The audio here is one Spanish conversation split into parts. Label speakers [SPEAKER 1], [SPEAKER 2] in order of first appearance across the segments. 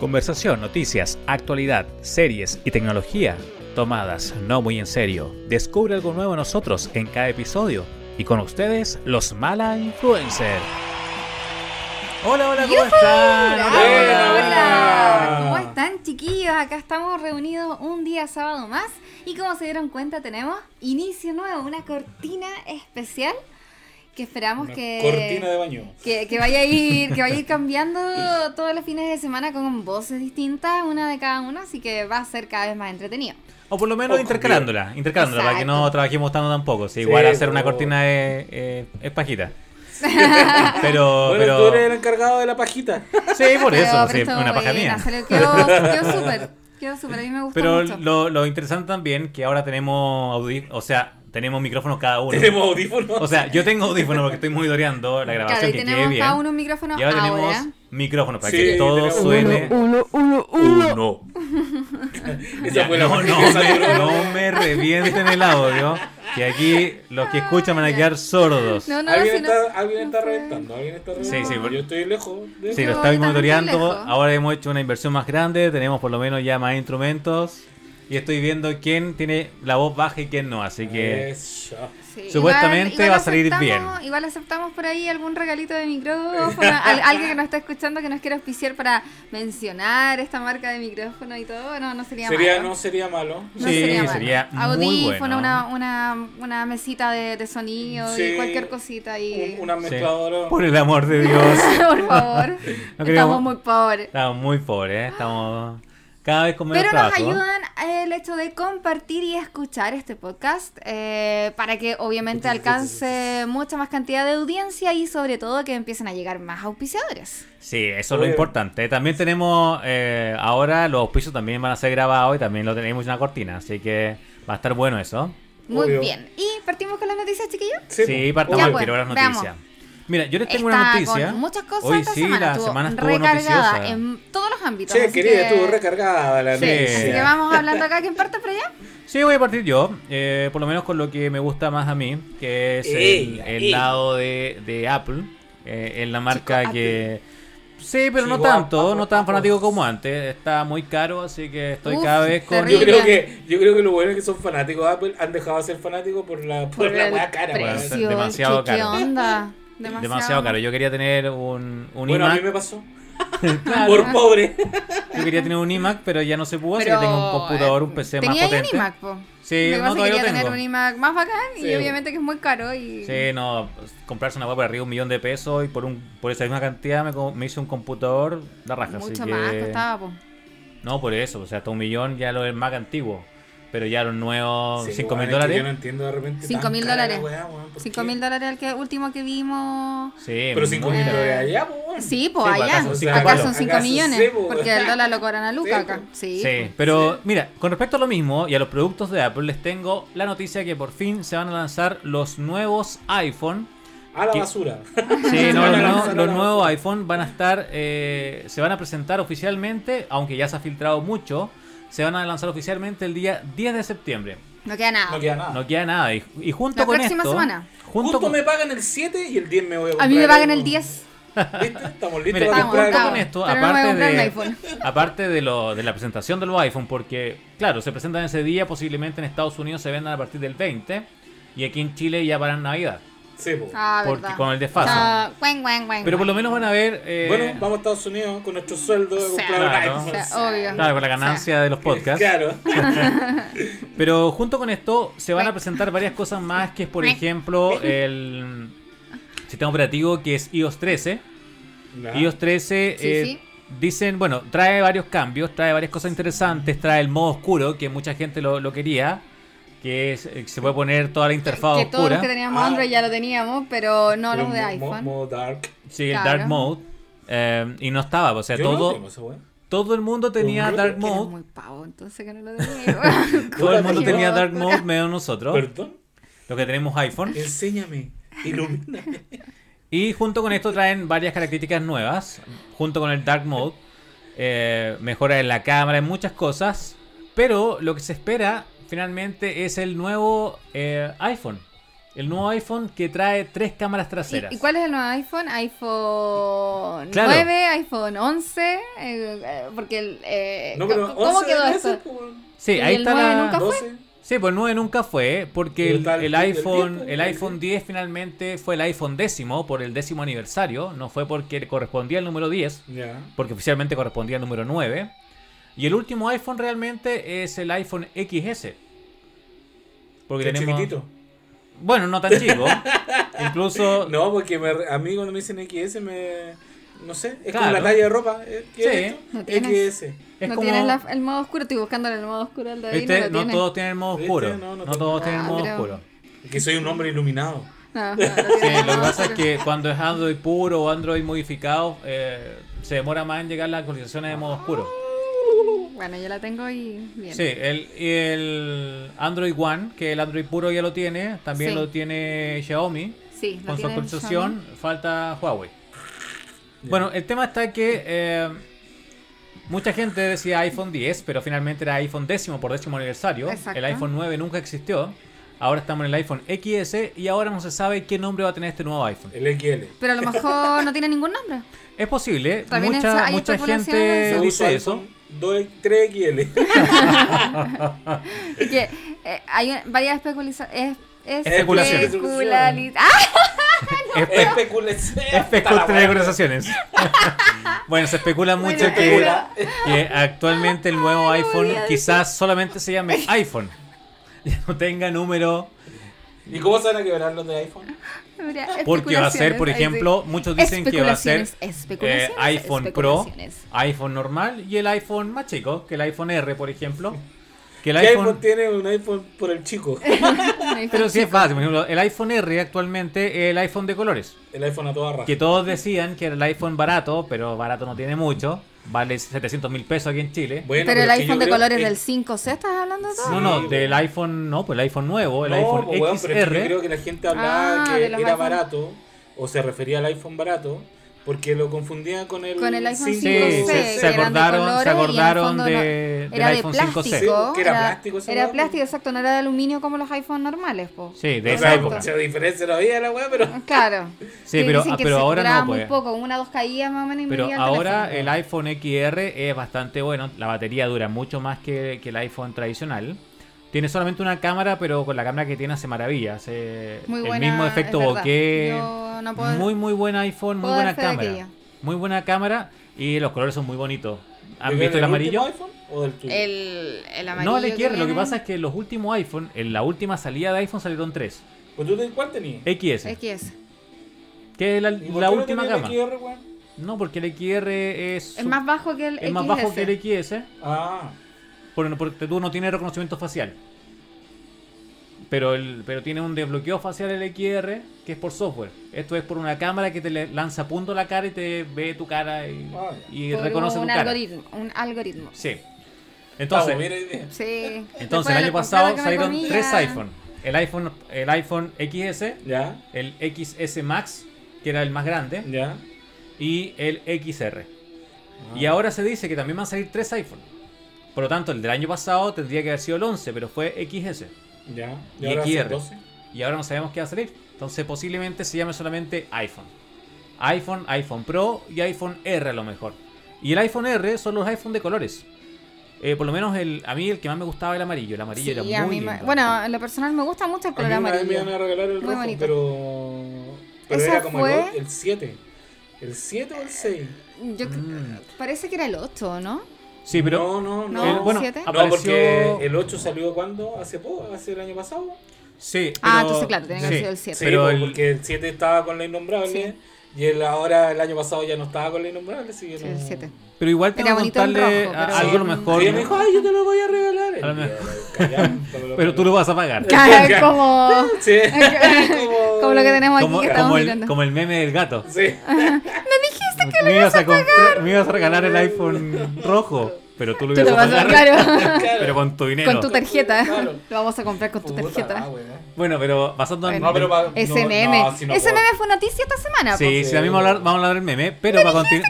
[SPEAKER 1] Conversación, noticias, actualidad, series y tecnología tomadas no muy en serio. Descubre algo nuevo en nosotros en cada episodio. Y con ustedes, los Mala Influencer. Hola, hola, ¿cómo están? Ah,
[SPEAKER 2] Hola,
[SPEAKER 3] Hola,
[SPEAKER 2] hola.
[SPEAKER 3] hola.
[SPEAKER 2] ¿Cómo están, chiquillos? Acá estamos reunidos un día sábado más. Y como se dieron cuenta, tenemos inicio nuevo, una cortina especial que esperamos
[SPEAKER 3] Una
[SPEAKER 2] que.
[SPEAKER 3] Cortina de baño.
[SPEAKER 2] Que, que vaya a ir, que vaya a ir cambiando todos los fines de semana con voces distintas, una de cada uno, así que va a ser cada vez más entretenido.
[SPEAKER 1] O por lo menos
[SPEAKER 3] Ojo,
[SPEAKER 1] intercalándola, intercalándola para que
[SPEAKER 2] Exacto.
[SPEAKER 1] no trabajemos tanto tampoco. Si
[SPEAKER 3] Sí,
[SPEAKER 1] igual hacer una
[SPEAKER 3] por
[SPEAKER 1] cortina es, es- es pajita. pero,
[SPEAKER 3] bueno, tú
[SPEAKER 1] pero.
[SPEAKER 3] eres el encargado de la pajita.
[SPEAKER 1] Sí, por
[SPEAKER 2] Pero-
[SPEAKER 1] eso, sí,
[SPEAKER 2] pero estuvo
[SPEAKER 1] una paja
[SPEAKER 2] buena,
[SPEAKER 1] mía.
[SPEAKER 2] salió- Quedó quedó súper, quedó súper, a mí me gustó
[SPEAKER 1] Pero
[SPEAKER 2] mucho.
[SPEAKER 1] lo, lo interesante también que ahora tenemos audi- o sea, tenemos micrófonos cada uno.
[SPEAKER 3] Tenemos audífonos.
[SPEAKER 1] O sea, yo tengo audífonos porque estoy monitoreando la grabación
[SPEAKER 2] Claro, y
[SPEAKER 1] que quede
[SPEAKER 2] tenemos
[SPEAKER 1] bien.
[SPEAKER 2] cada uno un micrófono
[SPEAKER 1] y ahora
[SPEAKER 2] ahora.
[SPEAKER 1] tenemos micrófonos para
[SPEAKER 3] Sí,
[SPEAKER 1] que todo
[SPEAKER 3] tenemos
[SPEAKER 1] suene.
[SPEAKER 4] Uno, uno, uno.
[SPEAKER 1] Uno.
[SPEAKER 3] Esa
[SPEAKER 1] Ya,
[SPEAKER 3] fue la
[SPEAKER 1] no,
[SPEAKER 3] parte
[SPEAKER 1] no,
[SPEAKER 3] que salió.
[SPEAKER 1] me, no me revienten el audio. Que aquí los que escuchan van a quedar sordos.
[SPEAKER 2] No, no,
[SPEAKER 3] alguien,
[SPEAKER 2] si no-
[SPEAKER 3] está, alguien
[SPEAKER 2] no
[SPEAKER 3] está
[SPEAKER 2] fue-
[SPEAKER 3] reventando, alguien está reventando.
[SPEAKER 1] sí, por-
[SPEAKER 3] Yo estoy lejos. de-
[SPEAKER 1] Sí,
[SPEAKER 2] No,
[SPEAKER 1] lo estamos
[SPEAKER 2] yo también estoy
[SPEAKER 1] monitoreando.
[SPEAKER 2] lejos.
[SPEAKER 1] Ahora hemos hecho una inversión más grande. Tenemos por lo menos ya más instrumentos. Y estoy viendo quién tiene la voz baja y quién no. Así que.
[SPEAKER 3] Eso.
[SPEAKER 2] Sí,
[SPEAKER 1] Supuestamente va a salir
[SPEAKER 2] aceptamos- Igual aceptamos por ahí algún regalito de micrófono, al- alguien que nos está escuchando que nos quiera auspiciar para mencionar esta marca de micrófono y todo, no, no sería,
[SPEAKER 3] Sería,
[SPEAKER 2] malo.
[SPEAKER 3] no sería malo.
[SPEAKER 2] No
[SPEAKER 1] Sí,
[SPEAKER 2] malo.
[SPEAKER 1] sería muy
[SPEAKER 2] Audífono,
[SPEAKER 1] bueno.
[SPEAKER 2] una, una, una mesita de, de sonido
[SPEAKER 3] Sí,
[SPEAKER 2] y cualquier cosita ahí.
[SPEAKER 3] Un- una
[SPEAKER 1] sí.
[SPEAKER 3] mezcladora.
[SPEAKER 1] Por el amor de Dios.
[SPEAKER 2] por favor.
[SPEAKER 1] queríamos-
[SPEAKER 2] Estamos muy pobres.
[SPEAKER 1] Estamos muy pobres. ¿eh? Estamos cada vez con menos
[SPEAKER 2] Pero nos
[SPEAKER 1] trabajo.
[SPEAKER 2] ayudan el hecho de compartir y escuchar este podcast eh, para que obviamente alcance mucha más cantidad de audiencia y sobre todo que empiecen a llegar más auspiciadores.
[SPEAKER 1] Sí, eso es lo
[SPEAKER 3] Oye.
[SPEAKER 1] importante. También tenemos eh, ahora los auspicios también van a ser grabados y también lo tenemos en la cortina, así que va a estar bueno eso.
[SPEAKER 2] Muy
[SPEAKER 3] Obvio.
[SPEAKER 2] bien. ¿Y partimos con las noticias, chiquillos?
[SPEAKER 1] Sí, partamos
[SPEAKER 2] Ya,
[SPEAKER 1] al
[SPEAKER 2] pues,
[SPEAKER 1] tiro a las
[SPEAKER 2] veamos.
[SPEAKER 1] noticias. Mira, yo les tengo una
[SPEAKER 2] Está
[SPEAKER 1] noticia.
[SPEAKER 2] con muchas cosas
[SPEAKER 1] Hoy
[SPEAKER 2] esta
[SPEAKER 1] sí,
[SPEAKER 2] semana.
[SPEAKER 1] la
[SPEAKER 2] estuvo
[SPEAKER 1] semana estuvo
[SPEAKER 2] recargada
[SPEAKER 1] noticiosa.
[SPEAKER 2] en todos los ámbitos.
[SPEAKER 3] Che,
[SPEAKER 2] así
[SPEAKER 3] querida,
[SPEAKER 2] que-
[SPEAKER 3] estuvo recargada la
[SPEAKER 2] Sí,
[SPEAKER 3] noticia.
[SPEAKER 2] así que vamos hablando acá. ¿Quién parte por allá?
[SPEAKER 1] Sí, voy a partir yo, eh, por lo menos con lo que me gusta más a mí, que es el-
[SPEAKER 3] Ey,
[SPEAKER 1] el,
[SPEAKER 3] ey.
[SPEAKER 1] lado de, de Apple, eh, en la marca
[SPEAKER 2] Chico,
[SPEAKER 1] que... Sí, pero no
[SPEAKER 3] Chico,
[SPEAKER 1] tanto,
[SPEAKER 3] Apple,
[SPEAKER 1] no tan
[SPEAKER 3] Apple.
[SPEAKER 1] fanático como antes, está muy caro, así que estoy
[SPEAKER 2] Uf,
[SPEAKER 1] cada vez con...
[SPEAKER 3] Yo
[SPEAKER 2] terrible.
[SPEAKER 3] creo, que, yo creo que lo bueno es que son fanáticos de Apple. Han dejado de ser fanáticos por la, por la
[SPEAKER 2] el
[SPEAKER 3] weá cara. weón.
[SPEAKER 2] precio,
[SPEAKER 1] Bueno, demasiado
[SPEAKER 2] ¿qué- qué
[SPEAKER 1] caro.
[SPEAKER 2] onda?
[SPEAKER 1] Demasiado, caro, yo quería tener un, un
[SPEAKER 3] Bueno, a mí
[SPEAKER 1] iMac.
[SPEAKER 3] me pasó. Por pobre.
[SPEAKER 1] Yo quería tener un iMac, pero ya no se pudo, así
[SPEAKER 2] Pero,
[SPEAKER 1] que tengo un computador, un
[SPEAKER 2] eh,
[SPEAKER 1] PC más
[SPEAKER 2] tenía ahí
[SPEAKER 1] potente.
[SPEAKER 2] un iMac, po.
[SPEAKER 1] Sí, no,
[SPEAKER 2] Lo que pasa es que
[SPEAKER 1] todavía lo
[SPEAKER 2] quería tener
[SPEAKER 1] tengo.
[SPEAKER 2] un iMac más bacán
[SPEAKER 3] Sí.
[SPEAKER 2] y obviamente que es muy caro y...
[SPEAKER 1] Sí, no, comprarse una web por arriba un millón de pesos y por un por esa misma cantidad me, co- me hice un computador la raja. así
[SPEAKER 2] Mucho
[SPEAKER 1] que-
[SPEAKER 2] más costaba, po.
[SPEAKER 1] No, por eso, o sea, hasta un millón ya lo del Mac antiguo, pero ya los nuevos
[SPEAKER 3] Sí,
[SPEAKER 1] 5 Oh,
[SPEAKER 3] weón, es
[SPEAKER 1] mil
[SPEAKER 3] que
[SPEAKER 1] dólares.
[SPEAKER 3] Yo no entiendo de repente.
[SPEAKER 2] Cinco
[SPEAKER 3] tan
[SPEAKER 2] mil
[SPEAKER 3] cara la
[SPEAKER 2] dólares.
[SPEAKER 3] weá, weón, ¿por
[SPEAKER 2] 5
[SPEAKER 3] qué?
[SPEAKER 2] mil dólares el que último que vimos.
[SPEAKER 1] Sí,
[SPEAKER 3] Pero 5
[SPEAKER 1] muy
[SPEAKER 3] mil
[SPEAKER 1] caro.
[SPEAKER 3] dólares allá, pues. weón.
[SPEAKER 2] Sí,
[SPEAKER 1] Sí,
[SPEAKER 2] po,
[SPEAKER 1] po, acá
[SPEAKER 2] allá.
[SPEAKER 1] son
[SPEAKER 3] cinco
[SPEAKER 2] Acá
[SPEAKER 3] palos.
[SPEAKER 2] son 5
[SPEAKER 3] Acá son
[SPEAKER 2] millones.
[SPEAKER 3] cebo,
[SPEAKER 2] porque
[SPEAKER 3] weón.
[SPEAKER 2] el dólar lo cobran a Luca
[SPEAKER 3] Sí,
[SPEAKER 2] acá.
[SPEAKER 3] po.
[SPEAKER 2] Sí.
[SPEAKER 1] Sí, pero mira, con respecto a lo mismo y a los productos de Apple, les tengo la noticia que por fin se van a lanzar los nuevos iPhone.
[SPEAKER 3] A la
[SPEAKER 1] ¿Qué?
[SPEAKER 3] basura.
[SPEAKER 2] Ah.
[SPEAKER 1] Sí, no,
[SPEAKER 3] Van
[SPEAKER 1] los nuevos-
[SPEAKER 3] a lanzar
[SPEAKER 1] los
[SPEAKER 3] la
[SPEAKER 1] nuevos
[SPEAKER 3] basura.
[SPEAKER 1] iPhone van a estar, eh, se van a presentar oficialmente, aunque ya se ha filtrado mucho, se van a lanzar oficialmente el día 10 de septiembre.
[SPEAKER 2] No queda nada.
[SPEAKER 3] No queda nada.
[SPEAKER 1] No queda nada. Y, y junto
[SPEAKER 2] La
[SPEAKER 1] con
[SPEAKER 2] próxima
[SPEAKER 1] esto,
[SPEAKER 2] semana.
[SPEAKER 1] junto
[SPEAKER 3] Ah. Justo
[SPEAKER 1] con,
[SPEAKER 3] me pagan el 7 y el 10 me voy a
[SPEAKER 2] A
[SPEAKER 3] comprar.
[SPEAKER 2] mí me pagan
[SPEAKER 3] algo.
[SPEAKER 2] el 10.
[SPEAKER 3] ¿Viste? Estamos listos
[SPEAKER 1] Mire,
[SPEAKER 3] para
[SPEAKER 2] Vamos,
[SPEAKER 3] comprar.
[SPEAKER 1] junto
[SPEAKER 2] vamos.
[SPEAKER 1] con esto,
[SPEAKER 2] Pero no me voy a
[SPEAKER 1] aparte,
[SPEAKER 2] comprar un
[SPEAKER 1] de,
[SPEAKER 2] iPhone.
[SPEAKER 1] aparte de, lo, de la presentación de los iPhone, porque, claro, se presentan ese día, posiblemente en Estados Unidos se vendan a partir del 20 y aquí en Chile ya para Navidad.
[SPEAKER 3] Sí, po.
[SPEAKER 2] Ah,
[SPEAKER 1] Porque
[SPEAKER 2] verdad.
[SPEAKER 1] con el desfase.
[SPEAKER 2] Ah, guan, guan, guan,
[SPEAKER 1] Pero por lo
[SPEAKER 2] guan.
[SPEAKER 1] menos van a ver. eh,
[SPEAKER 3] Bueno, vamos a Estados Unidos con nuestro sueldo
[SPEAKER 2] O
[SPEAKER 3] a
[SPEAKER 2] sea,
[SPEAKER 3] comprar un
[SPEAKER 1] claro.
[SPEAKER 3] iPhone.
[SPEAKER 2] O sea, obvio.
[SPEAKER 1] Claro, con la ganancia de los podcasts.
[SPEAKER 3] Claro.
[SPEAKER 1] Pero junto con esto se van a presentar varias cosas más que es, por ejemplo, el sistema operativo que es iOS 13.
[SPEAKER 3] Nah.
[SPEAKER 1] iOS 13
[SPEAKER 2] Sí,
[SPEAKER 1] eh,
[SPEAKER 2] sí.
[SPEAKER 1] dicen, bueno, trae varios cambios, trae varias cosas interesantes, trae el modo oscuro, que mucha gente lo, lo quería, que es- eh, se puede poner toda la interfaz
[SPEAKER 2] Que todos los
[SPEAKER 1] oscura.
[SPEAKER 2] que teníamos
[SPEAKER 3] Ah.
[SPEAKER 2] Android ya lo teníamos, pero no los de
[SPEAKER 3] Mo-
[SPEAKER 2] iPhone.
[SPEAKER 3] Modo dark.
[SPEAKER 1] Sí, el
[SPEAKER 2] Claro.
[SPEAKER 1] Dark Mode. eh, y no estaba, o sea,
[SPEAKER 3] Yo no
[SPEAKER 1] todo,
[SPEAKER 3] tengo esa weá.
[SPEAKER 1] todo el mundo tenía
[SPEAKER 3] Yo
[SPEAKER 1] Dark
[SPEAKER 2] Que eres
[SPEAKER 1] Mode.
[SPEAKER 2] muy pavo, entonces que no lo tenía.
[SPEAKER 1] Todo el mundo
[SPEAKER 2] Yo-
[SPEAKER 1] tenía Dark Mode menos nosotros,
[SPEAKER 3] Perdón.
[SPEAKER 1] los que tenemos iPhone.
[SPEAKER 3] eh, Enséñame. Ilumíname.
[SPEAKER 1] Y junto con esto traen varias características nuevas, junto con el Dark Mode, eh, mejora en la cámara, en muchas cosas, pero lo que se espera finalmente es el nuevo eh, iPhone. El nuevo iPhone que trae tres cámaras traseras.
[SPEAKER 2] ¿Y, y cuál es el nuevo iPhone? iPhone
[SPEAKER 1] Claro.
[SPEAKER 2] 9, iPhone 11, eh, eh, porque el, eh,
[SPEAKER 3] No,
[SPEAKER 2] co-
[SPEAKER 3] pero
[SPEAKER 2] ¿cómo
[SPEAKER 3] 11
[SPEAKER 2] quedó
[SPEAKER 3] meses,
[SPEAKER 2] esto?
[SPEAKER 3] po, weón.
[SPEAKER 1] Sí,
[SPEAKER 2] ¿Y
[SPEAKER 1] ahí
[SPEAKER 2] el
[SPEAKER 1] está
[SPEAKER 2] 9
[SPEAKER 1] la-
[SPEAKER 2] nunca fue?
[SPEAKER 3] 12.
[SPEAKER 1] Sí, pues el 9 nunca fue, porque
[SPEAKER 3] Pero
[SPEAKER 1] el,
[SPEAKER 3] está el
[SPEAKER 1] el
[SPEAKER 3] kit del
[SPEAKER 1] iPhone,
[SPEAKER 3] tiempo,
[SPEAKER 1] el
[SPEAKER 3] ¿no?
[SPEAKER 1] iPhone 10 finalmente fue el iPhone décimo por el décimo aniversario, no fue porque correspondía al número 10,
[SPEAKER 3] Ya.
[SPEAKER 1] porque oficialmente correspondía al número 9. Y el último iPhone realmente es el iPhone XS. Porque
[SPEAKER 3] Qué
[SPEAKER 1] tenemos-
[SPEAKER 3] chiquitito.
[SPEAKER 1] Bueno, no tan chico. Incluso
[SPEAKER 3] No, porque me, a mí cuando me dicen XS me... No sé, es
[SPEAKER 1] Claro.
[SPEAKER 3] como la talla de ropa. eh, ¿Qué
[SPEAKER 1] Sí.
[SPEAKER 3] es esto?
[SPEAKER 2] No tienes.
[SPEAKER 3] XS.
[SPEAKER 1] es
[SPEAKER 2] no
[SPEAKER 1] como
[SPEAKER 2] tienes la- el modo oscuro, estoy buscando el modo oscuro al de ahí,
[SPEAKER 1] ¿viste?
[SPEAKER 2] no lo
[SPEAKER 1] no
[SPEAKER 2] tiene.
[SPEAKER 1] todos tienen el modo
[SPEAKER 3] ¿Viste?
[SPEAKER 1] oscuro,
[SPEAKER 3] No,
[SPEAKER 1] no,
[SPEAKER 3] no tengo-
[SPEAKER 1] todos tienen el
[SPEAKER 2] Ah,
[SPEAKER 1] modo
[SPEAKER 2] pero-
[SPEAKER 1] oscuro.
[SPEAKER 3] Es que soy un hombre iluminado.
[SPEAKER 2] No, no, no
[SPEAKER 1] Sí,
[SPEAKER 2] tiene el
[SPEAKER 1] lo que
[SPEAKER 2] modo
[SPEAKER 1] pasa es
[SPEAKER 2] oscuro.
[SPEAKER 1] que cuando es Android puro o Android modificado, eh, se demora más en llegar las actualizaciones de modo oscuro.
[SPEAKER 2] Bueno, yo la tengo y Ah, bien.
[SPEAKER 1] Sí, el, el Android One, que el Android puro ya lo tiene, también
[SPEAKER 2] Sí.
[SPEAKER 1] lo tiene Xiaomi
[SPEAKER 2] Sí, la
[SPEAKER 1] con su
[SPEAKER 2] tiene el
[SPEAKER 1] actualización,
[SPEAKER 2] Xiaomi.
[SPEAKER 1] falta Huawei. Bueno, el tema está que eh, mucha gente decía iPhone 10, pero finalmente era iPhone décimo por décimo aniversario.
[SPEAKER 2] Exacto.
[SPEAKER 1] El iPhone 9 nunca existió. Ahora estamos en el iPhone XS y ahora no se sabe qué nombre va a tener este nuevo iPhone.
[SPEAKER 3] El XL.
[SPEAKER 2] Pero a lo mejor no tiene ningún nombre.
[SPEAKER 1] Es posible,
[SPEAKER 2] También
[SPEAKER 1] mucha,
[SPEAKER 2] esa- hay
[SPEAKER 1] mucha
[SPEAKER 2] especulaciones
[SPEAKER 1] gente
[SPEAKER 2] de
[SPEAKER 3] Se usa
[SPEAKER 1] dice eso.
[SPEAKER 3] iPhone 2, 3 XL.
[SPEAKER 2] Y que eh, hay varias especulaciones. Es,
[SPEAKER 1] Especulaciones.
[SPEAKER 2] especulalis- ¡Ah!
[SPEAKER 1] Espe- Especula
[SPEAKER 3] Especulación.
[SPEAKER 1] conversaciones. bueno, se especula mucho
[SPEAKER 2] Bueno,
[SPEAKER 1] que,
[SPEAKER 3] especula.
[SPEAKER 1] que actualmente el nuevo iPhone
[SPEAKER 2] podía
[SPEAKER 1] quizás solamente se llame iPhone. Ya no tenga número.
[SPEAKER 3] ¿Y cómo se van a quebrar los de iPhone?
[SPEAKER 2] Mira,
[SPEAKER 1] Porque va a ser, por
[SPEAKER 2] especulaciones, ahí sí.
[SPEAKER 1] ejemplo, muchos dicen que va a ser
[SPEAKER 2] Especulaciones,
[SPEAKER 1] eh,
[SPEAKER 2] especulaciones,
[SPEAKER 1] iPhone Pro,
[SPEAKER 2] especulaciones.
[SPEAKER 1] iPhone normal y el iPhone más chico, que el iPhone R, por ejemplo. Que el
[SPEAKER 3] ¿Qué iPhone?
[SPEAKER 1] iPhone.
[SPEAKER 3] tiene un iPhone por el chico?
[SPEAKER 1] Pero sí es fácil, por ejemplo, el iPhone R actualmente es el iPhone de colores.
[SPEAKER 3] El iPhone a toda raja.
[SPEAKER 1] Que todos decían que era el iPhone barato, pero barato no tiene mucho. Vale 700 mil pesos aquí en Chile.
[SPEAKER 3] Bueno,
[SPEAKER 2] pero el
[SPEAKER 3] es que
[SPEAKER 2] iPhone
[SPEAKER 3] yo
[SPEAKER 2] de
[SPEAKER 3] creo
[SPEAKER 2] colores
[SPEAKER 3] que-
[SPEAKER 2] del 5C, ¿estás hablando tú?
[SPEAKER 1] No, no,
[SPEAKER 3] Sí,
[SPEAKER 1] del iPhone, no, pues el iPhone nuevo, el
[SPEAKER 3] no,
[SPEAKER 1] iPhone
[SPEAKER 3] pues, weón,
[SPEAKER 1] XR.
[SPEAKER 3] pero es que yo creo que la gente hablaba
[SPEAKER 2] Ah,
[SPEAKER 3] que
[SPEAKER 2] de
[SPEAKER 3] era
[SPEAKER 2] los iPhone.
[SPEAKER 3] barato o se refería al iPhone barato porque lo confundían con el
[SPEAKER 2] Con el iPhone
[SPEAKER 1] Sí,
[SPEAKER 2] 5C,
[SPEAKER 1] se- se,
[SPEAKER 2] que eran de
[SPEAKER 1] acordaron, se
[SPEAKER 2] colores y en el
[SPEAKER 1] acordaron
[SPEAKER 2] fondo
[SPEAKER 1] de,
[SPEAKER 2] no-
[SPEAKER 1] del
[SPEAKER 2] Era de
[SPEAKER 1] iPhone 5C.
[SPEAKER 3] Sí,
[SPEAKER 2] plástico.
[SPEAKER 3] que era plástico esa
[SPEAKER 2] era
[SPEAKER 3] weá,
[SPEAKER 2] plástico,
[SPEAKER 3] pues.
[SPEAKER 2] exacto, no era de aluminio como los iPhones normales, po.
[SPEAKER 1] Sí, de
[SPEAKER 3] O
[SPEAKER 1] esa
[SPEAKER 3] sea,
[SPEAKER 1] época.
[SPEAKER 3] mucha diferencia no había la weá, pero
[SPEAKER 2] Claro.
[SPEAKER 1] Sí, pero,
[SPEAKER 2] dicen
[SPEAKER 1] ah,
[SPEAKER 2] que
[SPEAKER 1] pero
[SPEAKER 2] se
[SPEAKER 1] ahora
[SPEAKER 2] duraba
[SPEAKER 1] no,
[SPEAKER 2] muy
[SPEAKER 1] pues.
[SPEAKER 2] poco, una o dos caídas más o menos y
[SPEAKER 1] Pero
[SPEAKER 2] moría el
[SPEAKER 1] ahora
[SPEAKER 2] teléfono.
[SPEAKER 1] el iPhone XR es bastante bueno, la batería dura mucho más que, que el iPhone tradicional. Tiene solamente una cámara, pero con la cámara que tiene hace maravilla. hace
[SPEAKER 2] Muy
[SPEAKER 1] el
[SPEAKER 2] buena,
[SPEAKER 1] mismo efecto
[SPEAKER 2] es verdad.
[SPEAKER 1] bokeh.
[SPEAKER 2] Yo no puedo-
[SPEAKER 1] Muy, muy buen iPhone, muy
[SPEAKER 2] puedo
[SPEAKER 1] buena
[SPEAKER 2] dar fe de
[SPEAKER 1] cámara.
[SPEAKER 2] aquello.
[SPEAKER 1] Muy buena cámara y los colores son muy bonitos. ¿Han
[SPEAKER 3] ¿Pero
[SPEAKER 1] visto el
[SPEAKER 3] del
[SPEAKER 1] amarillo?
[SPEAKER 3] último iPhone o del tuyo?
[SPEAKER 2] El, el amarillo.
[SPEAKER 1] No, el
[SPEAKER 2] que
[SPEAKER 1] XR, lo que
[SPEAKER 2] viene-
[SPEAKER 1] pasa es que los últimos iPhone, en la última salida de iPhone salieron tres.
[SPEAKER 3] Pues tú te- cuál tenías?
[SPEAKER 1] XS,
[SPEAKER 2] Es que es.
[SPEAKER 1] que es la,
[SPEAKER 3] ¿Y por
[SPEAKER 1] la
[SPEAKER 3] qué no
[SPEAKER 1] última
[SPEAKER 3] tenías el
[SPEAKER 1] gama.
[SPEAKER 3] XR, weón?
[SPEAKER 1] No, porque el XR es,
[SPEAKER 2] Es
[SPEAKER 1] su-
[SPEAKER 2] más bajo que el
[SPEAKER 1] es más bajo
[SPEAKER 2] XS.
[SPEAKER 1] que el XS,
[SPEAKER 3] Ah,
[SPEAKER 1] por- porque tú no tienes reconocimiento facial. Pero, el, pero tiene un desbloqueo facial el XR que es por software. Esto es por una cámara que te le- lanza punto a la cara y te ve tu cara y,
[SPEAKER 3] Ah,
[SPEAKER 1] y
[SPEAKER 2] Por
[SPEAKER 1] reconoce
[SPEAKER 2] un
[SPEAKER 1] tu cara.
[SPEAKER 2] algoritmo. Un algoritmo.
[SPEAKER 1] Sí.
[SPEAKER 3] entonces,
[SPEAKER 1] Entonces,
[SPEAKER 2] Sí. Después
[SPEAKER 1] entonces
[SPEAKER 2] de
[SPEAKER 1] el
[SPEAKER 2] lo
[SPEAKER 1] año
[SPEAKER 2] comprado
[SPEAKER 1] pasado
[SPEAKER 2] que me
[SPEAKER 1] salieron
[SPEAKER 2] comí,
[SPEAKER 1] tres
[SPEAKER 2] ya-
[SPEAKER 1] iPhone. El iPhone, el iPhone XS,
[SPEAKER 3] ya,
[SPEAKER 1] el XS Max, que era el más grande,
[SPEAKER 3] ya.
[SPEAKER 1] y el XR.
[SPEAKER 3] Ah.
[SPEAKER 1] Y ahora se dice que también van a salir tres iPhone. Por lo tanto, el del año pasado tendría que haber sido el 11, pero fue XS.
[SPEAKER 3] Ah, ya.
[SPEAKER 1] y
[SPEAKER 3] Y ahora
[SPEAKER 1] XR.
[SPEAKER 3] son 12.
[SPEAKER 1] Y ahora no sabemos qué va a salir. Entonces posiblemente se llame solamente iPhone. iPhone, iPhone Pro y iPhone R a lo mejor. Y el iPhone R son los iPhone de colores. Eh, por lo menos el, a mí el que más me gustaba era el amarillo. El amarillo
[SPEAKER 2] Sí,
[SPEAKER 1] era muy
[SPEAKER 2] a mí me-
[SPEAKER 1] lindo.
[SPEAKER 2] Bueno, en lo personal me gusta mucho el
[SPEAKER 3] A mí
[SPEAKER 2] color
[SPEAKER 3] una vez me iban a
[SPEAKER 2] amarillo.
[SPEAKER 3] regalar el
[SPEAKER 2] Muy
[SPEAKER 3] rojo,
[SPEAKER 2] bonito.
[SPEAKER 3] pero, pero
[SPEAKER 2] ¿Esa
[SPEAKER 3] era como
[SPEAKER 2] fue?
[SPEAKER 3] el 7. ¿El 7 o el 6?
[SPEAKER 2] Yo,
[SPEAKER 1] Mm.
[SPEAKER 2] Parece que era el 8, ¿no?
[SPEAKER 1] sí, pero
[SPEAKER 3] no, no,
[SPEAKER 2] no,
[SPEAKER 3] no.
[SPEAKER 1] el- bueno,
[SPEAKER 2] siete. No,
[SPEAKER 1] apareció...
[SPEAKER 3] No, porque el 8 salió cuando? Hace poco, hace el año pasado.
[SPEAKER 1] Sí,
[SPEAKER 2] Ah,
[SPEAKER 1] pero-
[SPEAKER 2] entonces, claro, tiene que haber
[SPEAKER 1] sí.
[SPEAKER 2] sido el siete.
[SPEAKER 3] Sí,
[SPEAKER 1] Pero
[SPEAKER 3] po,
[SPEAKER 1] el-
[SPEAKER 3] porque el 7 estaba con la innombrable. Y el, ahora el año pasado ya no estaba con la innombrable. Así que
[SPEAKER 2] Sí,
[SPEAKER 3] no-
[SPEAKER 2] el 7.
[SPEAKER 1] Pero igual tengo
[SPEAKER 2] Era
[SPEAKER 1] que
[SPEAKER 2] bonito en
[SPEAKER 1] contarle
[SPEAKER 2] rojo,
[SPEAKER 1] a-
[SPEAKER 2] pero-
[SPEAKER 1] algo a lo
[SPEAKER 2] Sí.
[SPEAKER 1] mejor.
[SPEAKER 3] Y ella me dijo, ay, yo te lo voy a regalar.
[SPEAKER 1] A lo
[SPEAKER 3] Y
[SPEAKER 1] mejor.
[SPEAKER 3] ya, callado, te lo
[SPEAKER 1] Pero tú lo vas a pagar.
[SPEAKER 2] Cae como,
[SPEAKER 3] Sí.
[SPEAKER 2] como lo que tenemos aquí
[SPEAKER 1] Como,
[SPEAKER 2] que
[SPEAKER 1] como
[SPEAKER 2] estamos
[SPEAKER 1] el,
[SPEAKER 2] mirando.
[SPEAKER 1] como el meme del gato.
[SPEAKER 3] Sí.
[SPEAKER 1] me ibas a, comprar- me ibas a regalar el iPhone rojo, pero tú lo
[SPEAKER 2] Tú
[SPEAKER 1] ibas
[SPEAKER 2] lo
[SPEAKER 1] a
[SPEAKER 2] vas a
[SPEAKER 1] pagar.
[SPEAKER 2] claro.
[SPEAKER 1] Pero con tu dinero.
[SPEAKER 2] Con tu tarjeta.
[SPEAKER 3] Claro.
[SPEAKER 2] Lo vamos a comprar con tu
[SPEAKER 3] Puta la
[SPEAKER 2] tarjeta.
[SPEAKER 3] wea.
[SPEAKER 1] Bueno, pero basando en.
[SPEAKER 2] Bueno.
[SPEAKER 3] No, pero pa- no,
[SPEAKER 2] Ese
[SPEAKER 3] no,
[SPEAKER 2] meme.
[SPEAKER 3] si no
[SPEAKER 2] Ese
[SPEAKER 3] puedo.
[SPEAKER 2] meme fue noticia esta semana.
[SPEAKER 1] sí,
[SPEAKER 3] pues.
[SPEAKER 1] sí, a mí vamos a hablar, vamos a hablar del meme, pero para, continu-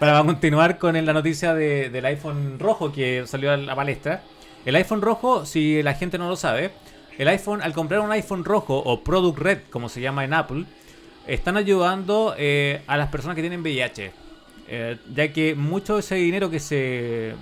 [SPEAKER 1] para continuar con el- la noticia de- del iPhone rojo que salió a la palestra. El iPhone rojo, si la gente no lo sabe, El iPhone, al comprar un iPhone rojo o Product Red, como se llama en Apple, están ayudando eh, a las personas que tienen VIH. eh, ya que mucho de ese dinero que se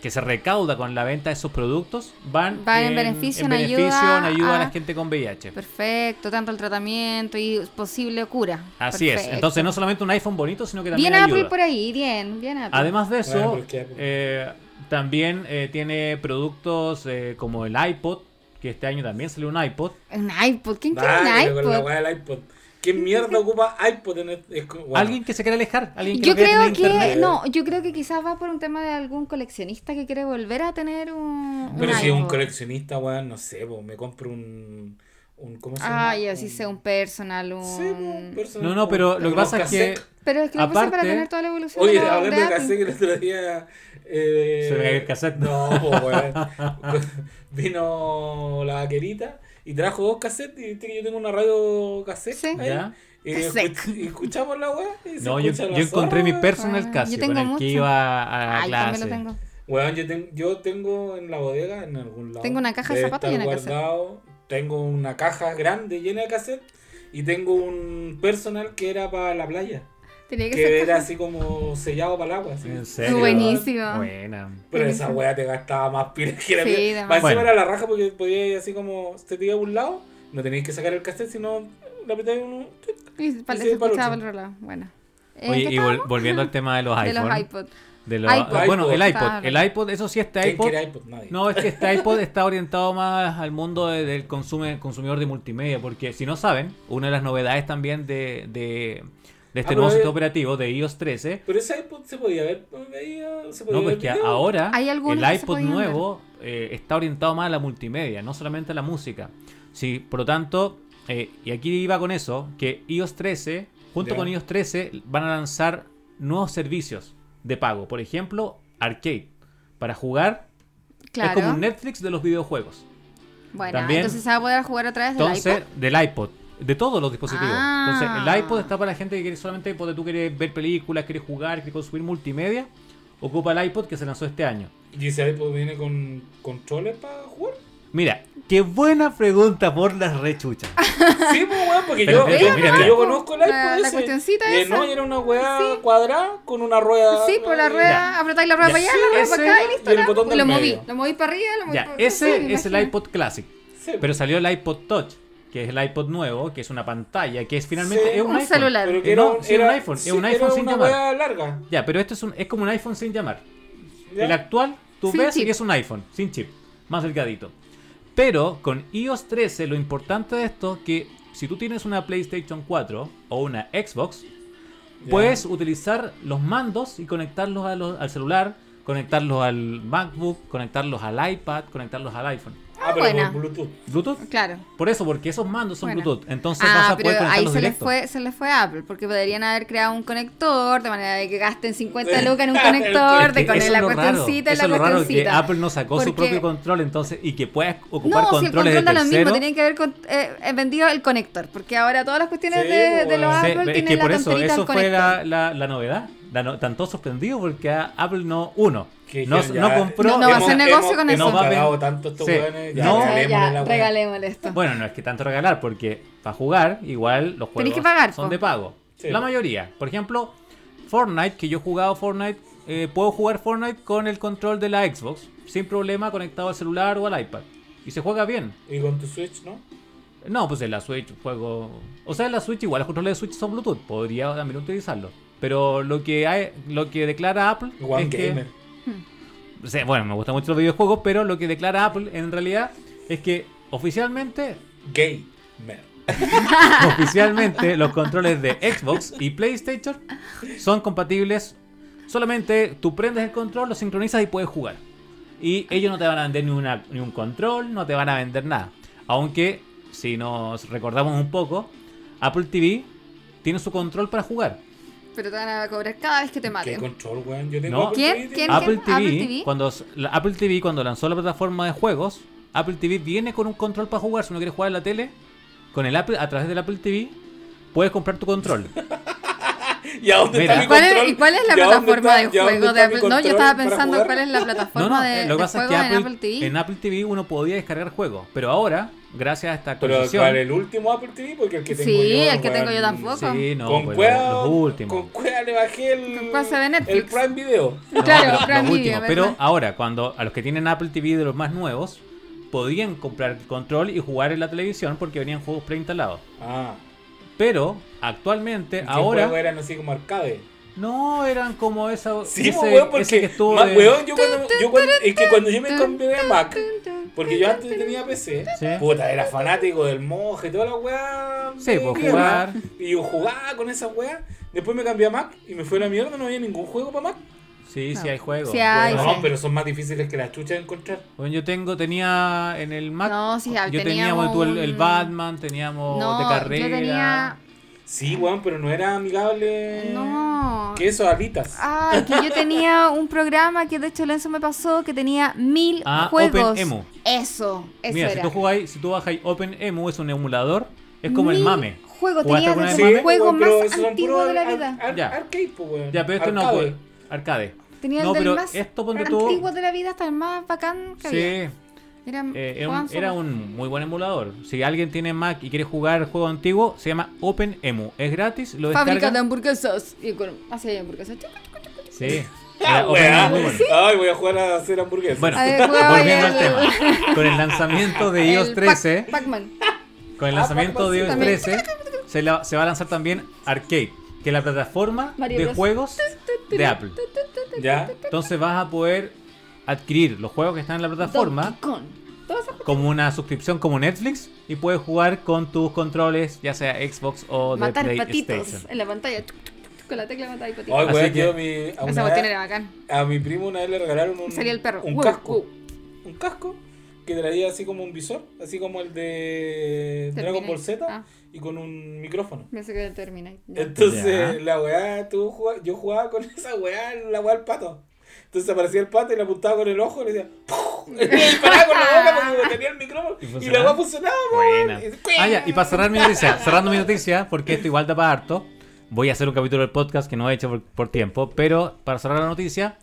[SPEAKER 1] que se recauda con la venta de esos productos van,
[SPEAKER 2] Va en beneficio,
[SPEAKER 1] en
[SPEAKER 2] en
[SPEAKER 1] beneficio,
[SPEAKER 2] ayuda
[SPEAKER 1] en ayuda a...
[SPEAKER 2] a-
[SPEAKER 1] la gente con VIH.
[SPEAKER 2] Perfecto, tanto el tratamiento y posible cura.
[SPEAKER 1] Así es.
[SPEAKER 2] Perfecto.
[SPEAKER 1] Entonces no solamente un iPhone bonito, sino que también
[SPEAKER 2] Bien Apple
[SPEAKER 1] ayuda.
[SPEAKER 2] por ahí, bien, bien Apple.
[SPEAKER 1] Además de eso,
[SPEAKER 3] Bueno, pero es que Apple-
[SPEAKER 1] eh, también eh, tiene productos eh, como el iPod, que este año también salió un iPod.
[SPEAKER 2] un iPod, ¿quién quiere
[SPEAKER 3] Dale,
[SPEAKER 2] un
[SPEAKER 3] con la
[SPEAKER 2] iPod?
[SPEAKER 3] weá del iPod. ¿Qué mierda ocupa iPod en este? es como- bueno,
[SPEAKER 1] Alguien que se quiera alejar, alguien que
[SPEAKER 2] Yo
[SPEAKER 1] no quiera
[SPEAKER 2] creo
[SPEAKER 1] tener internet.
[SPEAKER 2] que, no, yo creo que quizás va por un tema de algún coleccionista que quiere volver a tener un, un
[SPEAKER 3] Pero si es un
[SPEAKER 2] iPod.
[SPEAKER 3] coleccionista, weón, no sé, po, me compro un, un. ¿Cómo se llama?
[SPEAKER 2] Ah, ya sí sea un Mm. personal, un...
[SPEAKER 3] Sí, po, un personal,
[SPEAKER 1] No, no, pero lo que
[SPEAKER 3] un
[SPEAKER 1] pasa es que
[SPEAKER 3] cassette.
[SPEAKER 2] Pero es que lo que pasa es para
[SPEAKER 1] Aparte-
[SPEAKER 2] tener toda la evolución
[SPEAKER 3] Oye,
[SPEAKER 2] de, la-
[SPEAKER 3] hablando
[SPEAKER 2] de
[SPEAKER 3] de
[SPEAKER 2] Apple.
[SPEAKER 3] cassette, el otro día. Eh,
[SPEAKER 1] Se me cayó el cassette.
[SPEAKER 3] No, po, weón. Vino la vaquerita y trajo dos cassettes. Y viste que yo tengo una radio cassette.
[SPEAKER 2] Sí.
[SPEAKER 3] ahí,
[SPEAKER 1] Ya.
[SPEAKER 3] Y,
[SPEAKER 2] Cassette.
[SPEAKER 3] escuch- y escuchamos la weá. y se
[SPEAKER 1] No, yo,
[SPEAKER 3] escucha la
[SPEAKER 1] yo encontré
[SPEAKER 3] zorra,
[SPEAKER 1] mi
[SPEAKER 3] weón.
[SPEAKER 1] personal
[SPEAKER 2] Ah,
[SPEAKER 1] casi
[SPEAKER 2] yo tengo
[SPEAKER 1] con el
[SPEAKER 2] mucho.
[SPEAKER 1] que iba a la
[SPEAKER 2] Ah, yo también
[SPEAKER 1] clase.
[SPEAKER 2] lo tengo.
[SPEAKER 3] Weón, yo, ten- yo tengo en la bodega, en algún lado.
[SPEAKER 2] Tengo una caja de
[SPEAKER 3] debe
[SPEAKER 2] zapatos y
[SPEAKER 3] estar
[SPEAKER 2] una cassette.
[SPEAKER 3] guardado, Tengo una caja grande llena de cassette. Y tengo un personal que era para la playa.
[SPEAKER 2] Tenía que
[SPEAKER 3] Que
[SPEAKER 2] ser
[SPEAKER 3] era
[SPEAKER 2] cassette.
[SPEAKER 3] así como sellado para el agua. así.
[SPEAKER 1] En serio.
[SPEAKER 2] Buenísimo.
[SPEAKER 1] Buena.
[SPEAKER 3] Pero esa weá te gastaba más pilas que la
[SPEAKER 2] Sí,
[SPEAKER 3] mierda.
[SPEAKER 2] demás.
[SPEAKER 3] Más encima
[SPEAKER 1] Bueno.
[SPEAKER 3] era la raja porque podías ir así como. Se te iba a un lado, no tenéis que sacar el cassette, sino la apretáis uno.
[SPEAKER 2] Y para,
[SPEAKER 3] Sí,
[SPEAKER 2] se
[SPEAKER 3] para el
[SPEAKER 2] escuchaba
[SPEAKER 3] otro.
[SPEAKER 2] para el otro lado. Bueno. ¿En
[SPEAKER 1] Oye,
[SPEAKER 2] qué
[SPEAKER 1] y vol-
[SPEAKER 2] estábamos?
[SPEAKER 1] volviendo al tema de los
[SPEAKER 2] de
[SPEAKER 1] iPhone.
[SPEAKER 2] los iPod.
[SPEAKER 1] de los-
[SPEAKER 2] iPod.
[SPEAKER 1] Bueno, el
[SPEAKER 3] iPod.
[SPEAKER 1] iPod. El iPod, eso sí, este
[SPEAKER 3] ¿Quién
[SPEAKER 1] iPod.
[SPEAKER 3] quiere iPod? Nadie.
[SPEAKER 1] No, es que este iPod está orientado más al mundo de- del consume- consumidor de multimedia, porque si no saben, una de las novedades también de, de, de este
[SPEAKER 3] Ah,
[SPEAKER 1] nuevo
[SPEAKER 3] pero
[SPEAKER 1] sistema
[SPEAKER 3] es-
[SPEAKER 1] operativo de iOS 13,
[SPEAKER 3] Pero ese iPod se podía ver. ¿no? Veía- Se podía
[SPEAKER 1] no, pues
[SPEAKER 3] ver
[SPEAKER 1] que
[SPEAKER 3] video.
[SPEAKER 1] ahora
[SPEAKER 2] Hay algunos que
[SPEAKER 1] el
[SPEAKER 2] se
[SPEAKER 1] iPod
[SPEAKER 2] podían ver.
[SPEAKER 1] nuevo eh, está orientado más a la multimedia, no solamente a la música. Sí, por lo tanto, eh, y aquí iba con eso, que iOS 13, junto
[SPEAKER 3] Ya.
[SPEAKER 1] con iOS 13, van a lanzar nuevos servicios de pago. Por ejemplo, Arcade, para jugar. Es
[SPEAKER 2] Claro.
[SPEAKER 1] como un Netflix de los videojuegos.
[SPEAKER 2] Bueno,
[SPEAKER 1] También-
[SPEAKER 2] entonces se va a poder jugar otra vez del
[SPEAKER 1] Entonces,
[SPEAKER 2] iPod.
[SPEAKER 1] del iPod. De todos los dispositivos.
[SPEAKER 2] Ah.
[SPEAKER 1] Entonces, el iPod está para la gente que quiere solamente, porque tú quieres ver películas, quieres jugar, quieres consumir multimedia. Ocupa el iPod que se lanzó este año.
[SPEAKER 3] ¿Y ese iPod viene con controles para jugar?
[SPEAKER 1] Mira, qué buena pregunta por las rechuchas.
[SPEAKER 2] Ah,
[SPEAKER 3] Sí, pues weón, porque
[SPEAKER 1] Pero
[SPEAKER 3] yo,
[SPEAKER 1] mira,
[SPEAKER 3] yo-
[SPEAKER 1] mira,
[SPEAKER 3] yo
[SPEAKER 1] mira.
[SPEAKER 3] conozco el iPod
[SPEAKER 2] La- Ah, la
[SPEAKER 3] ese.
[SPEAKER 2] cuestioncita
[SPEAKER 3] Y
[SPEAKER 2] esa.
[SPEAKER 3] No, y era una weá cuadrada con una rueda.
[SPEAKER 2] Sí, por la
[SPEAKER 3] ¿no?
[SPEAKER 2] rueda, apretáis la rueda
[SPEAKER 1] Ya,
[SPEAKER 2] para allá,
[SPEAKER 1] sí,
[SPEAKER 2] la rueda para
[SPEAKER 1] ese
[SPEAKER 2] acá y listo.
[SPEAKER 3] y el
[SPEAKER 2] la-
[SPEAKER 3] botón del
[SPEAKER 2] lo moví,
[SPEAKER 3] medio.
[SPEAKER 2] lo moví para arriba, lo moví
[SPEAKER 1] Ya,
[SPEAKER 2] para
[SPEAKER 1] ese
[SPEAKER 2] sí, me
[SPEAKER 1] es el
[SPEAKER 2] imagino.
[SPEAKER 1] iPod Classic.
[SPEAKER 3] Sí,
[SPEAKER 1] Pero salió el iPod Touch, que es el iPod nuevo, que es una pantalla, que es finalmente
[SPEAKER 3] Sí.
[SPEAKER 1] es un,
[SPEAKER 2] Un
[SPEAKER 1] iPhone.
[SPEAKER 2] celular.
[SPEAKER 3] pero que
[SPEAKER 1] Eh,
[SPEAKER 3] era,
[SPEAKER 1] no,
[SPEAKER 3] un-
[SPEAKER 1] sí, era un iPhone,
[SPEAKER 3] sí,
[SPEAKER 1] es un iPhone
[SPEAKER 3] era
[SPEAKER 1] sin
[SPEAKER 3] una
[SPEAKER 1] llamar.
[SPEAKER 3] weá larga.
[SPEAKER 1] Ya, pero esto es, un, es como un iPhone sin llamar.
[SPEAKER 3] ¿ya?
[SPEAKER 1] El actual, tú
[SPEAKER 2] Sin
[SPEAKER 1] ves
[SPEAKER 2] chip.
[SPEAKER 1] y es un iPhone, sin chip, más delgadito. Pero con iOS 13 lo importante de esto que si tú tienes una PlayStation 4 o una Xbox,
[SPEAKER 3] Ya.
[SPEAKER 1] puedes utilizar los mandos y conectarlos a los- al celular, conectarlos al MacBook, conectarlos al iPad, conectarlos al iPhone.
[SPEAKER 3] Ah, pero
[SPEAKER 2] buena.
[SPEAKER 3] por Bluetooth.
[SPEAKER 1] ¿Bluetooth?
[SPEAKER 2] Claro.
[SPEAKER 1] Por eso, porque esos mandos son
[SPEAKER 2] Bueno.
[SPEAKER 1] Bluetooth. Entonces vas
[SPEAKER 2] Ah,
[SPEAKER 1] a poder
[SPEAKER 2] pero ahí
[SPEAKER 1] conectarlos
[SPEAKER 2] se les,
[SPEAKER 1] directo.
[SPEAKER 2] fue, se les fue Apple, porque podrían haber creado un conector, de manera de que gasten 50
[SPEAKER 3] Sí.
[SPEAKER 2] lucas en un
[SPEAKER 3] Es
[SPEAKER 2] conector,
[SPEAKER 1] Que
[SPEAKER 2] de con
[SPEAKER 1] eso es
[SPEAKER 2] la
[SPEAKER 1] lo raro,
[SPEAKER 2] cuestioncita y
[SPEAKER 1] eso
[SPEAKER 2] la
[SPEAKER 1] es lo raro que
[SPEAKER 2] cuestioncita.
[SPEAKER 1] Apple no sacó su
[SPEAKER 2] Porque-
[SPEAKER 1] propio control entonces y que puedas ocupar
[SPEAKER 2] No, si el
[SPEAKER 1] controles
[SPEAKER 2] control da
[SPEAKER 1] de
[SPEAKER 2] lo mismo,
[SPEAKER 1] terceros.
[SPEAKER 2] tenían que haber con- eh, eh, vendido el conector, porque ahora todas las cuestiones
[SPEAKER 3] Sí,
[SPEAKER 2] de, de los
[SPEAKER 3] bueno.
[SPEAKER 1] Sí,
[SPEAKER 2] Apple
[SPEAKER 1] es
[SPEAKER 2] tienen
[SPEAKER 1] que
[SPEAKER 2] la
[SPEAKER 1] por eso,
[SPEAKER 2] tonterita
[SPEAKER 1] eso
[SPEAKER 2] del
[SPEAKER 1] fue
[SPEAKER 2] conector.
[SPEAKER 1] la, la- la novedad. La no- tanto sorprendido porque a Apple no, uno,
[SPEAKER 3] Que
[SPEAKER 1] no,
[SPEAKER 3] dijeron,
[SPEAKER 1] no
[SPEAKER 3] ya,
[SPEAKER 1] compró.
[SPEAKER 2] No, no va a
[SPEAKER 1] hemos-
[SPEAKER 2] hacer negocio con eso.
[SPEAKER 1] No
[SPEAKER 3] Hemos
[SPEAKER 1] va a
[SPEAKER 3] cagado
[SPEAKER 1] haber-
[SPEAKER 3] tanto estos
[SPEAKER 1] Sí.
[SPEAKER 3] weones. Ya,
[SPEAKER 1] No.
[SPEAKER 2] O sea,
[SPEAKER 3] regalémosle la
[SPEAKER 2] ya,
[SPEAKER 3] weá.
[SPEAKER 2] regalémosle esto.
[SPEAKER 1] Bueno, no es que tanto regalar porque para jugar igual los
[SPEAKER 2] Tenés
[SPEAKER 1] juegos
[SPEAKER 2] que pagar, po.
[SPEAKER 1] son de pago.
[SPEAKER 3] Sí.
[SPEAKER 1] La mayoría. Por ejemplo, Fortnite, que yo he jugado Fortnite, eh, puedo jugar Fortnite con el control de la Xbox sin problema conectado al celular o al iPad. Y se juega bien.
[SPEAKER 3] Y con tu Switch, ¿no?
[SPEAKER 1] No, pues en la Switch juego... O sea, en la Switch igual los controles de Switch son Bluetooth. Podría también utilizarlo. Pero lo que hay, lo que declara Apple
[SPEAKER 3] One
[SPEAKER 1] es que-
[SPEAKER 3] Gamer.
[SPEAKER 1] o sea, bueno, me gustan mucho los videojuegos, pero lo que declara Apple en realidad es que oficialmente
[SPEAKER 3] Gamer.
[SPEAKER 1] Oficialmente, los controles de Xbox y PlayStation son compatibles. Solamente tú prendes el control, lo sincronizas y puedes jugar. Y ellos no te van a vender ni, una- ni un control, no te van a vender nada. Aunque, si nos recordamos un poco, Apple TV tiene su control para jugar.
[SPEAKER 2] Pero te van a cobrar cada vez que te
[SPEAKER 3] ¿Qué
[SPEAKER 2] maten.
[SPEAKER 3] control, weón? Yo tengo
[SPEAKER 1] No. Ah,
[SPEAKER 3] Apple
[SPEAKER 2] ¿Quién?
[SPEAKER 3] TV,
[SPEAKER 2] ¿Quién?
[SPEAKER 3] tengo-
[SPEAKER 1] Apple TV,
[SPEAKER 2] ¿Apple TV?
[SPEAKER 1] Cuando, la Apple TV, cuando lanzó la plataforma de juegos, Apple TV viene con un control para jugar. Si uno quiere jugar en la tele, con el Apple, a través del Apple TV, puedes comprar tu control.
[SPEAKER 3] ¿Y a dónde
[SPEAKER 1] Mira.
[SPEAKER 3] está mi
[SPEAKER 2] ¿Y cuál, es,
[SPEAKER 3] control?
[SPEAKER 2] y cuál es la
[SPEAKER 3] ¿Y a dónde
[SPEAKER 2] plataforma
[SPEAKER 3] está-
[SPEAKER 2] de
[SPEAKER 3] y a dónde
[SPEAKER 2] juego de
[SPEAKER 3] está mi
[SPEAKER 2] Apple? No, yo
[SPEAKER 3] control
[SPEAKER 2] estaba
[SPEAKER 3] para
[SPEAKER 2] pensando
[SPEAKER 3] jugar?
[SPEAKER 2] cuál es la
[SPEAKER 1] No,
[SPEAKER 2] plataforma
[SPEAKER 1] no,
[SPEAKER 2] de,
[SPEAKER 1] lo
[SPEAKER 2] de
[SPEAKER 1] que pasa es
[SPEAKER 2] juego
[SPEAKER 1] que
[SPEAKER 2] en
[SPEAKER 1] Apple,
[SPEAKER 2] Apple TV.
[SPEAKER 1] en Apple TV uno podía descargar juegos, pero ahora, gracias a esta
[SPEAKER 3] Pero
[SPEAKER 1] actualización.
[SPEAKER 3] para el último Apple TV, porque el que tengo yo.
[SPEAKER 2] sí, el que
[SPEAKER 3] weón,
[SPEAKER 2] tengo yo tampoco.
[SPEAKER 1] Sí, no,
[SPEAKER 3] con
[SPEAKER 1] pues,
[SPEAKER 3] cueva,
[SPEAKER 1] los últimos.
[SPEAKER 3] Con cueva le bajé el.
[SPEAKER 2] Con cueva se ve Netflix.
[SPEAKER 3] El Prime Video.
[SPEAKER 1] No,
[SPEAKER 2] Claro,
[SPEAKER 1] pero,
[SPEAKER 2] Prime
[SPEAKER 1] los
[SPEAKER 2] Video,
[SPEAKER 1] últimos.
[SPEAKER 2] ¿verdad?
[SPEAKER 1] Pero ahora, cuando a los que tienen Apple TV de los más nuevos, podían comprar el control y jugar en la televisión porque venían juegos preinstalados.
[SPEAKER 3] Ah.
[SPEAKER 1] Pero actualmente,
[SPEAKER 3] ¿y qué
[SPEAKER 1] ahora,
[SPEAKER 3] juego eran así como arcade.
[SPEAKER 1] no eran como esa,
[SPEAKER 3] Sí,
[SPEAKER 1] ese,
[SPEAKER 3] pues, weón,
[SPEAKER 1] ese
[SPEAKER 3] porque.
[SPEAKER 1] que estuvo
[SPEAKER 3] más,
[SPEAKER 1] de-
[SPEAKER 3] weón, yo cuando, yo cuando- es que cuando yo me
[SPEAKER 2] Tun,
[SPEAKER 3] cambié de Mac,
[SPEAKER 2] tun, tun,
[SPEAKER 3] porque yo antes tenía PC,
[SPEAKER 1] Sí.
[SPEAKER 3] puta, era fanático del monje, toda la weá.
[SPEAKER 1] Sí, pues,
[SPEAKER 3] mierda.
[SPEAKER 1] jugar.
[SPEAKER 3] Y yo jugaba con esa weá. Después me cambié a Mac y me fue a la mierda, no había ningún juego para Mac.
[SPEAKER 1] Sí, sí
[SPEAKER 2] No.
[SPEAKER 1] hay juegos.
[SPEAKER 2] Sí hay,
[SPEAKER 3] no,
[SPEAKER 2] sí.
[SPEAKER 3] pero son más difíciles que las chuchas de encontrar.
[SPEAKER 1] Bueno, yo tengo, tenía en el Mac.
[SPEAKER 2] No, sí,
[SPEAKER 1] yo tenía
[SPEAKER 2] teníamos
[SPEAKER 1] bueno, tú, el, el
[SPEAKER 2] un-
[SPEAKER 1] Batman, teníamos
[SPEAKER 2] No,
[SPEAKER 1] de carrera.
[SPEAKER 2] yo tenía...
[SPEAKER 3] Sí, weón, pero no era amigable.
[SPEAKER 2] No.
[SPEAKER 3] Que eso, alitas.
[SPEAKER 2] Ah, que yo tenía un programa que de hecho Lenzo me pasó que tenía mil
[SPEAKER 1] Ah,
[SPEAKER 2] juegos.
[SPEAKER 1] OpenEMU.
[SPEAKER 2] Eso, eso
[SPEAKER 1] Mira, si
[SPEAKER 2] era.
[SPEAKER 1] tú jugáis, si tú bajáis OpenEMU, es un emulador, es como el
[SPEAKER 2] Mil
[SPEAKER 1] mame.
[SPEAKER 2] Juego,
[SPEAKER 1] ¿Jugaste
[SPEAKER 2] tenía
[SPEAKER 1] alguna
[SPEAKER 2] desde
[SPEAKER 1] vez
[SPEAKER 2] el
[SPEAKER 1] mame?
[SPEAKER 2] juego
[SPEAKER 3] weón, pero
[SPEAKER 2] más
[SPEAKER 3] esos son
[SPEAKER 2] antiguo
[SPEAKER 3] puros
[SPEAKER 2] de la
[SPEAKER 3] ar-
[SPEAKER 2] vida.
[SPEAKER 3] ar-
[SPEAKER 1] Ya.
[SPEAKER 3] Arcade, pues, weón.
[SPEAKER 1] Ya, pero esto no,
[SPEAKER 3] Arcade.
[SPEAKER 1] pues, arcade.
[SPEAKER 2] Tenía
[SPEAKER 1] no,
[SPEAKER 2] el del
[SPEAKER 1] pero
[SPEAKER 2] más
[SPEAKER 1] esto ponte tú-
[SPEAKER 2] antiguo de la vida hasta el más bacán que
[SPEAKER 1] Sí,
[SPEAKER 2] había.
[SPEAKER 1] eh,
[SPEAKER 2] Era,
[SPEAKER 1] era,
[SPEAKER 2] jugaban
[SPEAKER 1] un,
[SPEAKER 2] solo.
[SPEAKER 1] era un muy buen emulador. Si alguien tiene Mac y quiere jugar juego antiguo, se llama OpenEMU. Es gratis, lo
[SPEAKER 2] Fábrica de
[SPEAKER 1] descargan.
[SPEAKER 2] hamburguesas. Y con... Así hay hamburguesas. Chuc, chuc, chuc.
[SPEAKER 1] Sí.
[SPEAKER 3] Ah,
[SPEAKER 1] Era
[SPEAKER 3] weá.
[SPEAKER 1] OpenEMU, bueno.
[SPEAKER 3] Ay, voy a jugar a hacer hamburguesas.
[SPEAKER 1] Bueno,
[SPEAKER 2] A ver, jugaba
[SPEAKER 1] volviendo al
[SPEAKER 2] el-
[SPEAKER 1] tema. Con el lanzamiento de iOS
[SPEAKER 2] El
[SPEAKER 1] 13,
[SPEAKER 2] Pac- Pac-Man.
[SPEAKER 1] con el
[SPEAKER 3] Ah,
[SPEAKER 1] lanzamiento de iOS
[SPEAKER 2] Pac-Man, sí,
[SPEAKER 1] 13, se, la- se va a lanzar también Arcade, que es la plataforma
[SPEAKER 2] Mario
[SPEAKER 1] de
[SPEAKER 2] Bros.
[SPEAKER 1] juegos de Apple.
[SPEAKER 3] ya.
[SPEAKER 1] Entonces vas a poder adquirir los juegos que están en la plataforma
[SPEAKER 2] Donkey Kong. Todas esas
[SPEAKER 1] como una suscripción como Netflix y puedes jugar con tus controles, ya sea Xbox o de
[SPEAKER 2] Matar patitos
[SPEAKER 1] PlayStation.
[SPEAKER 2] en la pantalla. Chuc, chuc, chuc, Con la tecla matar patitos.
[SPEAKER 3] Ay,
[SPEAKER 1] Así
[SPEAKER 3] weón,
[SPEAKER 1] que-
[SPEAKER 3] yo a mi, a,
[SPEAKER 2] Esa
[SPEAKER 3] una
[SPEAKER 2] cuestión era
[SPEAKER 3] vez-
[SPEAKER 2] bacán.
[SPEAKER 3] a mi primo una vez le regalaron un,
[SPEAKER 2] Salía el perro.
[SPEAKER 3] un
[SPEAKER 2] Wow,
[SPEAKER 3] casco.
[SPEAKER 2] wow.
[SPEAKER 3] Un casco que traía así como un visor, así como el de Dragon
[SPEAKER 2] Terminé.
[SPEAKER 3] Ball Z
[SPEAKER 2] Ah.
[SPEAKER 3] y con un micrófono.
[SPEAKER 2] Me que termina.
[SPEAKER 3] Entonces,
[SPEAKER 1] Ya.
[SPEAKER 3] la weá, tú jugabas- yo jugaba con esa weá, la weá del pato. Entonces aparecía el pato y le apuntaba con el ojo y le decía ¡puf! Y le disparaba con la boca porque tenía el micrófono.
[SPEAKER 1] ¿Y
[SPEAKER 3] Y,
[SPEAKER 1] funcionaba?
[SPEAKER 3] la weá funcionaba,
[SPEAKER 1] Buena.
[SPEAKER 3] weón.
[SPEAKER 1] Ah, ya, y para cerrar mi noticia, cerrando mi noticia, porque esto igual da para harto, voy a hacer un capítulo del podcast que no he hecho por, por tiempo, pero para cerrar la noticia,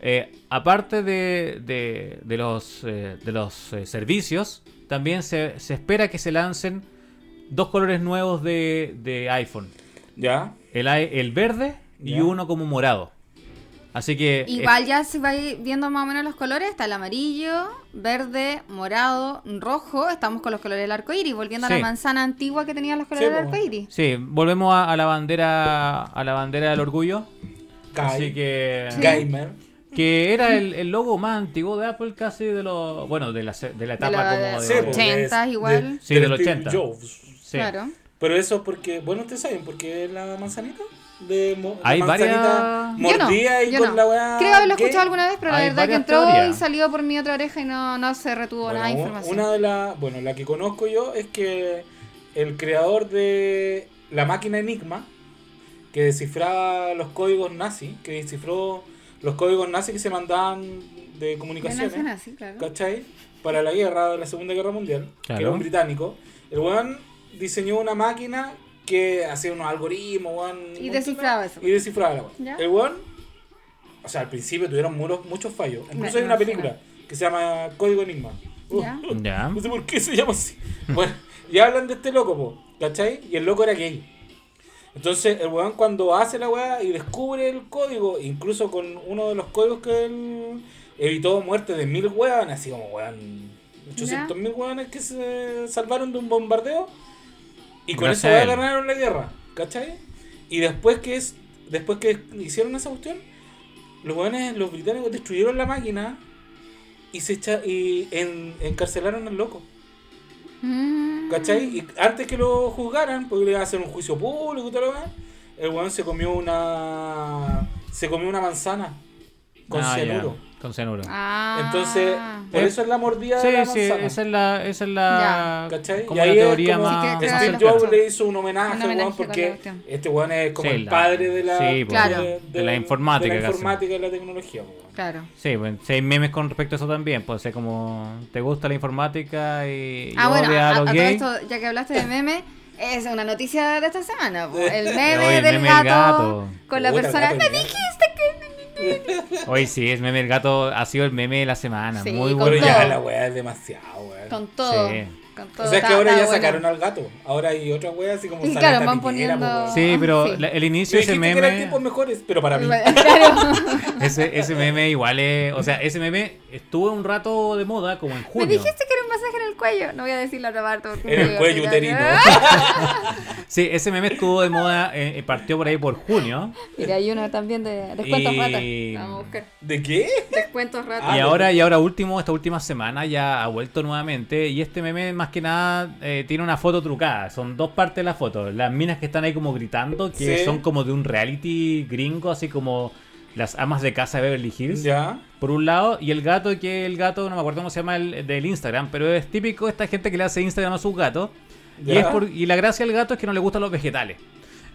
[SPEAKER 1] eh, aparte de, de- de los, eh, de los eh, servicios, también se, se espera que se lancen dos colores nuevos de, de iPhone,
[SPEAKER 3] Ya.
[SPEAKER 1] el, i- el verde y
[SPEAKER 3] Ya.
[SPEAKER 1] uno como morado. Así que... eh,
[SPEAKER 2] Igual ya se va viendo más o menos los colores. Está el amarillo, verde, morado, rojo. Estamos con los colores del arco iris. Volviendo a
[SPEAKER 1] Sí.
[SPEAKER 2] la manzana antigua que tenía los colores
[SPEAKER 3] Sí,
[SPEAKER 2] del
[SPEAKER 3] po.
[SPEAKER 2] arco iris.
[SPEAKER 1] Sí, volvemos a, a la bandera a la bandera del orgullo. Así
[SPEAKER 3] Guy,
[SPEAKER 1] que
[SPEAKER 3] Gamer.
[SPEAKER 1] que era el, el logo más antiguo de Apple casi de los bueno de la, se- de la etapa
[SPEAKER 2] la-
[SPEAKER 1] como de,
[SPEAKER 2] Sí,
[SPEAKER 3] pues,
[SPEAKER 2] Sí. 80s
[SPEAKER 3] de-
[SPEAKER 2] igual.
[SPEAKER 1] Sí, del
[SPEAKER 3] Steve
[SPEAKER 1] 80.
[SPEAKER 3] Jobs.
[SPEAKER 1] sí.
[SPEAKER 2] Claro.
[SPEAKER 3] Pero eso es porque, bueno, ustedes saben, porque la manzanita de mo- la
[SPEAKER 1] Hay
[SPEAKER 3] manzanita
[SPEAKER 1] varias-
[SPEAKER 2] Yo no,
[SPEAKER 3] mordida y
[SPEAKER 2] yo
[SPEAKER 3] con
[SPEAKER 2] no.
[SPEAKER 3] la weá.
[SPEAKER 2] Creo haberlo
[SPEAKER 3] gay.
[SPEAKER 2] escuchado alguna vez, pero la
[SPEAKER 1] Hay
[SPEAKER 2] verdad que
[SPEAKER 1] varias
[SPEAKER 2] entró
[SPEAKER 1] teorías.
[SPEAKER 2] y salió por mi otra oreja y no, no se retuvo
[SPEAKER 3] Bueno,
[SPEAKER 2] nada de
[SPEAKER 3] u-
[SPEAKER 2] información.
[SPEAKER 3] Una de las, bueno, la que conozco yo es que el creador de la máquina Enigma, que descifraba los códigos nazis, que descifró los códigos nazis que se mandaban de
[SPEAKER 2] De
[SPEAKER 3] comunicaciones,
[SPEAKER 2] nación así, claro.
[SPEAKER 3] ¿cachai? Para la guerra, la Segunda Guerra Mundial, que era
[SPEAKER 1] Claro.
[SPEAKER 3] un británico, el weón diseñó una máquina que hacía unos algoritmos, weón.
[SPEAKER 2] Y descifraba eso.
[SPEAKER 3] Y descifraba la weón.
[SPEAKER 2] ¿Ya?
[SPEAKER 3] El weón, o sea, al principio tuvieron muros- muchos fallos. Incluso hay
[SPEAKER 2] me
[SPEAKER 3] una
[SPEAKER 2] imagino.
[SPEAKER 3] película que se llama Código Enigma. Uh,
[SPEAKER 2] ¿Ya?
[SPEAKER 1] Ya.
[SPEAKER 3] no sé por qué se llama así. Bueno, ya hablan de este loco, po, ¿cachai? Y el loco era gay. Entonces, el weón cuando hace la weá y descubre el código, incluso con uno de los códigos que él evitó muertes de mil weones, así como weón, 800 mil weones que se salvaron de un bombardeo y con
[SPEAKER 1] Gracias
[SPEAKER 3] eso
[SPEAKER 1] a
[SPEAKER 3] weá
[SPEAKER 1] él.
[SPEAKER 3] ganaron la guerra, ¿cachai? Y después que es, después que hicieron esa cuestión, los weones, los británicos destruyeron la máquina y se echa, y en- encarcelaron al loco.
[SPEAKER 2] Mm.
[SPEAKER 3] ¿Cachai? Y antes que lo juzgaran, porque le iban a hacer un juicio público y todo lo demás, el weón se comió una. Se comió una manzana con
[SPEAKER 1] Ah, ya,
[SPEAKER 3] cianuro.
[SPEAKER 1] Con cianuro.
[SPEAKER 2] Ah.
[SPEAKER 3] Entonces, por
[SPEAKER 1] Eh,
[SPEAKER 3] eso es la mordida de la
[SPEAKER 1] sí, sí,
[SPEAKER 3] manzana.
[SPEAKER 1] esa es la esa es la
[SPEAKER 3] Ya. ¿Cachai?
[SPEAKER 1] como
[SPEAKER 3] Y
[SPEAKER 1] la
[SPEAKER 3] ahí es
[SPEAKER 1] teoría
[SPEAKER 3] como-
[SPEAKER 1] más
[SPEAKER 2] Sí, que-
[SPEAKER 1] más
[SPEAKER 3] Steve
[SPEAKER 2] claro,
[SPEAKER 1] cercana.
[SPEAKER 3] Jobs
[SPEAKER 2] los
[SPEAKER 3] le hizo un homenaje,
[SPEAKER 2] Un
[SPEAKER 3] al
[SPEAKER 2] homenaje
[SPEAKER 3] weón
[SPEAKER 2] con la
[SPEAKER 3] porque
[SPEAKER 2] cuestión.
[SPEAKER 3] este weón es como
[SPEAKER 1] Sí,
[SPEAKER 3] el
[SPEAKER 1] la-
[SPEAKER 3] padre de la,
[SPEAKER 1] sí,
[SPEAKER 2] pues, Claro.
[SPEAKER 1] de la informática
[SPEAKER 3] de la
[SPEAKER 1] casi.
[SPEAKER 3] informática y la tecnología. pues, weón.
[SPEAKER 2] Claro.
[SPEAKER 1] Sí, bueno, sí, hay memes con respecto a eso también, pues sé como te gusta la informática y, y
[SPEAKER 2] Ah, bueno,
[SPEAKER 1] odia
[SPEAKER 2] a,
[SPEAKER 1] a
[SPEAKER 2] a
[SPEAKER 1] los
[SPEAKER 2] todo
[SPEAKER 1] gays.
[SPEAKER 2] esto, ya que hablaste de meme, Es una noticia de esta semana. po. El meme
[SPEAKER 1] Oye, el
[SPEAKER 2] del
[SPEAKER 1] meme
[SPEAKER 2] gato,
[SPEAKER 1] del gato.
[SPEAKER 2] con la
[SPEAKER 3] Puta,
[SPEAKER 2] persona.
[SPEAKER 3] gato,
[SPEAKER 2] ¡Me
[SPEAKER 3] ya.
[SPEAKER 2] dijiste que!
[SPEAKER 1] Hoy sí, el meme del gato ha sido el meme de la semana.
[SPEAKER 2] Sí,
[SPEAKER 1] Muy
[SPEAKER 2] con
[SPEAKER 1] bueno.
[SPEAKER 3] Pero ya
[SPEAKER 2] todo.
[SPEAKER 3] la weá es demasiado, weá.
[SPEAKER 2] Con todo.
[SPEAKER 1] Sí.
[SPEAKER 2] Con todo.
[SPEAKER 3] O sea, es que
[SPEAKER 2] estaba-
[SPEAKER 3] ahora ya
[SPEAKER 2] estaba
[SPEAKER 3] sacaron
[SPEAKER 2] bueno.
[SPEAKER 3] al gato. Ahora hay otra weá así como
[SPEAKER 2] Y
[SPEAKER 3] sale
[SPEAKER 2] claro,
[SPEAKER 3] esta
[SPEAKER 2] van
[SPEAKER 3] piñera, po,
[SPEAKER 2] poniendo-
[SPEAKER 3] weón.
[SPEAKER 1] Sí, pero
[SPEAKER 2] Sí.
[SPEAKER 1] la- el inicio
[SPEAKER 3] Me
[SPEAKER 1] de ese
[SPEAKER 3] dijiste que eran
[SPEAKER 1] meme.
[SPEAKER 3] tiempos mejores, pero para mí.
[SPEAKER 2] Claro.
[SPEAKER 1] Ese, ese meme igual es. O sea, ese meme estuvo un rato de moda, como en
[SPEAKER 2] Me
[SPEAKER 1] junio.
[SPEAKER 2] dijiste que era un masaje en el cuello. No voy a decir la otra parte. porque-
[SPEAKER 3] En el cuello uterino.
[SPEAKER 1] Sí, ese meme estuvo de moda, eh, eh, partió por ahí por junio.
[SPEAKER 2] Mira, hay uno también de descuentos
[SPEAKER 1] Y-
[SPEAKER 2] ratas. Vamos a buscar.
[SPEAKER 3] ¿De qué?
[SPEAKER 2] Descuentos ratas.
[SPEAKER 3] Ah,
[SPEAKER 1] y
[SPEAKER 3] no.
[SPEAKER 1] ahora, y ahora último, esta última semana ya ha vuelto nuevamente. Y este meme, más que nada, eh, tiene una foto trucada. Son dos partes de la foto. Las minas que están ahí como gritando, que
[SPEAKER 3] Sí.
[SPEAKER 1] son como de un reality gringo, así como las amas de casa de Beverly Hills.
[SPEAKER 3] Ya.
[SPEAKER 1] Por un lado, y el gato, que el gato, no me acuerdo cómo se llama el del Instagram, pero es típico esta gente que le hace Instagram a sus gatos. Y,
[SPEAKER 3] Ya.
[SPEAKER 1] es por- y la gracia del gato es que no le gustan los vegetales.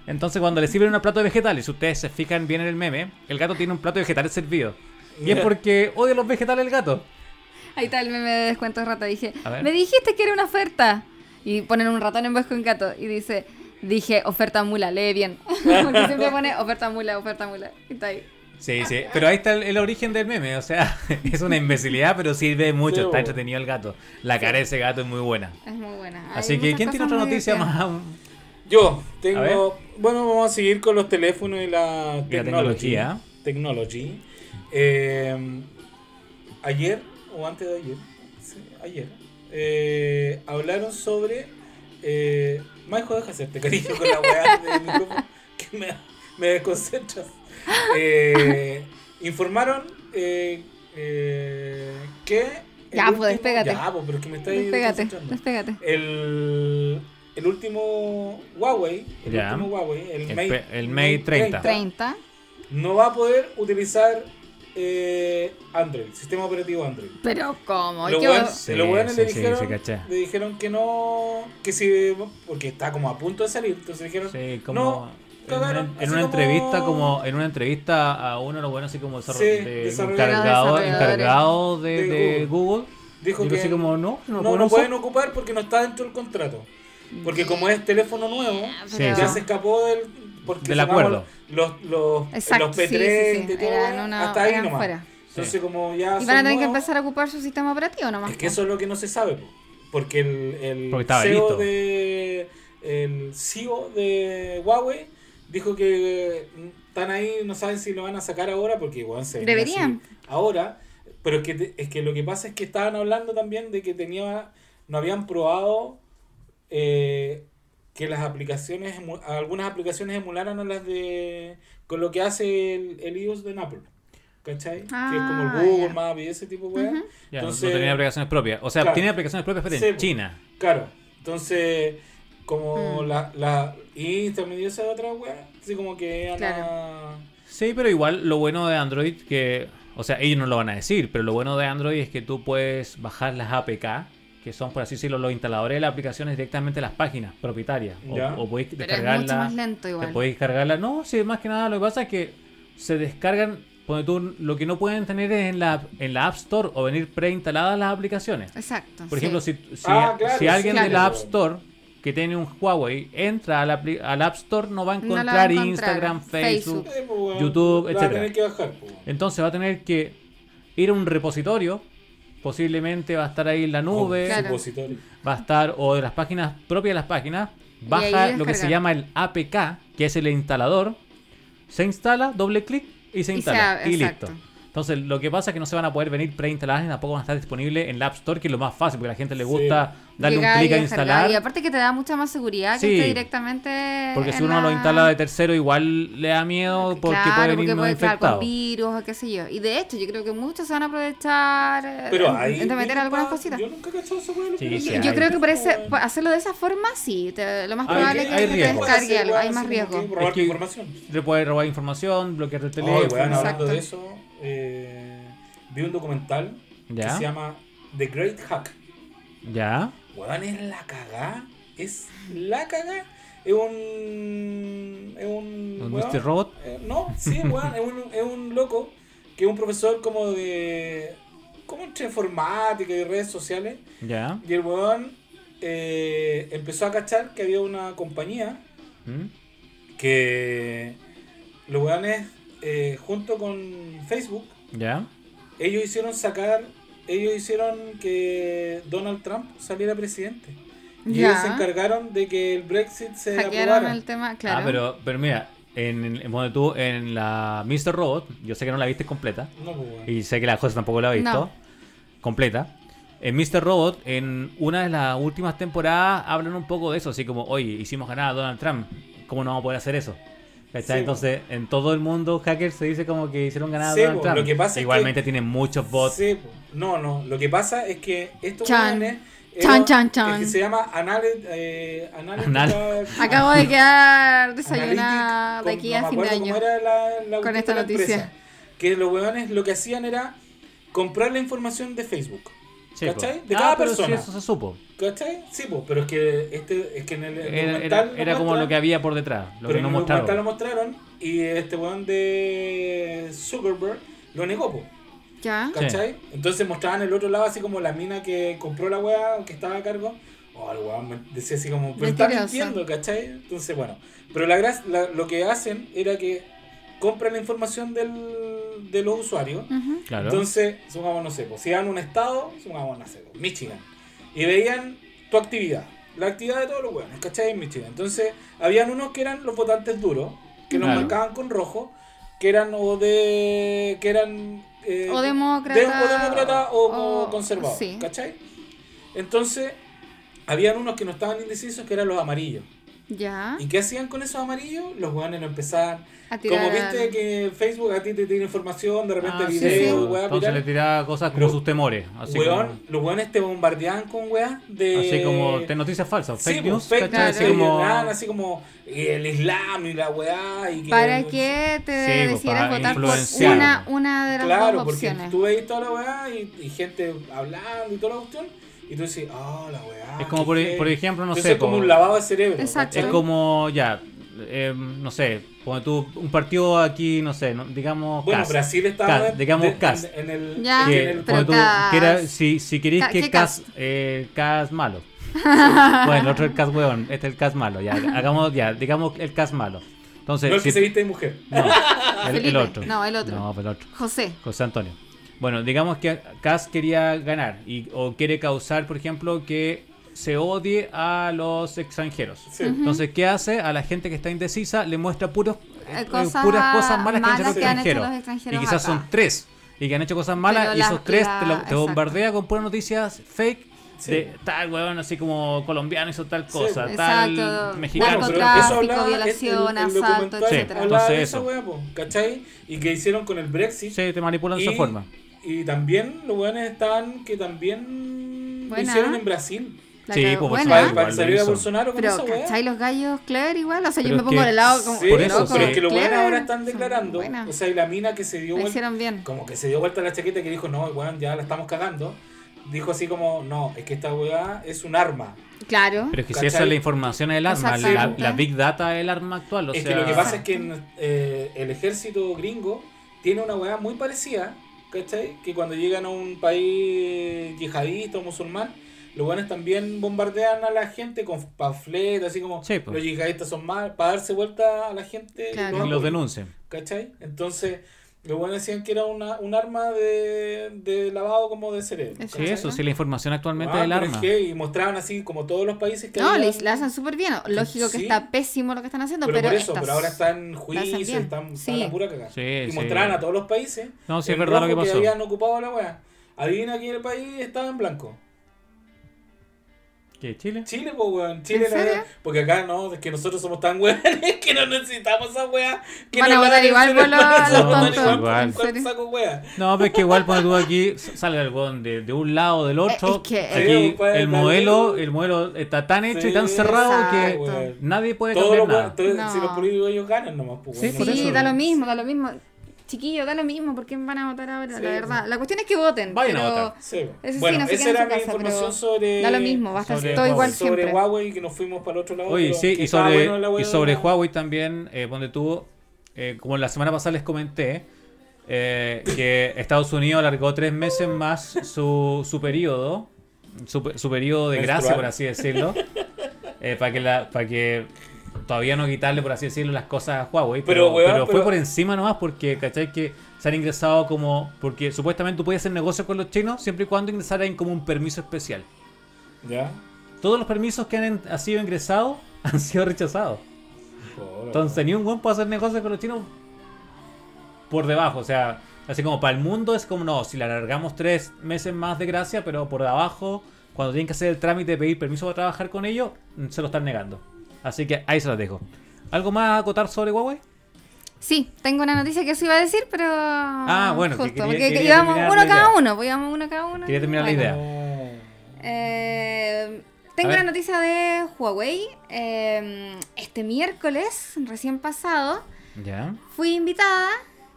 [SPEAKER 1] Entonces, cuando le sirven un plato de vegetales, si ustedes se fijan bien en el meme, el gato tiene un plato de vegetales servido. Y es porque odia los vegetales el gato.
[SPEAKER 2] Ahí está el meme de descuentos ratas. Dije,
[SPEAKER 1] A ver.
[SPEAKER 2] me dijiste que era una oferta. Y ponen un ratón en vez con gato. Y dice, dije, oferta mula, lee bien. Porque siempre pone oferta mula, oferta mula. Y está ahí.
[SPEAKER 1] Sí, sí. Pero ahí está el, el origen del meme. O sea, es una imbecilidad, pero sirve mucho.
[SPEAKER 3] Sí,
[SPEAKER 1] está
[SPEAKER 3] bueno.
[SPEAKER 1] entretenido el gato. La cara de ese gato es muy buena.
[SPEAKER 2] Es muy buena. Hay
[SPEAKER 1] Así que,
[SPEAKER 2] muchas
[SPEAKER 1] ¿quién tiene
[SPEAKER 2] cosas
[SPEAKER 1] otra
[SPEAKER 2] muy
[SPEAKER 1] noticia
[SPEAKER 2] divertidas.
[SPEAKER 1] más?
[SPEAKER 3] Yo
[SPEAKER 1] A ver.
[SPEAKER 3] tengo. Bueno, vamos a seguir con los teléfonos y la,
[SPEAKER 1] Y la
[SPEAKER 3] tecnología.
[SPEAKER 1] tecnología.
[SPEAKER 3] Technology. Eh, ayer, o antes de ayer, sí, ayer, eh, hablaron sobre. Eh, Maiko, deja hacerte cariño con la weá del micrófono, que me, me desconcentras. Eh, informaron eh, eh, que. el
[SPEAKER 2] Ya, pues, despégate.
[SPEAKER 3] Ya, pues, pero es que me estáis
[SPEAKER 2] Despégate,
[SPEAKER 3] desconcentrando.
[SPEAKER 2] despégate.
[SPEAKER 3] El, el último Huawei, el
[SPEAKER 1] Ya.
[SPEAKER 3] último Huawei, el,
[SPEAKER 1] El
[SPEAKER 3] Mate,
[SPEAKER 1] pe- el Mate 30.
[SPEAKER 2] 30.
[SPEAKER 3] no va a poder utilizar eh, Android, sistema operativo Android.
[SPEAKER 2] Pero ¿cómo?
[SPEAKER 3] Los
[SPEAKER 2] Yo-
[SPEAKER 3] weones
[SPEAKER 1] Sí,
[SPEAKER 3] los weones le,
[SPEAKER 1] sí, sí,
[SPEAKER 3] dijeron,
[SPEAKER 1] sí, caché.
[SPEAKER 3] le dijeron que no, que si, porque está como a punto de salir, entonces dijeron,
[SPEAKER 1] Sí,
[SPEAKER 3] No,
[SPEAKER 1] como en una,
[SPEAKER 3] cagaron,
[SPEAKER 1] en
[SPEAKER 3] así
[SPEAKER 1] una
[SPEAKER 3] como-
[SPEAKER 1] entrevista como en una entrevista a uno de los buenos así como desarro-
[SPEAKER 3] Sí,
[SPEAKER 1] de-
[SPEAKER 3] desarrolladores.
[SPEAKER 1] encargado
[SPEAKER 2] Desarrolladores.
[SPEAKER 1] encargado de,
[SPEAKER 3] De
[SPEAKER 1] de Google,
[SPEAKER 3] dijo
[SPEAKER 1] dijo
[SPEAKER 3] que
[SPEAKER 1] así como no no,
[SPEAKER 3] no, no
[SPEAKER 1] lo pueden
[SPEAKER 3] pueden
[SPEAKER 1] usar.
[SPEAKER 3] ocupar porque no está dentro del contrato. Porque como es teléfono nuevo,
[SPEAKER 1] Sí,
[SPEAKER 2] Pero-
[SPEAKER 3] ya se escapó del porque
[SPEAKER 1] Del
[SPEAKER 3] sacamos
[SPEAKER 1] acuerdo.
[SPEAKER 3] los los,
[SPEAKER 2] Exacto,
[SPEAKER 3] los
[SPEAKER 2] sí,
[SPEAKER 3] P30
[SPEAKER 2] sí, sí.
[SPEAKER 3] y todo
[SPEAKER 2] Eran una-
[SPEAKER 3] hasta ahí
[SPEAKER 2] eran
[SPEAKER 3] nomás
[SPEAKER 2] fuera.
[SPEAKER 3] entonces
[SPEAKER 1] Sí.
[SPEAKER 3] como ya
[SPEAKER 2] Y
[SPEAKER 3] son
[SPEAKER 2] van a tener que
[SPEAKER 3] nuevos,
[SPEAKER 2] empezar a ocupar su sistema operativo nomás.
[SPEAKER 3] es que eso es lo que no se sabe po. porque el, el
[SPEAKER 1] Porque estaba
[SPEAKER 3] CEO
[SPEAKER 1] listo.
[SPEAKER 3] de el CEO de Huawei dijo que eh, están ahí no saben si lo van a sacar ahora porque igual se venía
[SPEAKER 2] Deberían.
[SPEAKER 3] así ahora pero es que te- es que lo que pasa es que estaban hablando también de que tenía no habían probado eh, que las aplicaciones, emu- algunas aplicaciones emularan a las de. con lo que hace el, el iOS de Apple. ¿Cachai? que es como el
[SPEAKER 2] Ah,
[SPEAKER 3] Google
[SPEAKER 2] ya.
[SPEAKER 3] Maps y ese tipo de weas.
[SPEAKER 1] Ya,
[SPEAKER 2] Ujú.
[SPEAKER 1] no- no
[SPEAKER 3] Entonces-
[SPEAKER 1] tenía aplicaciones propias o sea
[SPEAKER 3] Claro.
[SPEAKER 1] tiene aplicaciones propias pero en
[SPEAKER 3] Sí, po.
[SPEAKER 1] China
[SPEAKER 3] Claro. Entonces, como
[SPEAKER 2] Mm.
[SPEAKER 3] la, la Instagram y esa otra wea, así como que iban
[SPEAKER 2] Claro.
[SPEAKER 3] a-
[SPEAKER 1] sí pero igual lo bueno de Android que o sea ellos no lo van a decir pero lo bueno de Android es que tú puedes bajar las APK que son por así decirlo los instaladores de las aplicaciones directamente de las páginas propietarias o,
[SPEAKER 3] Ya.
[SPEAKER 1] o podéis
[SPEAKER 2] Pero es mucho
[SPEAKER 1] descargarlas
[SPEAKER 2] más lento
[SPEAKER 1] Te
[SPEAKER 2] igual.
[SPEAKER 1] podéis cargarla. No, sí, más que nada lo que pasa es que se descargan. Ponte tú, lo que no pueden tener es en la, en la App Store o venir preinstaladas las aplicaciones.
[SPEAKER 2] Exacto.
[SPEAKER 1] Por
[SPEAKER 2] sí.
[SPEAKER 1] ejemplo, si, si,
[SPEAKER 3] Ah, claro,
[SPEAKER 1] si alguien
[SPEAKER 2] sí,
[SPEAKER 1] de la
[SPEAKER 3] claro.
[SPEAKER 1] App Store que tiene un Huawei entra a la, apli- a la App Store, no va a
[SPEAKER 2] No la va a
[SPEAKER 1] encontrar,
[SPEAKER 2] encontrar.
[SPEAKER 1] Instagram,
[SPEAKER 2] Facebook.
[SPEAKER 1] Facebook.
[SPEAKER 3] Eh, pues, weón,
[SPEAKER 1] YouTube,
[SPEAKER 3] la
[SPEAKER 1] etcétera.
[SPEAKER 3] Van a tener que bajar, pues, weón.
[SPEAKER 1] Entonces va a tener que ir a un repositorio. Posiblemente va a estar ahí en la nube.
[SPEAKER 3] Un
[SPEAKER 2] Oh. Claro.
[SPEAKER 3] supositorio.
[SPEAKER 1] va a estar o de las páginas propias de las páginas,
[SPEAKER 2] ahí
[SPEAKER 1] baja
[SPEAKER 2] descargar.
[SPEAKER 1] lo que se llama el APK, que es el instalador, se instala, doble clic y se
[SPEAKER 2] Y se
[SPEAKER 1] instala
[SPEAKER 2] abre,
[SPEAKER 1] y,
[SPEAKER 2] exacto.
[SPEAKER 1] listo. Entonces, lo que pasa es que no se van a poder venir preinstaladas y tampoco van a estar disponibles en la App Store, que es lo más fácil, porque a la gente le
[SPEAKER 3] Sí.
[SPEAKER 1] gusta darle
[SPEAKER 2] Llegar
[SPEAKER 1] un
[SPEAKER 2] y
[SPEAKER 1] clic a
[SPEAKER 2] descargar. Y
[SPEAKER 1] instalar.
[SPEAKER 2] aparte que te da mucha más seguridad
[SPEAKER 1] Sí.
[SPEAKER 2] que esté directamente.
[SPEAKER 1] Porque si
[SPEAKER 2] en
[SPEAKER 1] uno lo
[SPEAKER 2] la-
[SPEAKER 1] instala de tercero, igual le da miedo porque
[SPEAKER 2] Claro,
[SPEAKER 1] puede venir
[SPEAKER 2] porque
[SPEAKER 1] no
[SPEAKER 2] puede entrar
[SPEAKER 1] infectado.
[SPEAKER 2] con virus o qué sé yo. Y de hecho, yo creo que muchos se van a aprovechar eh,
[SPEAKER 3] Pero
[SPEAKER 2] de-
[SPEAKER 3] ahí.
[SPEAKER 2] de meter
[SPEAKER 3] yo
[SPEAKER 2] algunas
[SPEAKER 3] nunca-
[SPEAKER 2] cositas.
[SPEAKER 3] Yo nunca he cachado esa wea, lo
[SPEAKER 1] Sí,
[SPEAKER 3] que
[SPEAKER 1] sí,
[SPEAKER 3] no
[SPEAKER 2] Yo
[SPEAKER 3] sé. eh.
[SPEAKER 1] hay.
[SPEAKER 2] creo que por ese-
[SPEAKER 3] pues, Weón.
[SPEAKER 2] por hacerlo de esa forma, sí. te- lo más
[SPEAKER 1] Hay-
[SPEAKER 2] probable es que
[SPEAKER 1] hay
[SPEAKER 2] te
[SPEAKER 1] riesgo.
[SPEAKER 2] descargue algo. Hay
[SPEAKER 3] Así
[SPEAKER 2] más
[SPEAKER 3] como que
[SPEAKER 2] riesgo.
[SPEAKER 3] robar
[SPEAKER 1] Es que-
[SPEAKER 3] tu información.
[SPEAKER 1] Le puede robar información, bloquear el
[SPEAKER 3] Oye,
[SPEAKER 1] teléfono.
[SPEAKER 3] weón, hablando
[SPEAKER 2] Exacto.
[SPEAKER 3] de eso, eh, vi un documental que
[SPEAKER 1] Ya.
[SPEAKER 3] se llama The Great Hack.
[SPEAKER 1] ya.
[SPEAKER 3] Weón, es la cagá. Es la cagá. Es un. Es un.
[SPEAKER 1] Un
[SPEAKER 3] weón,
[SPEAKER 1] Mr. Robot.
[SPEAKER 3] eh, no, sí, weón. es, un, es un loco que es un profesor como de. como entre informática y redes sociales.
[SPEAKER 1] Ya.
[SPEAKER 3] Y el weón eh, empezó a cachar que había una compañía
[SPEAKER 1] ¿Mm?
[SPEAKER 3] que los weones, eh, junto con Facebook,
[SPEAKER 1] ¿Ya?
[SPEAKER 3] ellos hicieron sacar, ellos hicieron que Donald Trump saliera presidente. Y
[SPEAKER 2] Ya.
[SPEAKER 3] ellos se encargaron de que el Brexit se
[SPEAKER 2] Hackearon
[SPEAKER 3] aprobara.
[SPEAKER 2] el tema, claro.
[SPEAKER 1] Ah, pero, pero mira, en, en, bueno, tú, en la Mr. Robot, yo sé que no la viste completa.
[SPEAKER 3] No, pues, weón.
[SPEAKER 1] Y sé que la cosa tampoco la ha visto.
[SPEAKER 2] No.
[SPEAKER 1] Completa. En Mr. Robot, en una de las últimas temporadas, hablan un poco de eso, así como, oye, hicimos ganar a Donald Trump, ¿cómo no vamos a poder hacer eso? ¿Cachai?
[SPEAKER 3] Sí,
[SPEAKER 1] Entonces, en todo el mundo, hackers se dice como que hicieron ganar
[SPEAKER 3] Sí,
[SPEAKER 1] a Donald
[SPEAKER 3] po,
[SPEAKER 1] Trump.
[SPEAKER 3] lo que pasa es
[SPEAKER 1] Igualmente tienen muchos bots.
[SPEAKER 3] Sí, po. no, no. Lo que pasa es que estos
[SPEAKER 2] Chan.
[SPEAKER 3] weones
[SPEAKER 2] Chan,
[SPEAKER 3] eran-
[SPEAKER 2] chan, chan.
[SPEAKER 3] es que se llama anale, eh, analítica-
[SPEAKER 1] Anal-
[SPEAKER 2] Acabo de quedar desayunada
[SPEAKER 3] Analytic,
[SPEAKER 2] de
[SPEAKER 3] con-
[SPEAKER 2] aquí
[SPEAKER 3] no me
[SPEAKER 2] a fin de
[SPEAKER 3] acuerdo
[SPEAKER 2] año.
[SPEAKER 3] cómo era la- la
[SPEAKER 2] Con
[SPEAKER 3] cuestión
[SPEAKER 2] esta
[SPEAKER 3] de la
[SPEAKER 2] noticia.
[SPEAKER 3] empresa. que los huevones lo que hacían era comprar la información de Facebook.
[SPEAKER 1] Sí, po.
[SPEAKER 3] ¿Cachai? De
[SPEAKER 1] ah,
[SPEAKER 3] cada
[SPEAKER 1] pero
[SPEAKER 3] persona.
[SPEAKER 1] sí, eso se supo.
[SPEAKER 3] ¿Cachai? Sí, po, pero es que, este, es que en el
[SPEAKER 1] Era,
[SPEAKER 3] documental
[SPEAKER 1] era-
[SPEAKER 3] lo
[SPEAKER 1] era como
[SPEAKER 3] muestran,
[SPEAKER 1] lo que había por detrás, lo
[SPEAKER 3] pero
[SPEAKER 1] que no
[SPEAKER 3] en el documental lo
[SPEAKER 1] mostraron.
[SPEAKER 3] mostraron y este huevón de Zuckerberg lo negó, po,
[SPEAKER 2] ¿Ya?
[SPEAKER 3] ¿cachai? Entonces mostraban el otro lado así como la mina que compró la hueá, que estaba a cargo. Oh, el huevón me- decía así como, pero está
[SPEAKER 2] Mentiroso.
[SPEAKER 3] mintiendo, ¿cachai? Entonces, bueno. Pero la, gra- la- lo que hacen era que compran la información del, de los usuarios
[SPEAKER 2] Ujú.
[SPEAKER 1] Claro.
[SPEAKER 3] Entonces, supongamos, no sé, pues, si iban a un estado, supongamos, no sé, pues, Michigan, y veían tu actividad, la actividad de todos los hueones, ¿cachai? En Michigan. Entonces, habían unos que eran los votantes duros, que los
[SPEAKER 1] Claro.
[SPEAKER 3] marcaban con rojo, que eran o de. que eran. eh,
[SPEAKER 2] O demócrata.
[SPEAKER 3] de- o demócrata o,
[SPEAKER 2] o-
[SPEAKER 3] o conservador,
[SPEAKER 2] sí.
[SPEAKER 3] ¿cachai? Entonces, habían unos que no estaban indecisos, que eran los amarillos.
[SPEAKER 2] ¿Ya?
[SPEAKER 3] ¿Y qué hacían con esos amarillos? Los hueones lo empezaban
[SPEAKER 2] A
[SPEAKER 3] como
[SPEAKER 2] tirar
[SPEAKER 3] viste
[SPEAKER 2] al-
[SPEAKER 3] que Facebook a ti te tiene información, de repente
[SPEAKER 1] Ah, sí,
[SPEAKER 3] video,
[SPEAKER 1] po.
[SPEAKER 3] weá,
[SPEAKER 1] Entonces
[SPEAKER 3] pirata.
[SPEAKER 1] le tiraba cosas como
[SPEAKER 3] Pero-
[SPEAKER 1] sus temores. Así
[SPEAKER 3] Weón,
[SPEAKER 1] como...
[SPEAKER 3] los weones te bombardeaban con weas de.
[SPEAKER 1] Así como te noticias falsas,
[SPEAKER 3] Sí,
[SPEAKER 1] fake
[SPEAKER 3] po,
[SPEAKER 1] news,
[SPEAKER 3] fake
[SPEAKER 1] ¿cachai?
[SPEAKER 3] news,
[SPEAKER 1] Así
[SPEAKER 2] claro.
[SPEAKER 1] como...
[SPEAKER 3] weón, así como, eh, el Islam y la weá. Y que,
[SPEAKER 2] ¿Para qué
[SPEAKER 1] Sí,
[SPEAKER 2] te
[SPEAKER 1] pues,
[SPEAKER 2] decidieras
[SPEAKER 1] para
[SPEAKER 2] votar por
[SPEAKER 1] influenciar.
[SPEAKER 2] una, una de las
[SPEAKER 3] Claro,
[SPEAKER 2] dos
[SPEAKER 3] porque
[SPEAKER 2] opciones?
[SPEAKER 3] tú veis toda la weá y, y gente hablando y toda la cuestión. Y tú dices, oh, la weá.
[SPEAKER 1] Es como,
[SPEAKER 3] qué
[SPEAKER 1] por- e-,
[SPEAKER 3] heavy".
[SPEAKER 1] por ejemplo, no
[SPEAKER 3] Entonces
[SPEAKER 1] sé,
[SPEAKER 3] Es como
[SPEAKER 1] po.
[SPEAKER 3] un lavado de cerebro.
[SPEAKER 2] Exacto.
[SPEAKER 1] Es
[SPEAKER 3] ¿cachai?
[SPEAKER 1] como, ya, eh, no sé, cuando tú, un partido aquí, no sé, no- digamos,
[SPEAKER 3] Bueno,
[SPEAKER 1] Cast.
[SPEAKER 3] Brasil estaba.
[SPEAKER 1] Cast,
[SPEAKER 3] en-
[SPEAKER 1] digamos,
[SPEAKER 3] en-
[SPEAKER 1] Cast.
[SPEAKER 3] En, el.
[SPEAKER 2] Ya,
[SPEAKER 3] en
[SPEAKER 1] Que,
[SPEAKER 3] el-
[SPEAKER 2] pero
[SPEAKER 1] ponte tú,
[SPEAKER 2] Cast.
[SPEAKER 1] que era- si, si queréis
[SPEAKER 2] Ca-
[SPEAKER 1] que
[SPEAKER 2] ¿qué
[SPEAKER 1] Cas,
[SPEAKER 2] Cast?
[SPEAKER 1] eh, Cas malo. bueno, el otro es el Cas weón, este es el Cas malo, ya, hagamos, ya, digamos el Cas malo. Entonces,
[SPEAKER 3] no es que
[SPEAKER 1] si-
[SPEAKER 3] se viste de mujer.
[SPEAKER 1] no, el, el
[SPEAKER 2] Felipe,
[SPEAKER 1] otro.
[SPEAKER 2] no, el otro.
[SPEAKER 1] No, el otro.
[SPEAKER 2] José.
[SPEAKER 1] José Antonio. Bueno, digamos que Cas quería ganar y, o quiere causar, por ejemplo, que se odie a los extranjeros.
[SPEAKER 3] Sí.
[SPEAKER 1] Entonces, ¿qué hace? A la gente que está indecisa le muestra puros,
[SPEAKER 2] Eh,
[SPEAKER 1] eh,
[SPEAKER 2] cosas
[SPEAKER 1] puras cosas malas, que
[SPEAKER 2] malas
[SPEAKER 1] han hecho los
[SPEAKER 2] que han hecho
[SPEAKER 1] extranjeros.
[SPEAKER 2] los extranjeros
[SPEAKER 1] y quizás
[SPEAKER 2] acá.
[SPEAKER 1] son tres. Y que han hecho cosas malas
[SPEAKER 2] Pero
[SPEAKER 1] y
[SPEAKER 2] las-
[SPEAKER 1] esos tres te, lo-
[SPEAKER 2] la-
[SPEAKER 1] te
[SPEAKER 2] exacto.
[SPEAKER 1] bombardea con puras noticias fake
[SPEAKER 3] Sí.
[SPEAKER 1] de tal weón, así como colombiano hizo tal cosa,
[SPEAKER 3] Sí.
[SPEAKER 1] tal
[SPEAKER 2] Exacto.
[SPEAKER 1] mexicano.
[SPEAKER 2] Bueno,
[SPEAKER 1] hizo
[SPEAKER 3] pero
[SPEAKER 1] tal-
[SPEAKER 2] Narcotráfico,
[SPEAKER 3] eso hablaba-
[SPEAKER 2] violación,
[SPEAKER 3] el- el
[SPEAKER 2] asalto,
[SPEAKER 3] documental
[SPEAKER 2] etcétera.
[SPEAKER 3] hablaba
[SPEAKER 1] Sí,
[SPEAKER 3] de
[SPEAKER 1] entonces
[SPEAKER 3] esa
[SPEAKER 1] eso.
[SPEAKER 3] wea, po, ¿cachai? Y que hicieron con el Brexit.
[SPEAKER 1] Sí, te manipulan de
[SPEAKER 3] Y-
[SPEAKER 1] esa forma.
[SPEAKER 3] Y también los weones estaban que también lo
[SPEAKER 2] Buena.
[SPEAKER 3] hicieron en Brasil.
[SPEAKER 2] La
[SPEAKER 1] Sí,
[SPEAKER 2] cagó. ¿ah?
[SPEAKER 1] pues,
[SPEAKER 2] Buena.
[SPEAKER 1] Bolsonaro
[SPEAKER 3] Para,
[SPEAKER 1] igual
[SPEAKER 3] para
[SPEAKER 1] lo
[SPEAKER 3] salir a
[SPEAKER 1] hizo.
[SPEAKER 3] Bolsonaro con
[SPEAKER 2] Pero,
[SPEAKER 3] esa wea.
[SPEAKER 2] ¿cachai los gallos, Claire? Igual, o sea,
[SPEAKER 1] Pero
[SPEAKER 2] yo me
[SPEAKER 1] es
[SPEAKER 2] pongo
[SPEAKER 1] que-
[SPEAKER 2] del lado como...
[SPEAKER 3] Sí,
[SPEAKER 1] Por eso,
[SPEAKER 2] loco,
[SPEAKER 3] pero es que los
[SPEAKER 2] Claire,
[SPEAKER 3] weones ahora están
[SPEAKER 2] son
[SPEAKER 3] declarando.
[SPEAKER 2] buenas.
[SPEAKER 3] O sea, y la mina que se dio
[SPEAKER 2] Lo
[SPEAKER 3] vuelta,
[SPEAKER 2] hicieron bien.
[SPEAKER 3] como que se dio vuelta la chaqueta que dijo, no, weón, ya la estamos cagando. Dijo así como, no, es que esta weá es un arma.
[SPEAKER 2] Claro.
[SPEAKER 1] Pero es que si
[SPEAKER 3] ¿Cachai?
[SPEAKER 1] esa es la información del arma, la,
[SPEAKER 2] Exactamente.
[SPEAKER 1] la big data es el arma actual. O
[SPEAKER 3] es
[SPEAKER 1] sea,
[SPEAKER 3] que lo que pasa es que en- eh, el ejército gringo tiene una weá muy parecida, ¿cachai? Que cuando llegan a un país yihadista o musulmán, los weones también bombardean a la gente con panfletos, así como
[SPEAKER 1] Sí, po.
[SPEAKER 3] los yihadistas son mal, para darse vuelta a la gente,
[SPEAKER 2] Claro.
[SPEAKER 1] Y
[SPEAKER 3] apoyan,
[SPEAKER 1] los denuncian.
[SPEAKER 3] ¿cachai? Entonces, los weones decían que era una, un arma de, de lavado como de cerebro.
[SPEAKER 2] Eso.
[SPEAKER 1] Sí,
[SPEAKER 3] ¿cachai?
[SPEAKER 1] eso, sí, la información actualmente
[SPEAKER 3] Weón,
[SPEAKER 1] del
[SPEAKER 3] Ah, pero
[SPEAKER 1] arma.
[SPEAKER 3] es que- y mostraban así como todos los países que
[SPEAKER 2] No,
[SPEAKER 3] habían-
[SPEAKER 2] le, la hacen súper bien. Lógico que
[SPEAKER 3] Sí.
[SPEAKER 2] está pésimo lo que están haciendo,
[SPEAKER 3] pero,
[SPEAKER 2] pero,
[SPEAKER 3] por eso,
[SPEAKER 2] está
[SPEAKER 3] pero ahora está
[SPEAKER 2] hacen
[SPEAKER 3] en juicio,
[SPEAKER 2] bien.
[SPEAKER 3] están está
[SPEAKER 2] Sí.
[SPEAKER 3] la pura cagada.
[SPEAKER 1] Sí,
[SPEAKER 3] y
[SPEAKER 1] sí.
[SPEAKER 3] mostraban a todos los países.
[SPEAKER 1] No, sí, es
[SPEAKER 3] en
[SPEAKER 1] verdad lo
[SPEAKER 3] rojo
[SPEAKER 1] que pasó.
[SPEAKER 3] habían ocupado la weá. Adivina que el país estaba en blanco.
[SPEAKER 1] ¿Qué, Chile?
[SPEAKER 3] Chile, pues weón. Chile
[SPEAKER 2] ¿En
[SPEAKER 3] no había-
[SPEAKER 2] serio?
[SPEAKER 3] Porque acá no, es que nosotros somos tan weones que no necesitamos esa weá. que
[SPEAKER 2] Van
[SPEAKER 3] nos
[SPEAKER 2] a votar
[SPEAKER 3] dar
[SPEAKER 2] igual
[SPEAKER 3] el cerebro,
[SPEAKER 2] por los-
[SPEAKER 3] nos van a
[SPEAKER 1] los
[SPEAKER 3] votar igual
[SPEAKER 1] tontos.
[SPEAKER 3] por un
[SPEAKER 2] Igual.
[SPEAKER 3] cuarto
[SPEAKER 2] ¿En serio?
[SPEAKER 3] saco weá.
[SPEAKER 1] No, pero es que igual cuando tú aquí s- sale el weón de, de un lado o del otro.
[SPEAKER 2] Eh, es que-
[SPEAKER 3] Sí,
[SPEAKER 1] aquí
[SPEAKER 3] compadre,
[SPEAKER 1] el modelo,
[SPEAKER 3] también.
[SPEAKER 1] el modelo está tan hecho y tan
[SPEAKER 3] Sí,
[SPEAKER 1] cerrado
[SPEAKER 2] Exacto.
[SPEAKER 1] que
[SPEAKER 3] weón.
[SPEAKER 1] nadie puede
[SPEAKER 3] Todos los
[SPEAKER 1] cambiar
[SPEAKER 3] weones,
[SPEAKER 1] nada.
[SPEAKER 2] No.
[SPEAKER 3] todos- si los políticos ellos ganan nomás, pues
[SPEAKER 1] Sí,
[SPEAKER 3] weón.
[SPEAKER 1] por
[SPEAKER 2] sí,
[SPEAKER 1] eso.
[SPEAKER 2] da lo mismo, da lo mismo. Chiquillo, da lo mismo, ¿por qué me van a votar ahora?
[SPEAKER 3] Sí.
[SPEAKER 2] La verdad. La cuestión es que voten.
[SPEAKER 1] Vayan a
[SPEAKER 2] pero...
[SPEAKER 1] votar.
[SPEAKER 3] Sí, weón.
[SPEAKER 2] Eso sí,
[SPEAKER 3] bueno,
[SPEAKER 2] no se
[SPEAKER 3] esa
[SPEAKER 2] queda en
[SPEAKER 3] era
[SPEAKER 2] su
[SPEAKER 3] mi
[SPEAKER 2] casa, pero
[SPEAKER 3] información sobre.
[SPEAKER 2] Da lo mismo, va a estar
[SPEAKER 1] sobre
[SPEAKER 2] todo igual
[SPEAKER 1] Huawei.
[SPEAKER 3] sobre
[SPEAKER 2] siempre.
[SPEAKER 3] Huawei que nos fuimos para el otro lado.
[SPEAKER 1] Oye,
[SPEAKER 3] pero
[SPEAKER 1] sí,
[SPEAKER 3] que
[SPEAKER 1] y
[SPEAKER 3] estaba
[SPEAKER 1] sobre,
[SPEAKER 3] bueno la weá
[SPEAKER 1] y
[SPEAKER 3] de
[SPEAKER 1] sobre
[SPEAKER 3] la-
[SPEAKER 1] Huawei también, eh, ponte tú, eh, como la semana pasada les comenté, eh, que Estados Unidos alargó tres meses más su, su periodo su, su periodo de gracia,
[SPEAKER 3] Menstrual.
[SPEAKER 1] por así decirlo, eh, para que la, para que todavía no quitarle, por así decirlo, las cosas a Huawei.
[SPEAKER 3] Pero,
[SPEAKER 1] Pero,
[SPEAKER 3] weón,
[SPEAKER 1] pero fue
[SPEAKER 3] pero-
[SPEAKER 1] por encima nomás porque, ¿cachai? Que se han ingresado como... Porque supuestamente tú puedes hacer negocios con los chinos siempre y cuando ingresaran como un permiso especial.
[SPEAKER 3] ¿Ya?
[SPEAKER 1] Todos los permisos que han, en- han sido ingresados han sido rechazados.
[SPEAKER 3] Joder,
[SPEAKER 1] Entonces, ni un buen puede hacer negocios con los chinos por debajo. O sea, así como para el mundo es como, no, si le alargamos tres meses más de gracia, pero por debajo, cuando tienen que hacer el trámite de pedir permiso para trabajar con ellos, mm, se lo están negando. Así que ahí se los dejo. ¿Algo más a acotar sobre Huawei?
[SPEAKER 2] Sí, tengo una noticia que eso iba a decir, pero. Ah,
[SPEAKER 1] bueno, que
[SPEAKER 2] Justo,
[SPEAKER 1] quería-
[SPEAKER 2] porque
[SPEAKER 1] quería
[SPEAKER 2] íbamos
[SPEAKER 1] terminar
[SPEAKER 2] uno
[SPEAKER 1] la
[SPEAKER 2] cada
[SPEAKER 1] idea.
[SPEAKER 2] uno, pues íbamos uno cada uno.
[SPEAKER 1] Quería terminar la
[SPEAKER 2] Bueno,
[SPEAKER 1] idea.
[SPEAKER 3] Ah.
[SPEAKER 2] eh, tengo
[SPEAKER 1] A ver.
[SPEAKER 2] una noticia de Huawei. eh, este miércoles, recién pasado,
[SPEAKER 1] Ya.
[SPEAKER 2] fui invitada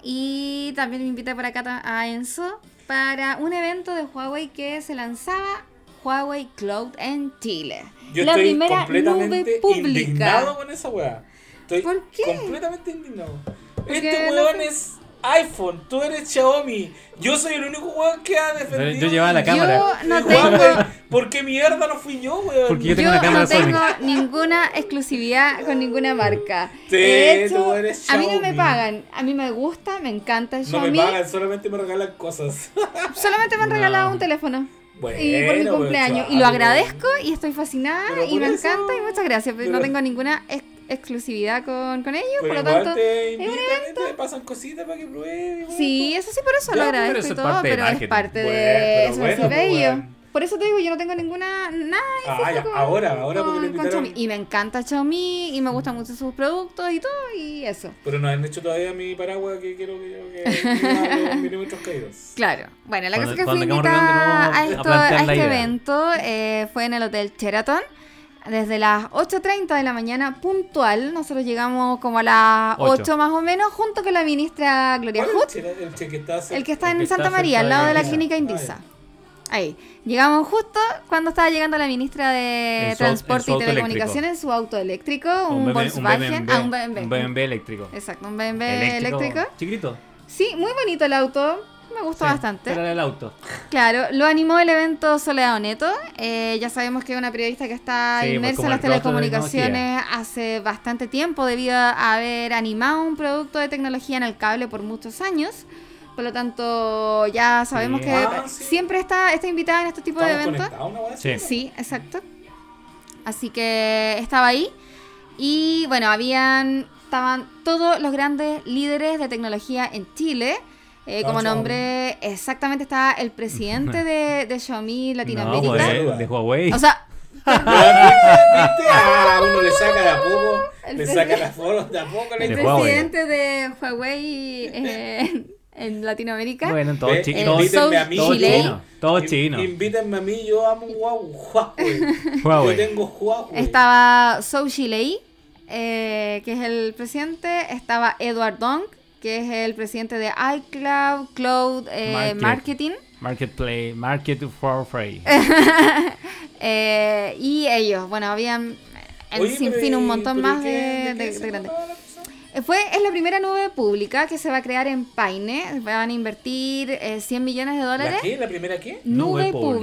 [SPEAKER 2] y también me invité por acá ta- a Enzo para un evento de Huawei que se lanzaba Huawei Cloud en Chile.
[SPEAKER 3] Yo
[SPEAKER 2] la
[SPEAKER 3] estoy
[SPEAKER 2] primera nube
[SPEAKER 3] completamente indignado
[SPEAKER 2] pública.
[SPEAKER 3] con esa weá. Estoy
[SPEAKER 2] ¿Por qué?
[SPEAKER 3] completamente indignado.
[SPEAKER 2] qué
[SPEAKER 3] Este
[SPEAKER 2] no
[SPEAKER 3] weón
[SPEAKER 2] fue-
[SPEAKER 3] es iPhone, tú eres Xiaomi. Yo soy el único weón que ha defendido.
[SPEAKER 1] Yo llevaba la
[SPEAKER 3] el-
[SPEAKER 1] cámara.
[SPEAKER 2] Yo no
[SPEAKER 3] el Huawei.
[SPEAKER 2] tengo-
[SPEAKER 3] ¿Por qué mierda no fui yo, weón?
[SPEAKER 1] Porque yo tengo
[SPEAKER 2] Yo
[SPEAKER 1] una cámara
[SPEAKER 2] no tengo
[SPEAKER 1] Sony.
[SPEAKER 2] ninguna exclusividad con ninguna marca.
[SPEAKER 3] Sí,
[SPEAKER 2] De
[SPEAKER 3] tú
[SPEAKER 2] hecho,
[SPEAKER 3] eres
[SPEAKER 2] a mí no
[SPEAKER 3] Xiaomi.
[SPEAKER 2] me pagan. A mí me gusta, me encanta el
[SPEAKER 3] No me
[SPEAKER 2] Xiaomi.
[SPEAKER 3] pagan, solamente me regalan cosas.
[SPEAKER 2] Solamente me han
[SPEAKER 1] No.
[SPEAKER 2] regalado un teléfono.
[SPEAKER 3] Bueno,
[SPEAKER 2] y por mi
[SPEAKER 3] weón,
[SPEAKER 2] cumpleaños.
[SPEAKER 3] chaval,
[SPEAKER 2] Y lo
[SPEAKER 3] weón.
[SPEAKER 2] agradezco y estoy fascinada
[SPEAKER 3] Pero
[SPEAKER 2] y
[SPEAKER 3] por
[SPEAKER 2] me
[SPEAKER 3] eso-
[SPEAKER 2] encanta y muchas gracias. Pero, no
[SPEAKER 3] Pero-
[SPEAKER 2] tengo ninguna ex- exclusividad con, con ellos,
[SPEAKER 3] Pero
[SPEAKER 2] por lo
[SPEAKER 3] Pues igual
[SPEAKER 2] tanto...
[SPEAKER 3] te invitan, y te pasan cositas para que pruebes.
[SPEAKER 2] Sí, eso sí, por eso
[SPEAKER 1] Ya,
[SPEAKER 2] lo
[SPEAKER 1] pero
[SPEAKER 2] agradezco
[SPEAKER 1] eso
[SPEAKER 2] y
[SPEAKER 1] es
[SPEAKER 2] todo,
[SPEAKER 1] parte de
[SPEAKER 2] pero es
[SPEAKER 1] marketing.
[SPEAKER 2] parte
[SPEAKER 3] Bueno,
[SPEAKER 2] de
[SPEAKER 3] pero
[SPEAKER 2] eso,
[SPEAKER 3] bueno,
[SPEAKER 2] así
[SPEAKER 3] pues,
[SPEAKER 2] bello.
[SPEAKER 3] bueno.
[SPEAKER 2] Por eso te digo, yo no tengo ninguna... Nada
[SPEAKER 3] Ah, ya,
[SPEAKER 2] con-
[SPEAKER 3] ahora, ahora porque lo
[SPEAKER 2] con- con
[SPEAKER 3] invitaron.
[SPEAKER 2] Xiaomi. Y me encanta Xiaomi y me gustan mucho sus productos y todo y eso.
[SPEAKER 3] Pero no han hecho todavía mi paraguas que quiero que yo que que los milímetros caídos.
[SPEAKER 2] Claro. Bueno, la
[SPEAKER 1] Cuando-
[SPEAKER 2] cosa es que fui
[SPEAKER 1] cuando hagamos
[SPEAKER 2] invitada a,
[SPEAKER 1] reunión de nuevo, a
[SPEAKER 2] esto- a
[SPEAKER 1] plantear la
[SPEAKER 2] este
[SPEAKER 1] idea.
[SPEAKER 2] evento. eh, fue en el Hotel Sheraton. Desde las 8.30 de la mañana, puntual. Nosotros llegamos como a las
[SPEAKER 1] Ocho.
[SPEAKER 2] 8 más o menos, junto con la ministra Gloria
[SPEAKER 3] ¿Cuál
[SPEAKER 2] Hood,
[SPEAKER 3] es el che- el che que está cerca?
[SPEAKER 2] el que está
[SPEAKER 1] El
[SPEAKER 2] en
[SPEAKER 1] que está
[SPEAKER 2] Santa
[SPEAKER 1] cerca
[SPEAKER 2] María, al
[SPEAKER 1] de la
[SPEAKER 2] lado de la
[SPEAKER 1] clínica.
[SPEAKER 2] clínica Indisa. Ahí. Llegamos justo cuando estaba llegando la ministra de
[SPEAKER 1] En su au- en su
[SPEAKER 2] Transporte y
[SPEAKER 1] auto eléctrico.
[SPEAKER 2] Telecomunicaciones en su auto eléctrico, un,
[SPEAKER 1] BMW,
[SPEAKER 2] Volkswagen.
[SPEAKER 1] BMW,
[SPEAKER 2] ah, un BMW.
[SPEAKER 1] un BMW eléctrico.
[SPEAKER 2] Exacto, un BMW eléctrico.
[SPEAKER 1] Chiquito.
[SPEAKER 2] Sí, muy bonito el auto. Me gustó
[SPEAKER 1] Sí,
[SPEAKER 2] bastante.
[SPEAKER 1] Era el auto.
[SPEAKER 2] Claro, lo animó el evento Soledad Oneto. Eh, ya sabemos que es una periodista que está
[SPEAKER 1] Sí, pues,
[SPEAKER 2] inmersa
[SPEAKER 1] como
[SPEAKER 2] en las
[SPEAKER 1] el rostro de la
[SPEAKER 2] telecomunicaciones hace bastante tiempo debido a haber animado un producto de tecnología en el cable por muchos años. Por lo tanto, ya sabemos
[SPEAKER 1] Sí.
[SPEAKER 2] que
[SPEAKER 3] Ah, sí.
[SPEAKER 2] siempre está, está invitada en este tipo de
[SPEAKER 3] ¿Estamos
[SPEAKER 2] eventos.
[SPEAKER 3] conectados, una weá
[SPEAKER 1] Sí.
[SPEAKER 3] así?
[SPEAKER 2] Sí, exacto. Así que estaba ahí. Y bueno, habían. Estaban todos los grandes líderes de tecnología en Chile. Eh, como
[SPEAKER 3] Chao,
[SPEAKER 2] nombre, exactamente estaba el presidente de, de
[SPEAKER 1] No,
[SPEAKER 2] Xiaomi
[SPEAKER 1] pues.
[SPEAKER 2] Latinoamérica.
[SPEAKER 1] de, de Huawei.
[SPEAKER 2] o sea,
[SPEAKER 3] ¿Viste? Ah, uno le saca de a poco,
[SPEAKER 2] El
[SPEAKER 3] le
[SPEAKER 2] presidente.
[SPEAKER 3] saca las fotos de a poco.
[SPEAKER 2] el
[SPEAKER 1] de
[SPEAKER 3] Le...
[SPEAKER 1] Huawei.
[SPEAKER 2] presidente de Huawei eh, en, en Latinoamérica.
[SPEAKER 1] bueno, todo
[SPEAKER 3] Ve,
[SPEAKER 1] chi-
[SPEAKER 2] eh,
[SPEAKER 1] todo-
[SPEAKER 2] son
[SPEAKER 3] invítenme a mí.
[SPEAKER 1] todo
[SPEAKER 2] Chile.
[SPEAKER 1] chino. Todo
[SPEAKER 3] In-
[SPEAKER 1] chino.
[SPEAKER 3] Invítenme a mí, yo amo Huawei. Huawei.
[SPEAKER 1] Huawei.
[SPEAKER 3] Yo tengo Huawei.
[SPEAKER 2] Estaba Zhou Xilei, eh, que es el presidente. Estaba Edward Dong, que es el presidente de iCloud, Cloud eh,
[SPEAKER 1] Market.
[SPEAKER 2] Marketing.
[SPEAKER 1] Marketplace, Market for Free.
[SPEAKER 2] eh, y ellos, bueno, habían en
[SPEAKER 3] Oye, pero
[SPEAKER 2] sinfín
[SPEAKER 3] ¿y-
[SPEAKER 2] un montón
[SPEAKER 3] pero
[SPEAKER 2] más
[SPEAKER 3] qué-
[SPEAKER 2] de,
[SPEAKER 3] qué
[SPEAKER 2] de-
[SPEAKER 3] se
[SPEAKER 2] de grandes.
[SPEAKER 3] trataba la persona?
[SPEAKER 2] Eh, Fue, es la primera nube pública que se va a crear en Paine. Van a invertir eh, 100 millones de
[SPEAKER 3] ¿La
[SPEAKER 2] dólares.
[SPEAKER 3] qué? ¿La primera qué?
[SPEAKER 2] Nube
[SPEAKER 1] Nube pública.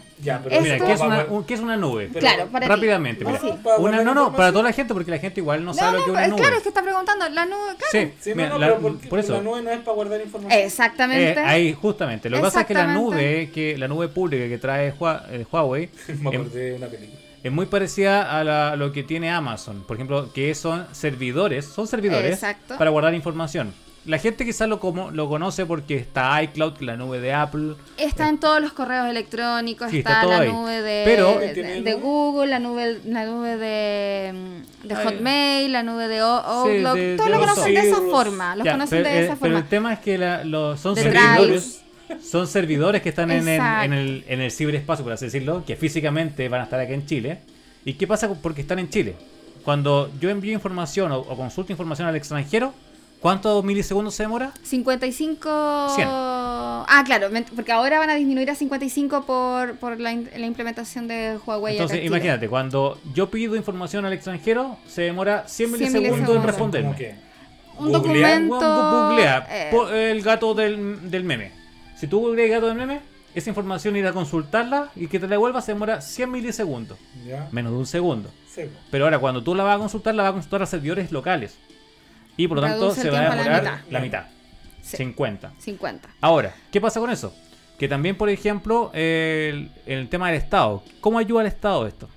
[SPEAKER 2] pública.
[SPEAKER 3] Ya, pero
[SPEAKER 1] Pues
[SPEAKER 2] Esto-
[SPEAKER 1] Mira,
[SPEAKER 3] ¿cómo
[SPEAKER 1] ¿qué es,
[SPEAKER 3] vamos
[SPEAKER 1] una,
[SPEAKER 3] a-
[SPEAKER 1] un- qué es una nube?
[SPEAKER 3] Pero-
[SPEAKER 2] claro, para ti.
[SPEAKER 1] Rápidamente,
[SPEAKER 2] Ah,
[SPEAKER 1] mira.
[SPEAKER 2] sí.
[SPEAKER 1] Una,
[SPEAKER 3] para guardar
[SPEAKER 1] no, no, para
[SPEAKER 3] información.
[SPEAKER 1] toda la gente, porque la gente igual no, sabe lo
[SPEAKER 2] No,
[SPEAKER 1] que es
[SPEAKER 2] no,
[SPEAKER 1] una
[SPEAKER 2] pero-
[SPEAKER 1] nube.
[SPEAKER 2] claro, es que está preguntando. La nube, claro.
[SPEAKER 1] Sí,
[SPEAKER 3] Sí,
[SPEAKER 1] mira,
[SPEAKER 3] no, no,
[SPEAKER 1] la-
[SPEAKER 3] pero porque
[SPEAKER 1] por eso.
[SPEAKER 3] la nube no es para guardar información.
[SPEAKER 1] Eh,
[SPEAKER 2] Exactamente.
[SPEAKER 1] ahí, justamente. Lo que pasa es que la
[SPEAKER 2] Exactamente.
[SPEAKER 1] nube, que, la nube pública que trae Hua- eh, Huawei
[SPEAKER 3] Me
[SPEAKER 1] em-
[SPEAKER 3] acordé de una película.
[SPEAKER 1] es muy parecida a la- lo que tiene Amazon. Por ejemplo, que son servidores, son servidores
[SPEAKER 2] Exacto.
[SPEAKER 1] para guardar información. La gente quizás lo, como, lo conoce porque está iCloud, que es la nube de Apple.
[SPEAKER 2] Está en todos los correos electrónicos,
[SPEAKER 1] Sí, está
[SPEAKER 2] está,
[SPEAKER 1] todo
[SPEAKER 2] la
[SPEAKER 1] ahí.
[SPEAKER 2] nube de,
[SPEAKER 1] Pero-
[SPEAKER 2] de-
[SPEAKER 3] ¿Tiene
[SPEAKER 2] de
[SPEAKER 3] nube?
[SPEAKER 2] Google, la nube, la nube de, mm, de
[SPEAKER 1] Ah,
[SPEAKER 2] Hotmail, la nube de O-
[SPEAKER 1] Sí, de-
[SPEAKER 2] Outlook.
[SPEAKER 1] de
[SPEAKER 2] todos lo
[SPEAKER 1] los
[SPEAKER 2] conocen de esa
[SPEAKER 3] Cirrus.
[SPEAKER 2] forma. Ah, Los
[SPEAKER 1] Ya,
[SPEAKER 2] conocen
[SPEAKER 1] pero,
[SPEAKER 2] de
[SPEAKER 1] eh,
[SPEAKER 2] esa
[SPEAKER 1] pero
[SPEAKER 2] forma.
[SPEAKER 1] el tema es que la- lo- son
[SPEAKER 2] De
[SPEAKER 1] servidores. Son servidores que están en el,
[SPEAKER 2] Exacto.
[SPEAKER 1] en, el, en el ciberespacio, por así decirlo, que físicamente van a estar acá en Chile. ¿Y qué pasa porque están en Chile? Cuando yo envío información o, o consulto información al extranjero, ¿cuántos milisegundos se demora?
[SPEAKER 2] 55.
[SPEAKER 1] 100.
[SPEAKER 2] Ah, claro, ment- porque ahora van a disminuir a 55 por, por la, in- la implementación de Huawei. acá
[SPEAKER 1] Entonces,
[SPEAKER 2] en Chile.
[SPEAKER 1] imagínate, cuando yo pido información al extranjero, se demora 100
[SPEAKER 2] 100
[SPEAKER 1] milisegundos en
[SPEAKER 2] milisegundos.
[SPEAKER 1] responderme.
[SPEAKER 3] ¿Cómo qué?
[SPEAKER 2] Un
[SPEAKER 3] Googlear,
[SPEAKER 2] documento.
[SPEAKER 1] Googlea
[SPEAKER 2] eh,
[SPEAKER 1] po- el gato del, del meme. Si tú googleas gato del meme, esa información ir a consultarla y que te la devuelva se demora 100 milisegundos,
[SPEAKER 3] Ya.
[SPEAKER 1] menos de un segundo.
[SPEAKER 3] Sí, po.
[SPEAKER 1] Pero ahora, cuando tú la vas a consultar, la vas a consultar a servidores locales. Y por lo tanto,
[SPEAKER 2] Reduce el
[SPEAKER 1] se va a
[SPEAKER 2] tiempo a la
[SPEAKER 1] demorar
[SPEAKER 3] mitad.
[SPEAKER 1] la mitad,
[SPEAKER 2] Sí,
[SPEAKER 1] 50.
[SPEAKER 2] 50.
[SPEAKER 1] Ahora, ¿qué pasa con eso? Que también, por ejemplo, el, el tema del Estado. ¿Cómo ayuda al Estado esto?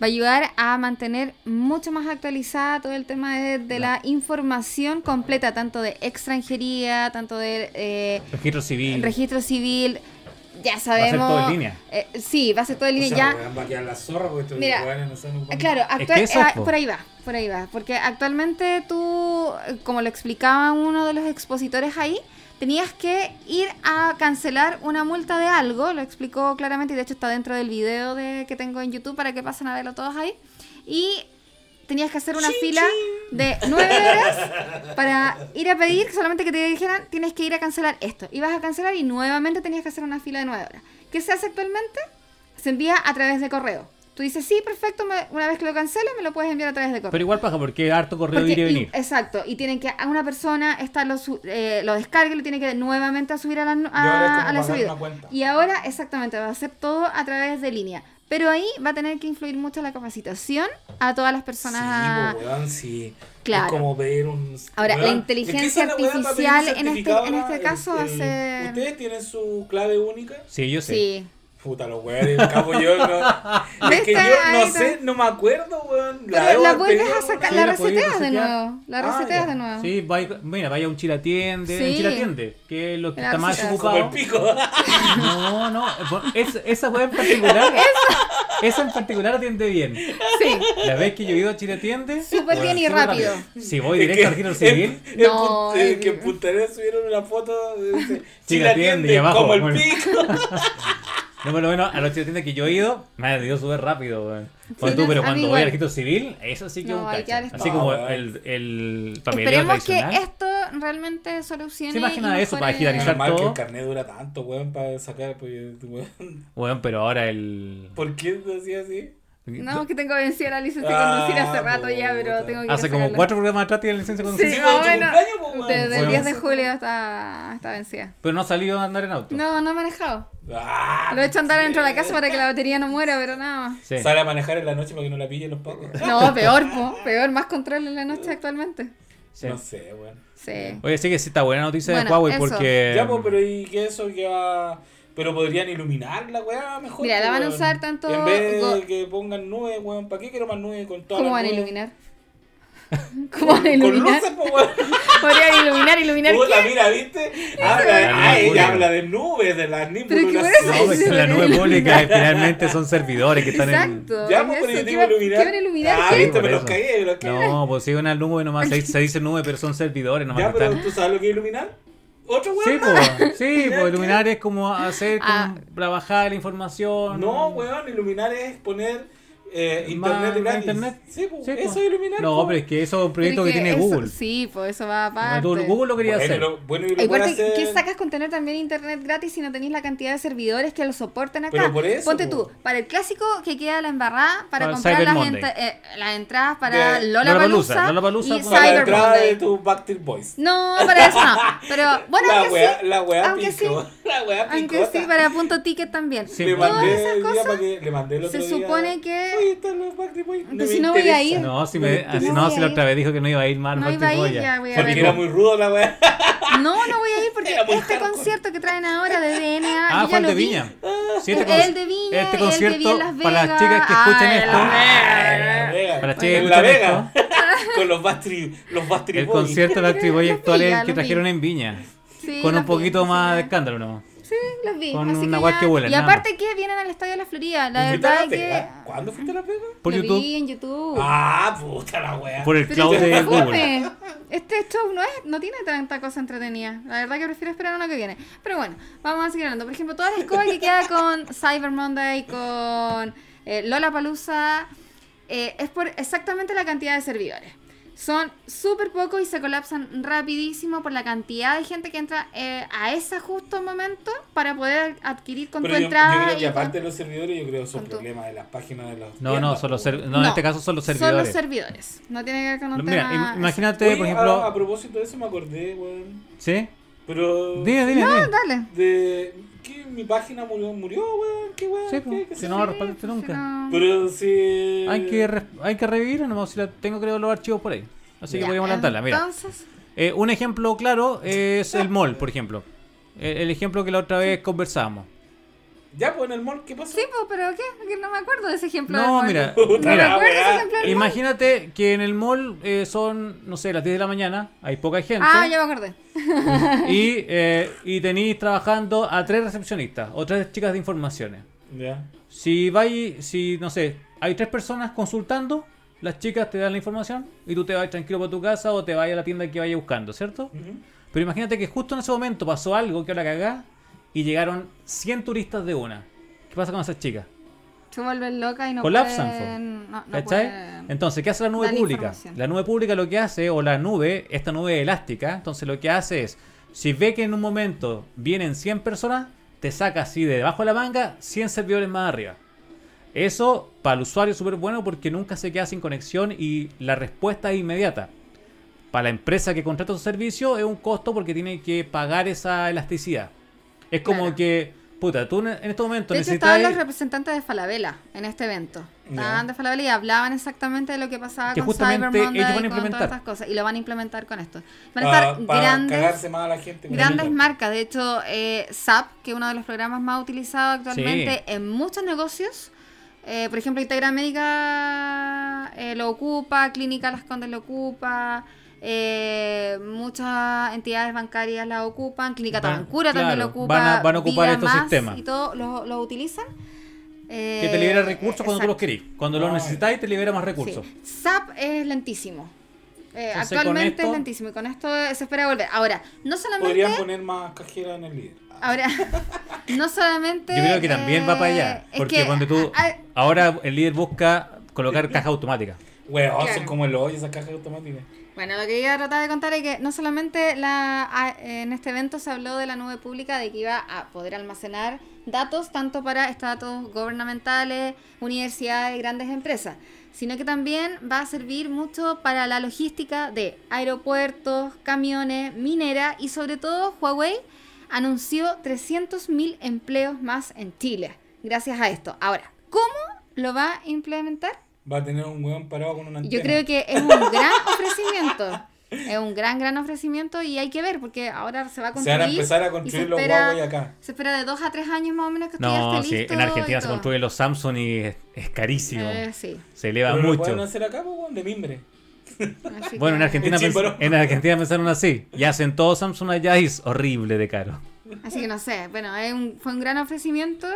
[SPEAKER 2] Va a ayudar a mantener mucho más actualizada todo el tema de, de la información completa, tanto de extranjería, tanto de eh,
[SPEAKER 1] Registro civil.
[SPEAKER 2] registro civil. Ya
[SPEAKER 1] a ser
[SPEAKER 2] sabemos.
[SPEAKER 1] todo en línea.
[SPEAKER 2] eh, sí, va a ser todo en
[SPEAKER 3] O
[SPEAKER 2] línea.
[SPEAKER 3] sea,
[SPEAKER 2] ya.
[SPEAKER 3] weón, va a quedar la zorra porque estos
[SPEAKER 2] Mira,
[SPEAKER 3] weones no saben ocupar-
[SPEAKER 2] Claro,
[SPEAKER 1] que
[SPEAKER 2] actual-
[SPEAKER 1] eso
[SPEAKER 2] eh,
[SPEAKER 1] es, po.
[SPEAKER 2] por ahí va, por ahí va. Porque actualmente tú, eh, como lo explicaba uno de los expositores ahí, tenías que ir a cancelar una multa de algo, lo explicó claramente y de hecho está dentro del video de, que tengo en YouTube para que pasen a verlo todos ahí. Y tenías que hacer una fila de nueve horas para ir a pedir, solamente que te dijeran tienes que ir a cancelar esto. Ibas a cancelar y nuevamente tenías que hacer una fila de nueve horas. ¿Qué se hace actualmente? Se envía a través de correo. Tú dices, sí, perfecto, me- una vez que lo canceles me lo puedes enviar a través de correo.
[SPEAKER 1] Pero igual pasa porque harto correo
[SPEAKER 2] Porque-
[SPEAKER 1] ir y
[SPEAKER 2] y-
[SPEAKER 1] venir.
[SPEAKER 2] exacto, y tienen que a una persona está lo, su- eh, lo descarga y lo tiene que nuevamente a subir a la, nu-
[SPEAKER 3] Y ahora
[SPEAKER 2] a,
[SPEAKER 3] es como
[SPEAKER 2] a la
[SPEAKER 3] pagar
[SPEAKER 2] subida.
[SPEAKER 3] una cuenta.
[SPEAKER 2] Y ahora, exactamente, va a ser todo a través de línea. Pero ahí va a tener que influir mucho la capacitación a todas las personas.
[SPEAKER 3] Sí, po, weón, sí.
[SPEAKER 2] Claro.
[SPEAKER 3] Es como pedir un.
[SPEAKER 2] Ahora,
[SPEAKER 3] weón,
[SPEAKER 2] la
[SPEAKER 3] es que
[SPEAKER 2] inteligencia
[SPEAKER 3] esa es la weá para pedir un
[SPEAKER 2] artificial en este-
[SPEAKER 3] certificado
[SPEAKER 2] en este
[SPEAKER 3] ahora,
[SPEAKER 2] caso va a ser-
[SPEAKER 3] ¿Ustedes tienen su clave única?
[SPEAKER 1] Sí, yo sé.
[SPEAKER 2] sí.
[SPEAKER 3] Puta, los weones, el cabo yo no. Es
[SPEAKER 2] ¿Viste?
[SPEAKER 3] que yo no
[SPEAKER 2] Ahí
[SPEAKER 3] sé,
[SPEAKER 2] está.
[SPEAKER 3] no me acuerdo, weón.
[SPEAKER 2] Pero
[SPEAKER 3] debo
[SPEAKER 2] la
[SPEAKER 3] haber
[SPEAKER 2] vuelves
[SPEAKER 3] pedido
[SPEAKER 2] a sacar,
[SPEAKER 1] Sí,
[SPEAKER 2] la
[SPEAKER 1] la podéis
[SPEAKER 2] reseteas de
[SPEAKER 1] resetear.
[SPEAKER 2] nuevo. La
[SPEAKER 3] Ah,
[SPEAKER 2] reseteas
[SPEAKER 3] ya.
[SPEAKER 2] de nuevo.
[SPEAKER 1] Sí, vaya- mira, vaya a un chilatiende,
[SPEAKER 2] Sí. Ah,
[SPEAKER 1] un chilatiende, que es lo que
[SPEAKER 2] Era
[SPEAKER 1] está más
[SPEAKER 2] así,
[SPEAKER 3] una- Como el
[SPEAKER 1] ocupado.
[SPEAKER 3] pico.
[SPEAKER 1] No, no, es- esa weá en particular, esa en particular atiende bien.
[SPEAKER 2] Sí.
[SPEAKER 1] La vez que yo he ido a Chilatiende,
[SPEAKER 2] Súper bien y rápido.
[SPEAKER 1] Si voy
[SPEAKER 3] Es
[SPEAKER 1] directo
[SPEAKER 3] que-
[SPEAKER 1] al registro civil,
[SPEAKER 3] en- en
[SPEAKER 2] No,
[SPEAKER 3] Pun- eh,
[SPEAKER 2] es-
[SPEAKER 3] que en Punta Arenas subieron una foto. eh, dice,
[SPEAKER 1] Sí,
[SPEAKER 3] "Sí
[SPEAKER 1] la
[SPEAKER 3] la
[SPEAKER 1] atiende",
[SPEAKER 3] atiende,
[SPEAKER 1] y abajo,
[SPEAKER 3] como el
[SPEAKER 1] bueno.
[SPEAKER 3] pico.
[SPEAKER 1] no, por lo menos a los Chilatiendes que yo he ido, me ha ido súper rápido, weón. Pon
[SPEAKER 2] Sí,
[SPEAKER 1] tú,
[SPEAKER 2] no,
[SPEAKER 1] pero
[SPEAKER 2] a
[SPEAKER 1] cuando
[SPEAKER 2] mí
[SPEAKER 1] voy
[SPEAKER 2] igual.
[SPEAKER 1] al registro civil, eso sí que es
[SPEAKER 2] No,
[SPEAKER 1] un
[SPEAKER 2] hay que
[SPEAKER 1] cacho.
[SPEAKER 2] dar
[SPEAKER 1] Así
[SPEAKER 3] esto.
[SPEAKER 1] como
[SPEAKER 3] Ah,
[SPEAKER 1] el, el papeleo
[SPEAKER 2] Esperemos que
[SPEAKER 1] tradicional.
[SPEAKER 2] esto realmente solucione.
[SPEAKER 1] Sí, más que
[SPEAKER 2] y
[SPEAKER 1] nada eso, para
[SPEAKER 2] mejore-
[SPEAKER 1] agilizar.
[SPEAKER 3] Menos mal que
[SPEAKER 1] todo.
[SPEAKER 3] el carnet dura tanto, weón, para sacar. Pues, weón.
[SPEAKER 1] Bueno, pero ahora el...
[SPEAKER 3] ¿Por qué decía así?
[SPEAKER 2] No, que tengo vencida la licencia de
[SPEAKER 3] Ah,
[SPEAKER 2] conducir hace rato ya, pero
[SPEAKER 3] puta.
[SPEAKER 2] tengo que ir a
[SPEAKER 1] Hace como
[SPEAKER 2] sacarla.
[SPEAKER 1] cuatro programas atrás tiene licencia con
[SPEAKER 2] Sí,
[SPEAKER 3] Sí,
[SPEAKER 2] más o
[SPEAKER 3] de tu
[SPEAKER 2] menos.
[SPEAKER 3] cumpleaños, po, weón.
[SPEAKER 2] Desde el
[SPEAKER 1] pues, Bueno.
[SPEAKER 2] 10 de julio está, está vencida.
[SPEAKER 1] Pero no ha salido a andar en auto.
[SPEAKER 2] No, no he manejado.
[SPEAKER 3] Ah,
[SPEAKER 2] Lo he hecho andar dentro de la casa para que la batería no muera, pero nada más.
[SPEAKER 1] Sí.
[SPEAKER 3] Sale a manejar en la noche para que no la pillen los pacos.
[SPEAKER 2] No, peor, po, peor, más control en la noche actualmente.
[SPEAKER 1] sí.
[SPEAKER 3] No sé, weón.
[SPEAKER 2] Sí.
[SPEAKER 1] Oye, sí que sí está buena la noticia de
[SPEAKER 2] Bueno,
[SPEAKER 1] Huawei
[SPEAKER 2] eso.
[SPEAKER 1] porque...
[SPEAKER 3] Ya, pues, pero ¿y qué eso que va- Pero podrían iluminar la weá mejor. pues,
[SPEAKER 2] Mira, la van a
[SPEAKER 3] weón.
[SPEAKER 2] usar tanto
[SPEAKER 3] En vez
[SPEAKER 2] go-
[SPEAKER 3] de que pongan nubes, weón. ¿Para qué quiero más nubes con todas
[SPEAKER 2] ¿Cómo
[SPEAKER 3] las
[SPEAKER 2] van a
[SPEAKER 3] nubes?
[SPEAKER 2] iluminar? ¿Cómo van a iluminar?
[SPEAKER 3] Con luces, pues, weón.
[SPEAKER 2] Podrían iluminar, iluminar.
[SPEAKER 3] Puta,
[SPEAKER 2] ¿qué?
[SPEAKER 3] mira, ¿viste? Habla,
[SPEAKER 1] Ah,
[SPEAKER 3] ay,
[SPEAKER 1] bueno.
[SPEAKER 3] ella habla de nubes, de las
[SPEAKER 2] Pero que
[SPEAKER 3] nímbulas.
[SPEAKER 2] por eso
[SPEAKER 1] No, es que la nube pública finalmente son servidores que están en...
[SPEAKER 2] Exacto.
[SPEAKER 3] Ya,
[SPEAKER 2] es
[SPEAKER 3] pues, pero
[SPEAKER 2] eso,
[SPEAKER 3] yo
[SPEAKER 2] ¿Qué
[SPEAKER 3] digo
[SPEAKER 2] van
[SPEAKER 3] iluminar.
[SPEAKER 2] qué van a iluminar?
[SPEAKER 3] Ah,
[SPEAKER 2] ¿Qué?
[SPEAKER 3] viste,
[SPEAKER 1] Por
[SPEAKER 3] me los
[SPEAKER 1] eso.
[SPEAKER 3] cagué, me los cagué.
[SPEAKER 1] No, pues sí, una nube nomás, se, se dice nube, pero son servidores nomás.
[SPEAKER 3] Ya,
[SPEAKER 1] que
[SPEAKER 3] pero
[SPEAKER 1] están.
[SPEAKER 3] ¿tú sabes lo que es iluminar? ¿Otro weón?
[SPEAKER 1] Sí, pues, sí,
[SPEAKER 3] Ya,
[SPEAKER 1] pues
[SPEAKER 3] ¿qué?
[SPEAKER 1] iluminar es como hacer, como
[SPEAKER 2] Ah.
[SPEAKER 1] trabajar la información.
[SPEAKER 3] No, weón, iluminar es poner eh,
[SPEAKER 1] Más
[SPEAKER 3] internet gratis.
[SPEAKER 1] internet.
[SPEAKER 3] Sí, pues,
[SPEAKER 1] Sí, pues.
[SPEAKER 3] eso es iluminar.
[SPEAKER 1] No,
[SPEAKER 3] pues.
[SPEAKER 1] pero es que eso es un
[SPEAKER 2] Pero
[SPEAKER 1] proyecto que
[SPEAKER 2] que
[SPEAKER 1] tiene
[SPEAKER 2] eso-
[SPEAKER 1] Google.
[SPEAKER 2] Sí, pues eso
[SPEAKER 3] Ah,
[SPEAKER 2] va
[SPEAKER 1] No,
[SPEAKER 2] aparte.
[SPEAKER 1] tú- Google lo quería
[SPEAKER 3] Bueno,
[SPEAKER 1] hacer.
[SPEAKER 3] lo- bueno, y lo
[SPEAKER 2] Y
[SPEAKER 3] puede
[SPEAKER 2] Aparte,
[SPEAKER 3] hacer-
[SPEAKER 2] ¿qué sacas con tener también internet gratis si no tenéis la cantidad de servidores que lo soporten acá?
[SPEAKER 3] Pero por eso,
[SPEAKER 2] Ponte
[SPEAKER 3] po.
[SPEAKER 2] tú, para el clásico que queda la embarrada, para
[SPEAKER 1] Para el
[SPEAKER 2] comprar
[SPEAKER 1] Cyber
[SPEAKER 2] las,
[SPEAKER 1] Monday.
[SPEAKER 2] ent- eh, las entradas para
[SPEAKER 3] De-
[SPEAKER 1] Lollapalooza,
[SPEAKER 2] Lollapalooza
[SPEAKER 1] Lollapalooza
[SPEAKER 2] y
[SPEAKER 1] con-
[SPEAKER 3] Para la
[SPEAKER 2] Cyber
[SPEAKER 3] entrada de
[SPEAKER 2] Monday.
[SPEAKER 3] tu Backstreet Boys.
[SPEAKER 2] No, para eso no. Pero bueno,
[SPEAKER 3] la
[SPEAKER 2] aunque
[SPEAKER 3] weá,
[SPEAKER 2] sí,
[SPEAKER 3] la weá
[SPEAKER 2] aunque
[SPEAKER 3] picó.
[SPEAKER 2] sí.
[SPEAKER 3] La weá
[SPEAKER 2] aunque
[SPEAKER 3] picota.
[SPEAKER 2] sí, para punto ticket también.
[SPEAKER 1] Sí,
[SPEAKER 3] Le
[SPEAKER 1] Todas
[SPEAKER 3] mandé
[SPEAKER 2] esas
[SPEAKER 3] el día
[SPEAKER 2] cosas
[SPEAKER 3] pa' que- le mandé el otro
[SPEAKER 2] se
[SPEAKER 3] día,
[SPEAKER 2] supone que-
[SPEAKER 3] "Oye, están los Backstreet Boys".
[SPEAKER 2] Entonces
[SPEAKER 3] me
[SPEAKER 2] no voy a
[SPEAKER 3] interesa.
[SPEAKER 2] ir.
[SPEAKER 1] No, si,
[SPEAKER 3] No
[SPEAKER 1] me,
[SPEAKER 3] me
[SPEAKER 1] ah,
[SPEAKER 3] interesa.
[SPEAKER 1] no,
[SPEAKER 2] voy
[SPEAKER 1] si
[SPEAKER 2] a
[SPEAKER 1] la
[SPEAKER 2] ir.
[SPEAKER 1] otra vez dijo que no iba a ir más
[SPEAKER 2] No
[SPEAKER 1] al
[SPEAKER 2] iba a ir,
[SPEAKER 1] Backstreet Boy,
[SPEAKER 2] ya voy
[SPEAKER 1] Porque
[SPEAKER 2] a
[SPEAKER 3] Porque
[SPEAKER 2] ver.
[SPEAKER 3] era
[SPEAKER 1] como-
[SPEAKER 3] muy rudo la weá.
[SPEAKER 2] No, no voy a ir porque
[SPEAKER 3] Era muy
[SPEAKER 2] este
[SPEAKER 3] hardcore.
[SPEAKER 2] concierto que traen ahora de DNA.
[SPEAKER 1] Ah,
[SPEAKER 2] yo
[SPEAKER 1] fue
[SPEAKER 2] ya
[SPEAKER 1] el
[SPEAKER 2] lo
[SPEAKER 1] de
[SPEAKER 2] vi. Ah,
[SPEAKER 1] Viña. Sí,
[SPEAKER 2] El,
[SPEAKER 1] con-
[SPEAKER 2] de Viña,
[SPEAKER 1] este
[SPEAKER 2] el de Viña
[SPEAKER 1] concierto,
[SPEAKER 2] en Las Vegas. Ah,
[SPEAKER 1] para las chicas que escuchan
[SPEAKER 2] Ay,
[SPEAKER 1] esto,
[SPEAKER 2] Las Vegas.
[SPEAKER 1] Para las chicas que
[SPEAKER 3] en La
[SPEAKER 1] escuchan
[SPEAKER 3] Vega. Con los Backstreet los Backstreet
[SPEAKER 1] el
[SPEAKER 3] Boys.
[SPEAKER 1] concierto de Backstreet Boy
[SPEAKER 2] Los
[SPEAKER 1] actual es
[SPEAKER 2] pilla,
[SPEAKER 1] el que
[SPEAKER 2] los
[SPEAKER 1] trajeron
[SPEAKER 2] pilla.
[SPEAKER 1] en Viña.
[SPEAKER 2] Sí,
[SPEAKER 1] Con
[SPEAKER 2] los
[SPEAKER 1] un
[SPEAKER 2] vi,
[SPEAKER 1] poquito
[SPEAKER 2] sí,
[SPEAKER 1] más de
[SPEAKER 2] sí.
[SPEAKER 1] escándalo nomás.
[SPEAKER 2] Sí, los vi.
[SPEAKER 1] Con
[SPEAKER 2] así que
[SPEAKER 1] una guay
[SPEAKER 2] ya-
[SPEAKER 1] que vuela,
[SPEAKER 2] Y
[SPEAKER 1] nada
[SPEAKER 2] aparte que vienen al estadio de la Florida. La
[SPEAKER 3] ¿Fuiste
[SPEAKER 2] verdad
[SPEAKER 3] a Las
[SPEAKER 2] es que.
[SPEAKER 3] Vegas? ¿Cuándo fuiste a Las Vegas?
[SPEAKER 1] ah, Por
[SPEAKER 2] lo
[SPEAKER 1] YouTube.
[SPEAKER 2] vi en YouTube.
[SPEAKER 3] Ah, puta la weá.
[SPEAKER 1] Por el
[SPEAKER 2] Pero
[SPEAKER 1] cloud
[SPEAKER 2] es que
[SPEAKER 1] de
[SPEAKER 2] fome.
[SPEAKER 1] Google.
[SPEAKER 2] Este show no, es, no tiene tanta cosa entretenida. La verdad que prefiero esperar a uno que viene. Pero bueno, vamos a seguir hablando. Por ejemplo, toda la escoba que queda con Cyber Monday, con Lola Palusa, es por exactamente la cantidad de servidores. Son súper pocos y se colapsan rapidísimo por la cantidad de gente que entra eh, a ese justo momento para poder adquirir con
[SPEAKER 3] Pero
[SPEAKER 2] tu
[SPEAKER 3] yo,
[SPEAKER 2] entrada.
[SPEAKER 3] yo creo
[SPEAKER 2] y
[SPEAKER 3] que
[SPEAKER 2] con-
[SPEAKER 3] aparte de los servidores, yo creo que son
[SPEAKER 2] con tu-
[SPEAKER 3] problemas de las páginas de los. pues,
[SPEAKER 1] No, no, son los ser- no, en este caso son los
[SPEAKER 2] Son
[SPEAKER 1] servidores.
[SPEAKER 2] los servidores. No tiene que ver con un
[SPEAKER 1] Mira,
[SPEAKER 2] tema...
[SPEAKER 1] im- imagínate, por ejemplo,
[SPEAKER 3] A, a propósito de eso, me acordé, weón.
[SPEAKER 1] ¿sí?
[SPEAKER 3] Pero.
[SPEAKER 1] Dime, dime,
[SPEAKER 2] No,
[SPEAKER 1] dime.
[SPEAKER 2] Ah, dale.
[SPEAKER 3] De, ¿Qué? ¿Mi página murió? ¿Murió, weón? ¿Qué weón?
[SPEAKER 1] Sí,
[SPEAKER 3] ¿Qué?
[SPEAKER 1] pues,
[SPEAKER 3] ¿Qué
[SPEAKER 1] si
[SPEAKER 3] sé
[SPEAKER 1] no la
[SPEAKER 3] yo?
[SPEAKER 1] respaldaste nunca.
[SPEAKER 2] Si no-
[SPEAKER 3] Pero si.
[SPEAKER 1] Hay que, res- hay que revivirla nomás, si la tengo creo los archivos por ahí. Así
[SPEAKER 2] Ya,
[SPEAKER 1] que podemos lanzarla, mira.
[SPEAKER 2] Entonces,
[SPEAKER 1] Eh, un ejemplo claro es el mall, por ejemplo. El, el ejemplo que la otra vez conversábamos.
[SPEAKER 3] Ya, pues en el mall, ¿qué pasó?
[SPEAKER 2] sí, pues, pero ¿qué? Que No me acuerdo de ese ejemplo.
[SPEAKER 1] No,
[SPEAKER 2] del mall.
[SPEAKER 1] mira,
[SPEAKER 2] No
[SPEAKER 3] puta
[SPEAKER 2] me
[SPEAKER 3] la
[SPEAKER 2] acuerdo de ese
[SPEAKER 3] Ah, weá.
[SPEAKER 2] ejemplo. del mall.
[SPEAKER 1] Imagínate que en el mall eh, son, no sé, las 10 de la mañana, hay poca gente.
[SPEAKER 2] Ah, ya me acordé.
[SPEAKER 1] y, eh, y tenéis trabajando a tres recepcionistas o tres chicas de informaciones.
[SPEAKER 3] Ya.
[SPEAKER 1] Si vais, si no sé, hay tres personas consultando, las chicas te dan la información y tú te vas tranquilo para tu casa o te vas a la tienda que vayas buscando, ¿cierto?
[SPEAKER 3] Ujú.
[SPEAKER 1] Pero imagínate que justo en ese momento pasó algo que ahora cagás y llegaron 100 turistas de una. ¿Qué pasa con esas chicas?
[SPEAKER 2] Se vuelven locas y no
[SPEAKER 1] Colapsan, po.
[SPEAKER 2] pueden... No, no
[SPEAKER 1] ¿Cachai?
[SPEAKER 2] pueden-
[SPEAKER 1] Entonces, ¿qué hace la nube
[SPEAKER 2] dar
[SPEAKER 1] pública?
[SPEAKER 2] información.
[SPEAKER 1] La nube pública lo que hace, o la nube, esta nube elástica, entonces lo que hace es, si ve que en un momento vienen 100 personas, te saca así de debajo de la manga 100 servidores más arriba. Eso para el usuario es súper bueno porque nunca se queda sin conexión y la respuesta es inmediata. Para la empresa que contrata su servicio es un costo porque tiene que pagar esa elasticidad. Es como
[SPEAKER 2] Claro.
[SPEAKER 1] que, puta, tú en este momento
[SPEAKER 2] De hecho,
[SPEAKER 1] necesitas...
[SPEAKER 2] estaban los representantes de Falabella en este evento. Estaban
[SPEAKER 3] Ya.
[SPEAKER 2] de Falabella y hablaban exactamente de lo que pasaba
[SPEAKER 1] Que
[SPEAKER 2] con
[SPEAKER 1] justamente
[SPEAKER 2] Cyber Monday
[SPEAKER 1] ellos van a
[SPEAKER 2] y con
[SPEAKER 1] implementar.
[SPEAKER 2] todas estas cosas. Y lo van a implementar con esto. Van a
[SPEAKER 3] Para
[SPEAKER 2] estar
[SPEAKER 3] Ah, para
[SPEAKER 2] grandes,
[SPEAKER 3] cagarse más a la gente. weón.
[SPEAKER 2] grandes marcas. De hecho, eh, SAP, que es uno de los programas más utilizados actualmente
[SPEAKER 1] Sí.
[SPEAKER 2] en muchos negocios. eh, por ejemplo, Integra Médica eh, lo ocupa, Clínica Las Condes lo ocupa. eh, muchas entidades bancarias la ocupan, Clínica
[SPEAKER 1] Van-
[SPEAKER 2] Tabancura también
[SPEAKER 1] claro,
[SPEAKER 2] lo ocupa.
[SPEAKER 1] van a- van a ocupar
[SPEAKER 2] Vida
[SPEAKER 1] estos
[SPEAKER 2] Más
[SPEAKER 1] sistemas.
[SPEAKER 2] Y todo lo, lo utilizan.
[SPEAKER 1] Que te
[SPEAKER 2] Eh,
[SPEAKER 1] libera recursos cuando tú los
[SPEAKER 2] exacto.
[SPEAKER 1] querís. Cuando
[SPEAKER 3] Ah,
[SPEAKER 1] los necesitáis, te libera más recursos.
[SPEAKER 2] Sí. SAP es lentísimo. Eh,
[SPEAKER 1] Entonces, con
[SPEAKER 2] actualmente
[SPEAKER 1] esto-
[SPEAKER 2] es lentísimo y con esto se espera volver. Ahora, no solamente.
[SPEAKER 3] Podrían poner más cajera en el líder.
[SPEAKER 2] Ahora, no solamente.
[SPEAKER 1] Yo creo que también va para allá.
[SPEAKER 2] eh, es
[SPEAKER 1] Porque
[SPEAKER 2] que,
[SPEAKER 1] cuando tú.
[SPEAKER 2] a- a-
[SPEAKER 1] Ahora el líder busca colocar caja automática.
[SPEAKER 3] Weón, son
[SPEAKER 2] Claro.
[SPEAKER 3] como el hoyo esas cajas automáticas.
[SPEAKER 2] bueno, lo que iba a tratar de contar es que no solamente la, a- en este evento se habló de la nube pública, de que iba a poder almacenar datos, tanto para estados gubernamentales, universidades, grandes empresas, sino que también va a servir mucho para la logística de aeropuertos, camiones, minera y sobre todo Huawei anunció 300.000 empleos más en Chile gracias a esto. Ahora, ¿cómo lo va a implementar?
[SPEAKER 3] Va a tener un weón parado con una antena.
[SPEAKER 2] Yo creo que es un gran ofrecimiento. Es un gran, gran ofrecimiento y hay que ver porque ahora se va a
[SPEAKER 3] Se
[SPEAKER 2] construir.
[SPEAKER 3] van a empezar
[SPEAKER 2] y
[SPEAKER 3] a
[SPEAKER 2] se
[SPEAKER 3] construir los
[SPEAKER 2] espera-
[SPEAKER 3] Huawei acá.
[SPEAKER 2] Se espera de dos a tres años más o menos que esto ya
[SPEAKER 1] No,
[SPEAKER 2] esté
[SPEAKER 1] sí,
[SPEAKER 2] listo.
[SPEAKER 1] en Argentina se
[SPEAKER 2] y todo.
[SPEAKER 1] construyen los Samsung y es, es carísimo.
[SPEAKER 2] Eh, sí.
[SPEAKER 1] Se eleva
[SPEAKER 3] Pero lo pueden
[SPEAKER 1] mucho.
[SPEAKER 3] hacer acá, pues, weón, de mimbre.
[SPEAKER 2] Así
[SPEAKER 1] Bueno, en
[SPEAKER 2] que-
[SPEAKER 1] Argentina,
[SPEAKER 3] En
[SPEAKER 1] pens-
[SPEAKER 3] Chimborazo.
[SPEAKER 1] en Argentina pensaron así. Y hacen todo Samsung allá y es horrible de caro.
[SPEAKER 2] Así que no sé, bueno, es un- fue un gran ofrecimiento.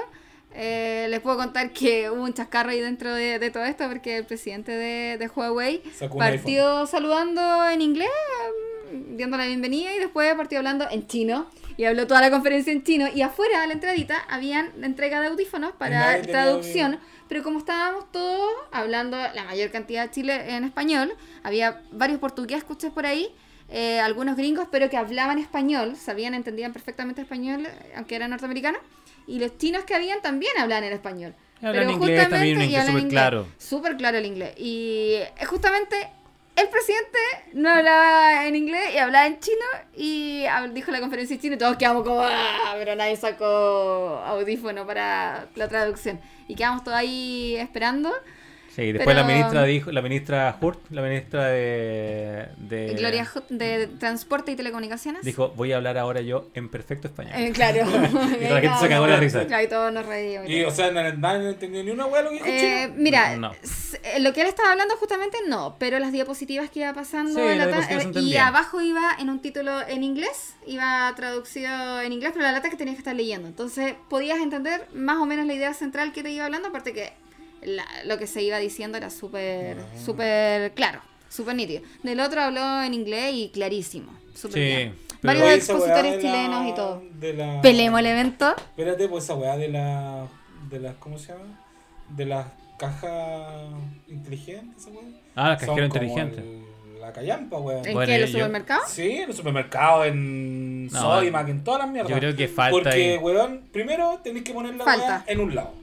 [SPEAKER 2] Eh, les puedo contar que hubo un chascarro ahí dentro de, de todo esto porque el presidente de, de Huawei
[SPEAKER 3] Sacó un
[SPEAKER 2] partió saludando en inglés, mm, dando la bienvenida y después partió hablando en chino y habló toda la conferencia en chino y afuera a la entradita habían la entrega de audífonos
[SPEAKER 3] nadie
[SPEAKER 2] para
[SPEAKER 3] tenía
[SPEAKER 2] traducción,
[SPEAKER 3] audífonos.
[SPEAKER 2] pero como estábamos todos hablando la mayor cantidad de Chile en español, había varios portugueses escuché por ahí, eh, algunos gringos, pero que hablaban español, sabían, entendían perfectamente español, eh, aunque eran norteamericanos, y los chinos que habían también hablaban el español.
[SPEAKER 1] Y hablan inglés también, un
[SPEAKER 2] y
[SPEAKER 1] inglés
[SPEAKER 2] hablan
[SPEAKER 1] súper claro.
[SPEAKER 2] Súper claro el inglés. Y eh, justamente el presidente no hablaba en inglés y hablaba en chino y hab- dijo la conferencia en chino y todos quedamos como, "Ah", pero nadie sacó audífono para la traducción. Y quedamos todos ahí esperando.
[SPEAKER 1] Sí, y después la
[SPEAKER 2] Pero-
[SPEAKER 1] ministra dijo, la ministra Hurt, la ministra de, de-
[SPEAKER 2] Gloria Hut- de Transporte y Telecomunicaciones.
[SPEAKER 1] Eh, dijo, voy a hablar ahora yo en perfecto español.
[SPEAKER 2] Eh, claro.
[SPEAKER 1] Y toda la gente se cagó la risa.
[SPEAKER 2] Claro, y todos nos reímos.
[SPEAKER 3] Y, o sea, nadie no, entendió ni una weá lo que dijo
[SPEAKER 2] Eh,
[SPEAKER 3] Chile.
[SPEAKER 2] mira,
[SPEAKER 1] No.
[SPEAKER 2] s- eh, lo que él estaba hablando justamente no, pero las diapositivas que iba
[SPEAKER 1] Sí,
[SPEAKER 2] pasando en la
[SPEAKER 1] las diapositivas
[SPEAKER 2] ta-
[SPEAKER 1] se
[SPEAKER 2] eh, y
[SPEAKER 1] entendían.
[SPEAKER 2] abajo iba en un título en inglés, iba traducido en inglés, pero la lata que tenías que estar leyendo. Entonces podías entender más o menos la idea central que te iba hablando, aparte que la- lo que se iba diciendo era súper, súper claro, súper nítido. Del otro habló en inglés y clarísimo, súper
[SPEAKER 1] Sí,
[SPEAKER 2] bien.
[SPEAKER 1] pero-
[SPEAKER 2] Varios
[SPEAKER 3] Oye, esa weá
[SPEAKER 2] expositores
[SPEAKER 3] de la-
[SPEAKER 2] chilenos y todo.
[SPEAKER 3] De la...
[SPEAKER 2] Pelemos el evento.
[SPEAKER 3] Espérate, pues esa weá de la. de las. ¿cómo se llama? De las cajas inteligentes, esa weá.
[SPEAKER 1] Ah, las
[SPEAKER 3] Son
[SPEAKER 1] cajeras
[SPEAKER 3] como
[SPEAKER 1] inteligentes.
[SPEAKER 3] el- la callampa, weón.
[SPEAKER 2] ¿En
[SPEAKER 1] Bueno,
[SPEAKER 2] qué? ¿En los
[SPEAKER 1] yo-
[SPEAKER 2] supermercados?
[SPEAKER 3] Sí, en los supermercados, en
[SPEAKER 1] No,
[SPEAKER 3] Sodimac, en todas las mierdas.
[SPEAKER 1] yo creo que falta
[SPEAKER 3] Porque,
[SPEAKER 1] ahí.
[SPEAKER 3] weón, primero tenés que poner la
[SPEAKER 2] Falta.
[SPEAKER 3] weá en un lado.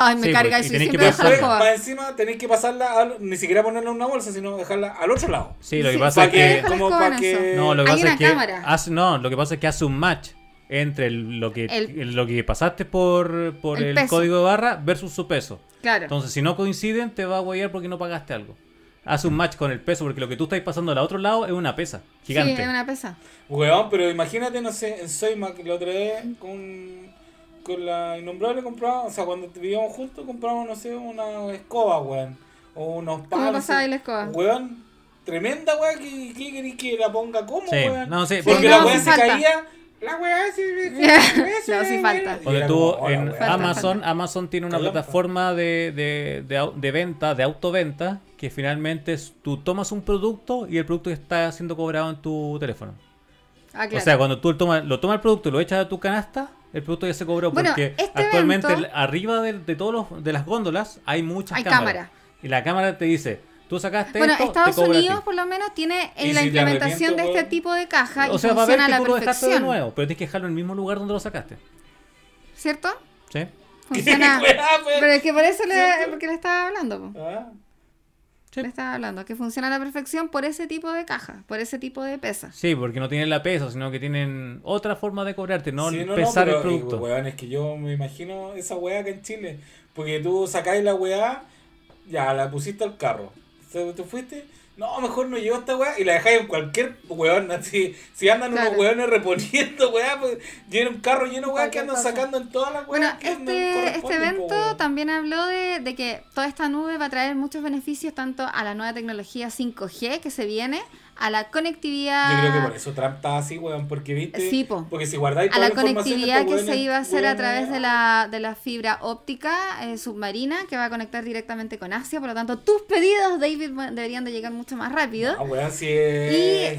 [SPEAKER 2] Ay, me
[SPEAKER 1] Sí,
[SPEAKER 2] carga
[SPEAKER 1] pues,
[SPEAKER 2] eso.
[SPEAKER 1] y tenés
[SPEAKER 2] Yo
[SPEAKER 1] que
[SPEAKER 2] siempre dejo
[SPEAKER 1] pasar-
[SPEAKER 2] el
[SPEAKER 3] Después,
[SPEAKER 2] juego.
[SPEAKER 3] para encima, tenéis que pasarla, al- ni siquiera ponerla en una bolsa, sino dejarla al otro lado.
[SPEAKER 1] Sí, lo que
[SPEAKER 2] Sí,
[SPEAKER 1] pasa
[SPEAKER 3] Para
[SPEAKER 1] es
[SPEAKER 2] porque
[SPEAKER 1] que.
[SPEAKER 2] deja la
[SPEAKER 3] como
[SPEAKER 2] escoba
[SPEAKER 3] para
[SPEAKER 2] en
[SPEAKER 3] que.
[SPEAKER 1] No, lo que
[SPEAKER 2] Eh, Hay
[SPEAKER 1] pasa
[SPEAKER 2] una
[SPEAKER 1] es que
[SPEAKER 2] cámara.
[SPEAKER 1] hace- no, lo que pasa es que hace un match entre el- lo que
[SPEAKER 2] El-
[SPEAKER 1] el- lo que pasaste por, por
[SPEAKER 2] El
[SPEAKER 1] el,
[SPEAKER 2] peso.
[SPEAKER 1] código de barra versus su peso.
[SPEAKER 2] Claro.
[SPEAKER 1] Entonces, si no coinciden, te va a guayar porque no pagaste algo. Hace un match con el peso porque lo que tú estás pasando al otro lado es una pesa gigante.
[SPEAKER 2] Sí, es una pesa.
[SPEAKER 3] Weón, pero imagínate, no sé, en Soymac la otra vez con, con la innombrable compraba, o sea, cuando vivíamos juntos compramos, no sé, una escoba, weón. O unos palos.
[SPEAKER 2] pasaba
[SPEAKER 3] sí.
[SPEAKER 2] la escoba?
[SPEAKER 3] Weón, tremenda weón, que, que querís que la ponga como,
[SPEAKER 1] Sí,
[SPEAKER 3] weón.
[SPEAKER 1] no, sí,
[SPEAKER 3] Porque
[SPEAKER 1] porque-
[SPEAKER 3] la
[SPEAKER 2] No,
[SPEAKER 3] weón
[SPEAKER 2] sí
[SPEAKER 3] se
[SPEAKER 2] falta.
[SPEAKER 3] caía. La weón se.
[SPEAKER 2] No, sí falta.
[SPEAKER 1] Porque
[SPEAKER 3] Porque
[SPEAKER 1] tú en
[SPEAKER 2] Falta,
[SPEAKER 1] Amazon, Amazon tiene una
[SPEAKER 3] Callampa.
[SPEAKER 1] plataforma de, de, de, au- de venta, de autoventa, que finalmente es- tú tomas un producto y el producto está siendo cobrado en tu teléfono.
[SPEAKER 2] Ah, claro.
[SPEAKER 1] O sea, cuando tú lo tomas, lo tomas el producto y lo echas a tu canasta, el producto ya se cobró.
[SPEAKER 2] Bueno,
[SPEAKER 1] porque
[SPEAKER 2] este
[SPEAKER 1] actualmente
[SPEAKER 2] evento-
[SPEAKER 1] el- arriba de, de todos los- de las góndolas hay muchas
[SPEAKER 2] Hay
[SPEAKER 1] cámaras.
[SPEAKER 2] cámara.
[SPEAKER 1] Y la cámara te dice, tú sacaste
[SPEAKER 2] bueno,
[SPEAKER 1] esto,
[SPEAKER 2] Estados
[SPEAKER 1] te cobra a ti.
[SPEAKER 2] Unidos por lo menos tiene
[SPEAKER 3] Y
[SPEAKER 2] la
[SPEAKER 3] si te
[SPEAKER 2] implementación de
[SPEAKER 3] arrepiento,
[SPEAKER 2] este
[SPEAKER 3] weón.
[SPEAKER 2] tipo de caja
[SPEAKER 1] O
[SPEAKER 2] y
[SPEAKER 1] sea, va a ver
[SPEAKER 2] funciona a
[SPEAKER 1] que
[SPEAKER 2] la
[SPEAKER 1] tú lo dejaste de
[SPEAKER 2] perfección.
[SPEAKER 1] nuevo, pero tienes que dejarlo en el mismo lugar donde lo sacaste.
[SPEAKER 2] ¿Cierto?
[SPEAKER 1] ¿Sí?
[SPEAKER 2] Funciona. Pero es que por eso le,
[SPEAKER 3] ¿Cierto?
[SPEAKER 2] porque le estaba hablando. po.
[SPEAKER 3] ¿Ah?
[SPEAKER 1] Sí.
[SPEAKER 2] Le estaba hablando. Que funciona a la perfección por ese tipo de caja, por ese tipo de pesas.
[SPEAKER 1] Sí, porque no tienen la pesa, sino que tienen otra forma de cobrarte, no
[SPEAKER 3] Sí,
[SPEAKER 1] pesar
[SPEAKER 3] pero,
[SPEAKER 1] el producto.
[SPEAKER 3] y, weón, es que yo me imagino esa weá acá en Chile. Porque tú sacáis la weá, ya la pusiste al carro. Se- Tú fuiste, no, mejor no llevo esta weá y la dejáis en cualquier weón. Así, si andan
[SPEAKER 2] Claro.
[SPEAKER 3] unos weones reponiendo weá, pues tiene un carro lleno de weá que
[SPEAKER 2] Cualquier
[SPEAKER 3] andan
[SPEAKER 2] cosa.
[SPEAKER 3] sacando en todas las
[SPEAKER 2] Bueno,
[SPEAKER 3] weá. que no
[SPEAKER 2] este, este
[SPEAKER 3] corresponden, po,
[SPEAKER 2] evento
[SPEAKER 3] weón.
[SPEAKER 2] también habló de, de que toda esta nube va a traer muchos beneficios tanto a la nueva tecnología 5G que se viene, a la conectividad.
[SPEAKER 3] Yo creo que por eso Trump estaba así, weón, porque viste.
[SPEAKER 2] Sí, po.
[SPEAKER 3] Porque si guardáis
[SPEAKER 2] a la
[SPEAKER 3] toda información,
[SPEAKER 2] conectividad
[SPEAKER 3] estos
[SPEAKER 2] que se
[SPEAKER 3] weones-
[SPEAKER 2] iba a hacer a
[SPEAKER 3] weones-
[SPEAKER 2] través de la, de la fibra óptica eh, submarina que va a conectar directamente con Asia, por lo tanto tus pedidos, David, deberían de llegar mucho más rápido.
[SPEAKER 3] Ah, weón, sí.
[SPEAKER 2] Y,
[SPEAKER 1] correo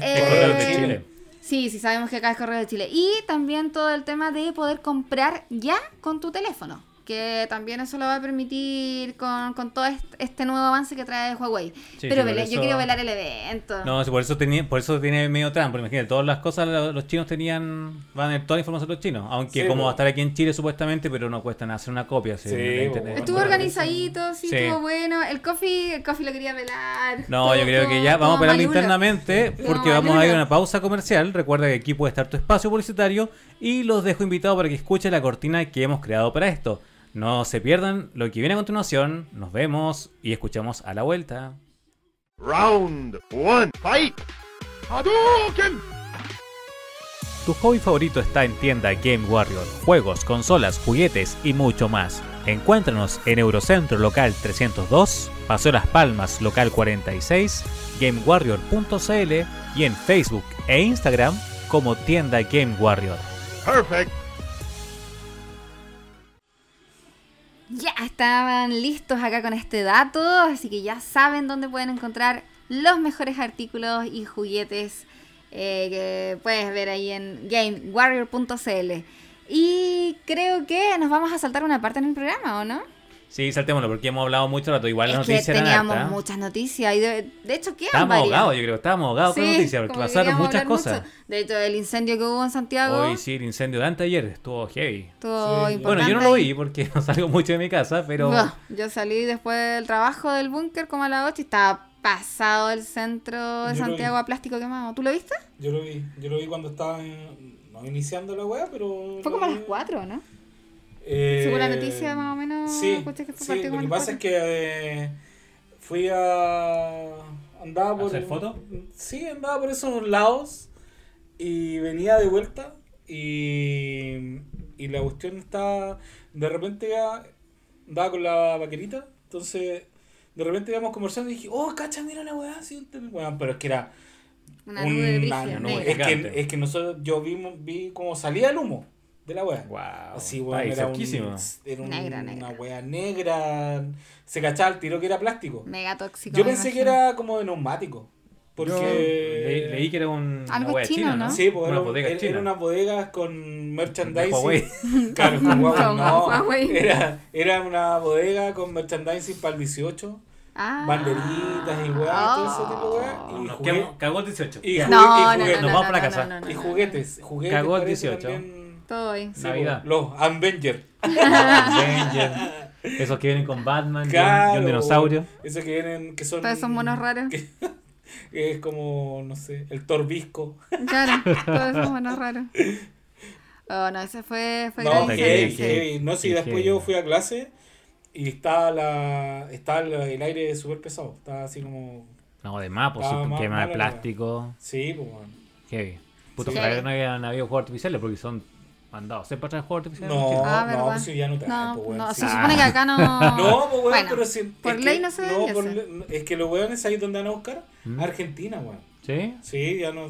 [SPEAKER 1] de
[SPEAKER 2] eh,
[SPEAKER 1] Chile.
[SPEAKER 2] Sí, sí, sabemos que acá es correo de Chile. Y también todo el tema de poder comprar ya con tu teléfono. Que también eso lo va a permitir con, con todo est- este nuevo avance que trae Huawei.
[SPEAKER 1] sí,
[SPEAKER 2] Pero
[SPEAKER 1] pero
[SPEAKER 2] vele- yo
[SPEAKER 1] eso-
[SPEAKER 2] quiero velar el evento.
[SPEAKER 1] No, sí, por eso tenía, por eso tiene medio trampa. Imagínate, todas las cosas lo- los chinos tenían, van en toda la información de los chinos. Aunque
[SPEAKER 3] Sí,
[SPEAKER 1] como va a
[SPEAKER 3] po.
[SPEAKER 1] estar aquí en Chile supuestamente, pero no cuesta nada hacer una copia. sí,
[SPEAKER 3] Sí,
[SPEAKER 1] en la
[SPEAKER 3] po.
[SPEAKER 1] internet.
[SPEAKER 2] Estuvo
[SPEAKER 3] Bueno,
[SPEAKER 2] organizadito, sí,
[SPEAKER 1] sí.
[SPEAKER 2] estuvo bueno. El coffee, el coffee lo quería velar.
[SPEAKER 1] No, yo
[SPEAKER 2] Estuvo-
[SPEAKER 1] creo que ya
[SPEAKER 2] estuvo
[SPEAKER 1] vamos a pararlo
[SPEAKER 2] malulo.
[SPEAKER 1] internamente
[SPEAKER 2] Estuvo
[SPEAKER 1] porque vamos a ir a
[SPEAKER 2] malulo.
[SPEAKER 1] una pausa comercial. Recuerda que aquí puede estar tu espacio publicitario y los dejo invitados para que escuchen la cortina que hemos creado para esto. No se pierdan lo que viene a continuación. Nos vemos y escuchamos a la vuelta.
[SPEAKER 5] Round one, fight! Hadouken!
[SPEAKER 4] Tu hobby favorito está en tienda Game Warrior, juegos, consolas, juguetes y mucho más. Encuéntranos en Eurocentro Local 302, Paseo Las Palmas Local 46, GameWarrior.cl y en Facebook e Instagram como tienda Game Warrior.
[SPEAKER 5] Perfect!
[SPEAKER 2] Ya estaban listos acá con este dato, así que ya saben dónde pueden encontrar los mejores artículos y juguetes eh, que puedes ver ahí en gamewarrior.cl. Y creo que nos vamos a saltar una parte en el programa, ¿o no?
[SPEAKER 1] Sí, saltémoslo porque hemos hablado mucho rato. Igual las
[SPEAKER 2] es que
[SPEAKER 1] noticias eran
[SPEAKER 2] teníamos
[SPEAKER 1] hartas.
[SPEAKER 2] muchas noticias y de, de hecho quedan
[SPEAKER 1] Estábamos
[SPEAKER 2] varias.
[SPEAKER 1] ahogados, yo creo. Estábamos ahogados con
[SPEAKER 2] Sí,
[SPEAKER 1] las noticias porque
[SPEAKER 2] como que
[SPEAKER 1] pasaron
[SPEAKER 2] queríamos
[SPEAKER 1] muchas
[SPEAKER 2] hablar
[SPEAKER 1] cosas.
[SPEAKER 2] mucho. De hecho, el incendio que hubo en Santiago
[SPEAKER 1] Hoy sí, el incendio de anteayer estuvo heavy.
[SPEAKER 2] estuvo
[SPEAKER 3] Sí.
[SPEAKER 2] importante.
[SPEAKER 1] Bueno, yo no lo
[SPEAKER 2] ahí.
[SPEAKER 1] vi porque no salgo mucho de mi casa, pero...
[SPEAKER 2] Buah, yo salí después del trabajo del búnker como a las 8 y estaba pasado el centro de
[SPEAKER 3] Yo lo
[SPEAKER 2] Santiago
[SPEAKER 3] vi.
[SPEAKER 2] a plástico quemado. ¿Tú lo viste?
[SPEAKER 3] Yo lo vi, yo lo vi cuando estaba en- no, iniciando la weá, pero.
[SPEAKER 2] Fue como a las 4, ¿no?
[SPEAKER 3] Eh,
[SPEAKER 2] Según la noticia, más o menos,
[SPEAKER 3] Sí,
[SPEAKER 2] escuché que fue
[SPEAKER 3] sí,
[SPEAKER 2] partido
[SPEAKER 3] lo
[SPEAKER 2] como
[SPEAKER 3] que
[SPEAKER 2] a las
[SPEAKER 3] pasa es que eh, fui a. Andaba por.
[SPEAKER 1] hacer foto?
[SPEAKER 3] Sí, andaba por esos lados y venía de vuelta y. Y la cuestión estaba. De repente ya andaba con la vaquerita, entonces. De repente íbamos conversando y dije, oh, cacha, mira la weá, sí, entonces, weón, pero es que era
[SPEAKER 2] Una nube de
[SPEAKER 3] una
[SPEAKER 2] brillo,
[SPEAKER 3] nube.
[SPEAKER 2] negra.
[SPEAKER 3] Es que,
[SPEAKER 1] gigante.
[SPEAKER 3] es que nosotros, yo vi, vi como salía el humo de la wea.
[SPEAKER 1] Wow.
[SPEAKER 3] Así,
[SPEAKER 1] está
[SPEAKER 3] weón,
[SPEAKER 1] ahí,
[SPEAKER 3] era, un-
[SPEAKER 1] cerquísimo.
[SPEAKER 3] era un-
[SPEAKER 2] Negra, negra.
[SPEAKER 3] una wea negra. Se cachaba el tiro que era plástico.
[SPEAKER 2] Mega tóxico.
[SPEAKER 3] yo
[SPEAKER 2] me
[SPEAKER 3] pensé que
[SPEAKER 2] imagino.
[SPEAKER 3] era como de neumático. Porque. eh,
[SPEAKER 1] Yo le- leí que era un... una
[SPEAKER 2] Algo
[SPEAKER 1] hueá
[SPEAKER 2] chino,
[SPEAKER 1] china,
[SPEAKER 2] ¿no?
[SPEAKER 3] Sí, pues
[SPEAKER 1] una
[SPEAKER 3] era,
[SPEAKER 1] bodega
[SPEAKER 3] era-
[SPEAKER 1] china.
[SPEAKER 3] era unas bodegas con merchandising.
[SPEAKER 1] De Huawei.
[SPEAKER 3] Claro, con Huawei,
[SPEAKER 2] Con
[SPEAKER 3] no.
[SPEAKER 2] Huawei.
[SPEAKER 3] Era, era una bodega con merchandising para el 18,
[SPEAKER 2] Ah.
[SPEAKER 3] banderitas y weá, todo ese tipo de weá. Y
[SPEAKER 1] Nos
[SPEAKER 3] jugué-
[SPEAKER 1] quedamos- Cagó el 18.
[SPEAKER 3] Y
[SPEAKER 1] Ya.
[SPEAKER 3] jugué-
[SPEAKER 2] No, no, no,
[SPEAKER 3] juguetes.
[SPEAKER 1] Nos
[SPEAKER 2] no, no,
[SPEAKER 1] vamos para
[SPEAKER 2] no,
[SPEAKER 1] casa.
[SPEAKER 2] no, no,
[SPEAKER 3] Y
[SPEAKER 2] no,
[SPEAKER 3] juguetes, juguetes.
[SPEAKER 1] Cagó el
[SPEAKER 3] parece
[SPEAKER 1] 18.
[SPEAKER 3] también-
[SPEAKER 2] no. Estoy.
[SPEAKER 3] Sí,
[SPEAKER 1] Navidad.
[SPEAKER 3] po, Los Avengers.
[SPEAKER 1] Avenger. Esos que vienen con Batman, y un- y
[SPEAKER 3] Claro,
[SPEAKER 1] un dinosaurio.
[SPEAKER 3] Esos que vienen, que son.
[SPEAKER 2] Todos esos monos raros.
[SPEAKER 3] que es como, no sé, el torbisco.
[SPEAKER 2] Claro, todos esos monos raros. Oh, no, ese fue, fue
[SPEAKER 3] No,
[SPEAKER 2] gran
[SPEAKER 1] heavy,
[SPEAKER 3] heavy,
[SPEAKER 2] experiencia.
[SPEAKER 3] heavy. No, sí,
[SPEAKER 1] Qué
[SPEAKER 3] después
[SPEAKER 1] heavy.
[SPEAKER 3] yo fui a clase y estaba, la, estaba la- el aire súper pesado. Estaba así como.
[SPEAKER 1] No, de más, pues sí,
[SPEAKER 3] Ah,
[SPEAKER 1] con
[SPEAKER 3] más
[SPEAKER 1] quema
[SPEAKER 3] mala
[SPEAKER 1] de
[SPEAKER 3] la-
[SPEAKER 1] plástico.
[SPEAKER 3] Sí, pues bueno.
[SPEAKER 1] Heavy. Puto,
[SPEAKER 2] Sí.
[SPEAKER 1] para que no hayan habido juegos artificiales porque son mandados. ¿Se para traer juegos artificiales?
[SPEAKER 3] No,
[SPEAKER 2] Ah,
[SPEAKER 3] no,
[SPEAKER 2] ¿verdad?
[SPEAKER 3] pues si ya no traen,
[SPEAKER 2] No,
[SPEAKER 3] pues weón,
[SPEAKER 2] no,
[SPEAKER 3] sí.
[SPEAKER 2] se supone que acá no.
[SPEAKER 1] Ah.
[SPEAKER 3] No, pues weón,
[SPEAKER 2] Bueno,
[SPEAKER 3] pero si. es
[SPEAKER 2] por
[SPEAKER 3] que-
[SPEAKER 2] ley no se debería
[SPEAKER 3] por
[SPEAKER 2] hacer.
[SPEAKER 3] le- Es que los weones ahí donde van a buscar,
[SPEAKER 1] ¿Mm?
[SPEAKER 3] Argentina, weón.
[SPEAKER 1] ¿Sí?
[SPEAKER 3] Sí, ya no.